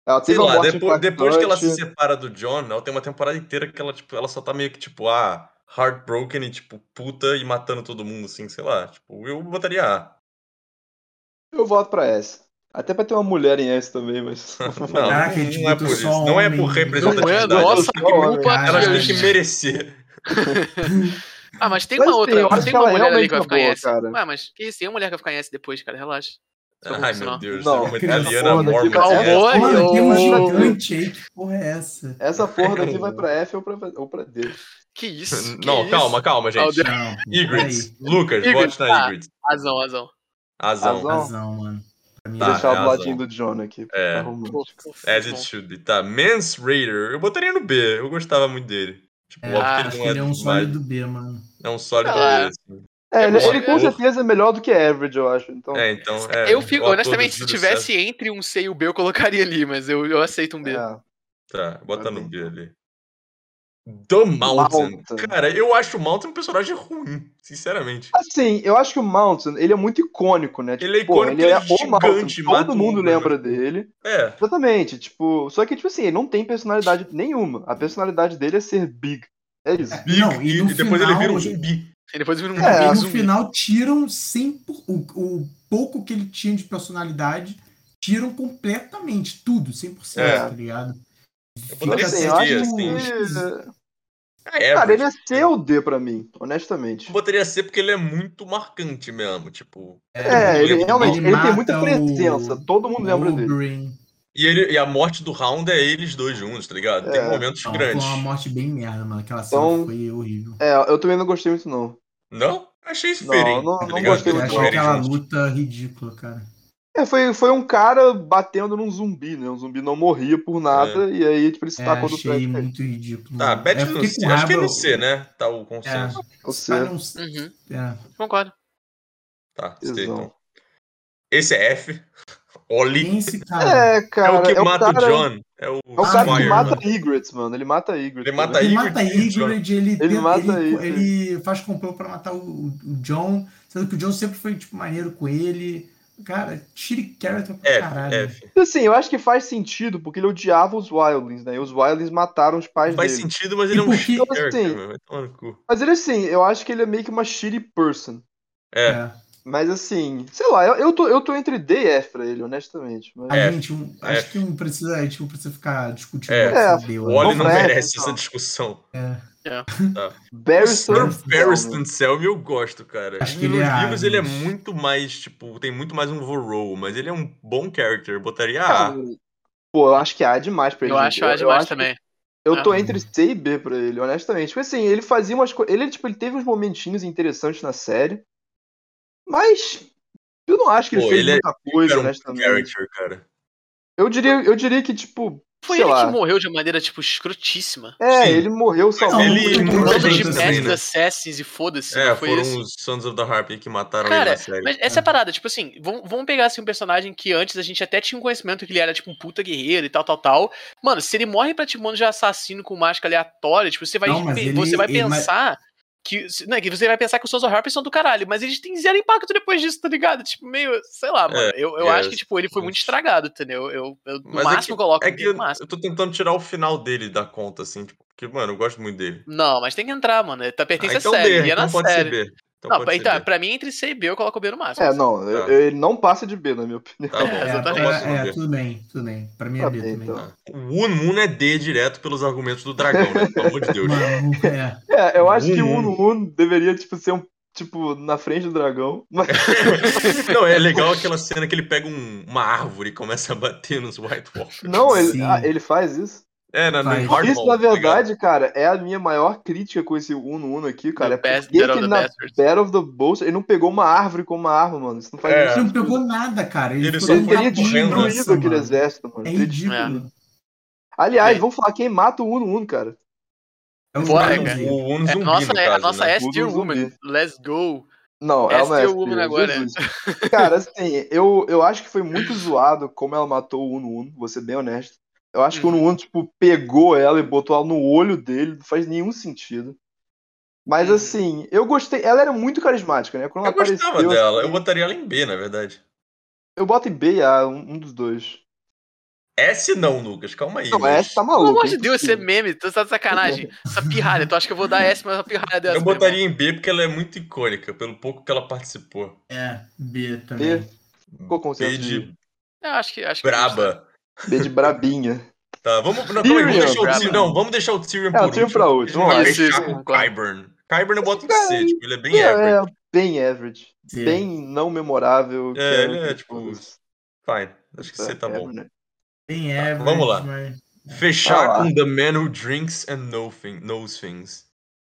Ela Sei teve uma lá, morte depois, depois que ela se impactante. separa do John, ela tem uma temporada inteira que ela, tipo, ela só tá meio que, tipo, ah, heartbroken e, tipo, puta e matando todo mundo, assim, sei lá. Tipo, eu botaria A. Eu voto pra S. Até pra ter uma mulher em S também, mas. Não, Caraca, não, gente, é por botou isso. "Ah, só Não é homem. por Não é, representatividade. nossa, que Não, homem. culpa Elas têm que Caralho. merecer. Ah, mas tem Mas uma sim, outra, eu mas acho tem que uma ela é mulher ali que vai realmente ficar em boa, S. cara. Ah, mas que isso, tem uma mulher que vai ficar em S depois, cara, relaxa. tá Só vou Ai, meu funcionar. Deus. Não. Não, uma italiana Foda, que mormon. calma. é. Calma, Mano, eu- que um gigante aí, que porra é essa? Essa porra daqui vai pra F ou pra, ou pra D. Que isso? que Não, isso? calma, calma, Ah, o gente. Deus- Não, pô, Ygritte. peraí. Lucas, Ygritte, vote tá. na Ygritte. Razão, razão. Azão. Azão. Razão, mano. Pra mim, Tá, Deixar é o a ladinho razão. do John aqui. É. tá romântico. As it should be. Tá, Mans Raider. Eu botaria no B. Eu gostava muito dele. Tipo, É, óbvio acho que que ele ele é não é, um mas sólido B, mano. é um sólido Sei lá. B. assim. É, ele, bom, ele com eu- certeza é melhor do que average, eu acho. Então, É, então. É, Eu fico, o ator honestamente, do se Júlio tivesse entre um C e o B, eu colocaria ali, mas eu, eu aceito um B. é. César. Tá, bota Tá no bem. B ali. The Mountain. Mountain. Cara, eu acho o Mountain um personagem ruim, sinceramente. Assim, eu acho que o Mountain, ele é muito icônico, né? Ele é pô, icônico, ele é ele é o Mountain, gigante, mata todo mundo um, lembra né? dele. É. Exatamente, tipo, só que tipo assim, ele não tem personalidade nenhuma. A personalidade dele é ser big. É isso. Big, Não, e, e no e depois ele vira um final- zumbi. E depois vira um É, e big no zumbi. final tiram 100%, por- o, o pouco que ele tinha de personalidade, tiram completamente, tudo, 100%, É. tá ligado? Eu Não Então, botaria Fica assim, C, eu acho que, assim. É, cara, ele é C ou D pra mim, honestamente. Eu botaria C porque ele é muito marcante mesmo. Tipo. É, ele Ele realmente, mata ele tem muita o- presença, todo mundo lembra dele. Wolverine. E, ele, e a morte do round é eles dois juntos, tá ligado? Tem É. momentos Não, foi grandes. uma morte bem merda, mano. Aquela cena Então- foi horrível. É, eu também não gostei muito não. Não? Achei diferente. não- tá não ligado? gostei Eu Eles muito achei bom. verem aquela juntos. luta ridícula, cara. É, foi, foi um cara batendo num zumbi, né? Um zumbi não morria por nada, e aí, tipo, ele se É, tacou do Ah, achei prédio. muito ridículo. Tá, mano. bet É, no fiquei C. com Acho que é raiva, no C, né? Tá o consenso. É. Você, Mas não- Uhum, é. concordo. Tá, C tesão. então. Esse é F. Oli. Esse cara. É, É cara. o que mata cara, o John. É o, É o cara que Sawyer, mata mano. a Ygritte, mano. Ele mata a Ygritte. Ele mata né? né? Ele Igor- mata Ygritte, ele, tenta- ele, mata ele, Igor. faz complô pra matar o, o John, sendo que o John sempre foi, tipo, maneiro com ele. Cara, tire character pra caralho. F, F. Assim, eu acho que faz sentido, porque ele odiava os Wildlings, né? E os Wildlings mataram os pais Não faz dele. sentido, mas E ele é um por shit que- character, assim, meu. Vai tomar no cu. Mas ele, assim, eu acho que ele é meio que uma shitty person. É. É. Mas, assim, sei lá, eu, eu, tô, eu tô entre D e F pra ele, honestamente. Mas... A É, gente, um- é. acho que não precisa, a gente não precisa ficar discutindo É. essa deu, O né? É, Oli não Vamos pra F, merece então. essa discussão. Barry Sir Sturm- Ferris Selmy eu gosto, cara. Acho que Nos ele é A, livros ele é mas- muito mais, tipo, tem muito mais um role, mas ele é um bom character. Eu botaria ah, Cara, A. Pô, eu acho que A é demais pra ele. Eu acho eu a demais acho que- também. Eu tô Ah. entre C e B pra ele, honestamente. Porque assim, ele fazia umas coisas. Ele, tipo, ele teve uns momentinhos interessantes na série. Mas. Eu não acho que ele Pô, fez ele é- muita coisa, Era um honestamente. character, cara. Eu diria, eu diria que, tipo. Foi sei ele lá. que morreu de maneira, tipo, escrotíssima. É, Sim. ele morreu salvando. ele muito morreu mundo. Bando de gente também, mestres né? assassins e foda-se. É, não foi foram isso. os Sons of the Harpy que mataram ele Cara, na série. Mas essa é a parada, tipo assim, vamos, vamos pegar assim, um personagem que antes a gente até tinha um conhecimento que ele era tipo um puta guerreiro e tal, tal, tal. Mano, se ele morre pra te mando de assassino com máscara aleatória, tipo, você vai, Não, mas pe- ele- você vai ele- pensar. Que, não, é que você vai pensar que os Sons of Harpy são do caralho, mas eles têm zero impacto depois disso, tá ligado? Tipo, meio, sei lá, mano. Eu, eu é, acho que, tipo, ele foi muito mas- estragado, entendeu? Eu, eu no Mas é máximo que- coloco É um que B, eu, no máximo. eu tô tentando tirar o final dele da conta, assim, tipo, porque, mano, eu gosto muito dele. Não, mas tem que entrar, mano. Ele tá pertence Ah, à série, D, ele é na então pode série. ser B. Então não, pode ser então, B. pra mim, entre C e B, eu coloco o B no máximo. É, não, eu- Tá. ele não passa de B, na minha opinião. Tá bom, É, então exatamente. posso é, é, manter. tudo bem, tudo bem. Pra mim é Tá B bem, também. então. Ah. O Moon Moon é D direto pelos argumentos do dragão, né? Pelo amor de Deus. Mano, é. É, eu acho que o Uhum. Uno Uno deveria, tipo, ser um. Tipo, na frente do dragão. Mas Não, é legal aquela cena que ele pega um- uma árvore e começa a bater nos White Walkers. não, ele, Sim. ah, ele faz isso. É, na, no Faz. Hardball, Isso, na tá ligado? verdade, cara, é a minha maior crítica com esse Uno Uno aqui, cara. É The Assim, best, porque Battle of que the na Bastards. Battle of the Bulls ele não pegou uma árvore como uma arma, mano. Isso não faz É. nenhum Ele não sentido. pegou nada, cara. Ele, Ele ficou só Ele dentro da teria correndo, né? correndo, destruído aquele mano. exército, mano. É Teria- ridículo. Aliás, É. vamos falar quem mata o Uno Uno, cara. É um Bora, zumbi. cara. O Uno É, zumbi, nossa, no é, caso, a nossa né? é Steel Tudo zumbi. Woman, let's go. Não, ela não é Steel Woman Steel, agora. né? Jesus. Cara, assim, eu, eu acho que foi muito zoado como ela matou o Uno Uno, vou ser bem honesto. Eu acho que o Uno Uno, tipo, pegou ela e botou ela no olho dele, não faz nenhum sentido. Mas Uhum. assim, eu gostei. Ela era muito carismática, né? Quando Eu ela gostava apareceu, dela, eu assim, botaria ela em B, na verdade. eu boto em B e A, um, um dos dois. S não, Lucas, calma aí. Não, mas- essa tá Pelo maluca. amor de Deus, você é impossível. meme, tu tá de sacanagem. Essa pirralha, tu acha que eu vou dar S, mas essa pirralha dessa. né? Eu botaria em B porque ela é muito icônica, pelo pouco que ela participou. É, B também. Ficou com B senso de de, Eu acho que. Acho que justo, né? braba. B de brabinha. Tá, vamos. Não, calma aí, vamos Tyrion, deixar o braba. Tyrion. Não, vamos deixar o Tyrion É, o por Tyrion pra último, Vai vamos lá. deixar Isso, com o concordo. Kyburn. Kyburn eu boto em Cara, C, tipo, ele é bem É, average. é bem average. C. Bem não memorável. É, ele é, que tipo, foda-se. Fine, acho que C tá bom. Average, né? Bem Tá, average, vamos lá. mas- Fechar Ah lá. com The Man Who Drinks and know thing- Knows Things.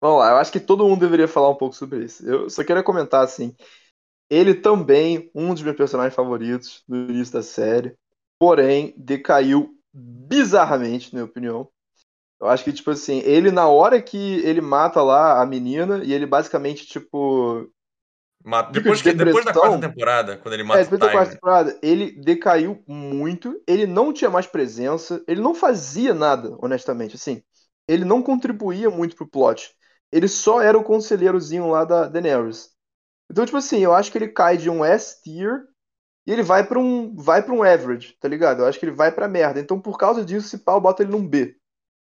Vamos lá, eu acho que todo mundo deveria falar um pouco sobre isso. Eu só queria comentar assim. Ele também, um dos meus personagens favoritos do início da série, porém, decaiu bizarramente, na minha opinião. Eu acho que, tipo assim, ele na hora que ele mata lá a menina, e ele basicamente, tipo. Mata- Depois, que, Depressão. depois da quarta temporada, quando ele mata É, o depois da quarta Tyrion. temporada, ele decaiu muito, ele não tinha mais presença, ele não fazia nada, honestamente, assim. Ele não contribuía muito pro plot. Ele só era o conselheirozinho lá da Daenerys. Então, tipo assim, eu acho que ele cai de um S tier e ele vai pra um vai para um average, tá ligado? Eu acho que ele vai pra merda. Então, por causa disso, se pau, bota ele num B.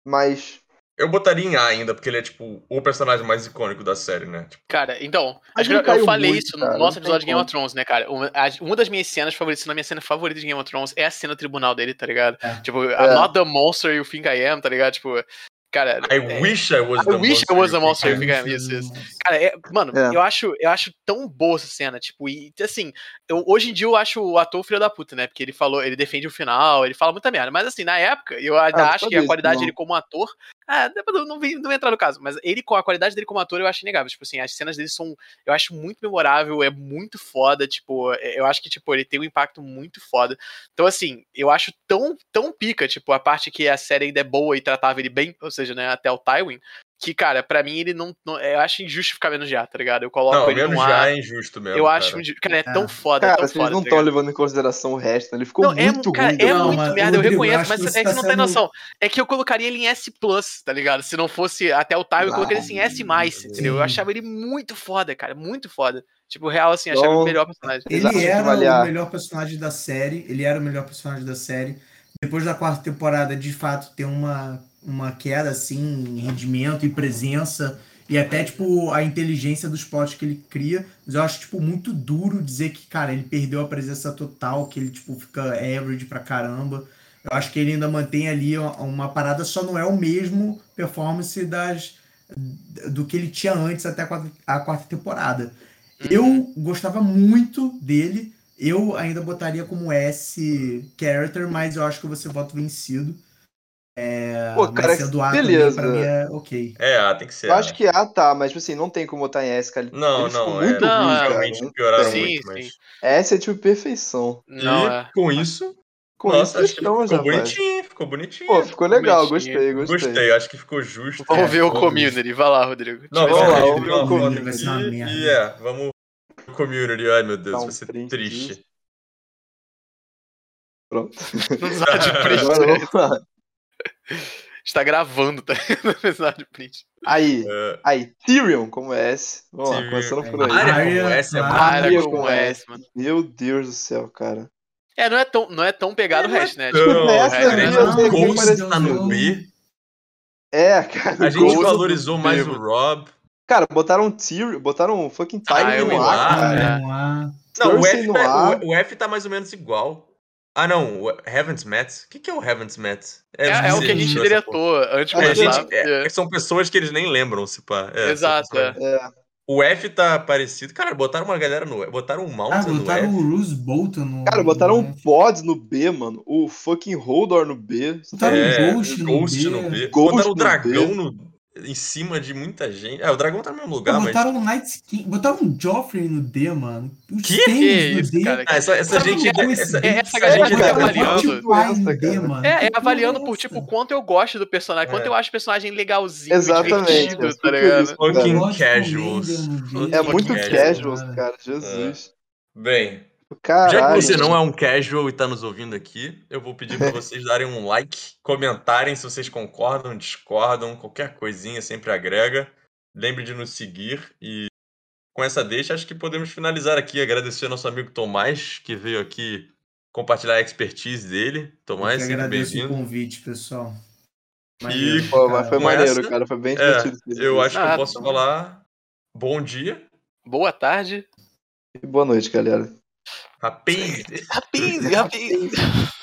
Mas Eu botaria em A ainda, porque ele é, tipo, o personagem mais icônico da série, né? Tipo, Cara, então. Mas acho que ele eu- eu caiu falei muito, isso cara, no não nosso tem episódio de Game como. of Thrones, né, cara? Uma, a- uma das minhas cenas favoritas, se não a minha cena favorita de Game of Thrones é a cena tribunal dele, tá ligado? É. Tipo, I'm not the monster you think I am, tá ligado? Tipo, cara. I é- wish I was I the wish I monster was you a monster. think I am. fica- isso, isso. Cara, é- mano, É. eu, acho, eu acho tão boa essa cena, tipo, e assim, eu- hoje em dia eu acho o ator filho da puta, né, porque ele falou, ele defende o final, ele fala muita merda, mas assim, na época, eu ainda Ah, não acho que sabia a disso, qualidade não. dele como ator, ah, depois eu não, vi- não vou entrar no caso, mas ele, com a qualidade dele como ator, eu acho inegável, tipo assim, as cenas dele são, eu acho muito memorável, é muito foda, tipo, é- eu acho que, tipo, ele tem um impacto muito foda, então assim, eu acho tão, tão pica, tipo, a parte que a série ainda é boa e tratava ele bem, ou seja, né, até o Tywin, que, cara, pra mim ele não. não- eu acho injusto ficar menos de A, tá ligado? Eu coloco Não, ele menos no já A. é injusto mesmo. eu cara. acho injusto. Cara, é É. tão foda, é Cara, tão vocês foda. não tá estão ligado? levando em consideração o resto, né? ele ficou Não, é, muito cara, ruim. é Não, muito mas, merda, eu Rodrigo, eu reconheço, acho mas que você é que tá não tem sendo- noção. É que eu colocaria ele em S, tá ligado? Se não fosse até o time, eu Ah, colocaria ele assim, em S, entendeu? Eu sim. achava ele muito foda, cara, muito foda. Tipo, real, assim, Então- achava ele o melhor personagem. Vocês acham Ele que era vale a- o melhor personagem da série. Ele era o melhor personagem da série. Depois da quarta temporada, de fato, tem uma, uma queda assim, em rendimento e presença. E até, tipo, a inteligência dos plots que ele cria. Mas eu acho, tipo, muito duro dizer que, cara, ele perdeu a presença total, que ele, tipo, fica average pra caramba. Eu acho que ele ainda mantém ali uma, uma parada, só não é o mesmo performance das, do que ele tinha antes até a quarta, a quarta temporada. Eu gostava muito dele. Eu ainda botaria como S character, mas eu acho que você voto vencido. É, Pô, mas cara, sendo né, A beleza. também, pra mim é ok. É, ah, tem que ser. Eu ah. acho que A tá, mas tipo assim, não tem como botar em S, cara. Não, Ele ficou não, é. muito Não, ruim, é, cara. realmente pioraram Sim, muito, sim. mas. S é tipo perfeição. Não, e é. com isso, Com nossa, isso, acho que ficou estamos, rapaz. bonitinho, ficou bonitinho. Pô, ficou legal, Bonitinho. gostei, gostei. gostei. acho que ficou justo. Vamos É, ver o ficou justo. community, vai lá, Rodrigo. Tipo, Não, Tira vamos lá, esse print. Rodrigo. vamos ver o Community. community. Vai ser uma merda. E é, vamos ver o community. Ai, meu Deus, Dá um vai ser print triste. disso. Pronto. Não precisava de print. Agora né? vamos lá. A gente tá gravando, tá? Não precisava de print. Aí, É, aí, Tyrion como S. Vamos lá, Tyrion, começando por cara. aí. Arya Arya, como essa é Arya. muito- Ah, era meu, como cara. S, mano. Meu Deus do céu, cara. É, não é tão, não é tão pegado o Não é resto, né? tão- Tipo, Não, Nessa, é, eu né? já sei que Ghost parece- tá no B. É, cara. A gente Ghost- valorizou mais o bêbado. Rob. Cara, botaram Tyrion, botaram um fucking Ah, Tyrion eu no ia ar, lá, cara. é. Não há- Não, o Cersei F, no tá, ar. o, o F tá mais ou menos igual. Ah, não, o Heaven's Met. O que, que é o Heaven's Met? É, é o Sim, que a gente essa diretou antes de É, É, começar. gente, é, porque- são pessoas que eles nem lembram, se pá. É, são Exato, pessoas- É. O F tá parecido. Cara, botaram uma galera no F. Botaram um Ah, Mountain no botaram F. o Roose Bolton no. Cara, botaram no- um pod no B, mano. O fucking Holdor no B. Botaram É, um Ghost no Ghost B. no B. Ghost Botaram o no dragão no- em cima de muita gente. Ah, o dragão tá no mesmo lugar, Pô, mas. botaram um Night King. Botaram um Joffrey no D, mano. Os Que? Stannis Que no isso, D. cara? Ah, essa, essa Sabe um gente. uma Essa, coincidência? é- essa galera que tá avaliando. Joffrey Pine no Doença, D, cara. mano. É, é Que avaliando porra por, é tipo, essa? quanto eu gosto do personagem, quanto É. eu acho o personagem legalzinho, Exatamente. divertido, é tá super ligado? isso, cara. Fucking Lógico, casuals. Mendel no D. É muito fucking casual, cara. cara. Jesus. Bem, já que Caralho. você não é um casual e tá nos ouvindo aqui, eu vou pedir pra vocês darem um like, comentarem se vocês concordam, discordam, qualquer coisinha sempre agrega. Lembre de nos seguir e com essa deixa acho que podemos finalizar aqui. Agradecer ao nosso amigo Tomás que veio aqui compartilhar a expertise dele. Eu Tomás, que sempre agradeço o bem-vindo. convite, pessoal. E Pô, mas Com foi cara. maneiro, essa- cara. Foi bem é, divertido. esse eu vídeo. acho que eu Ah, posso tá. falar bom dia. Boa tarde. Boa noite, galera. Rapaz, Rapidinho, rapidinho.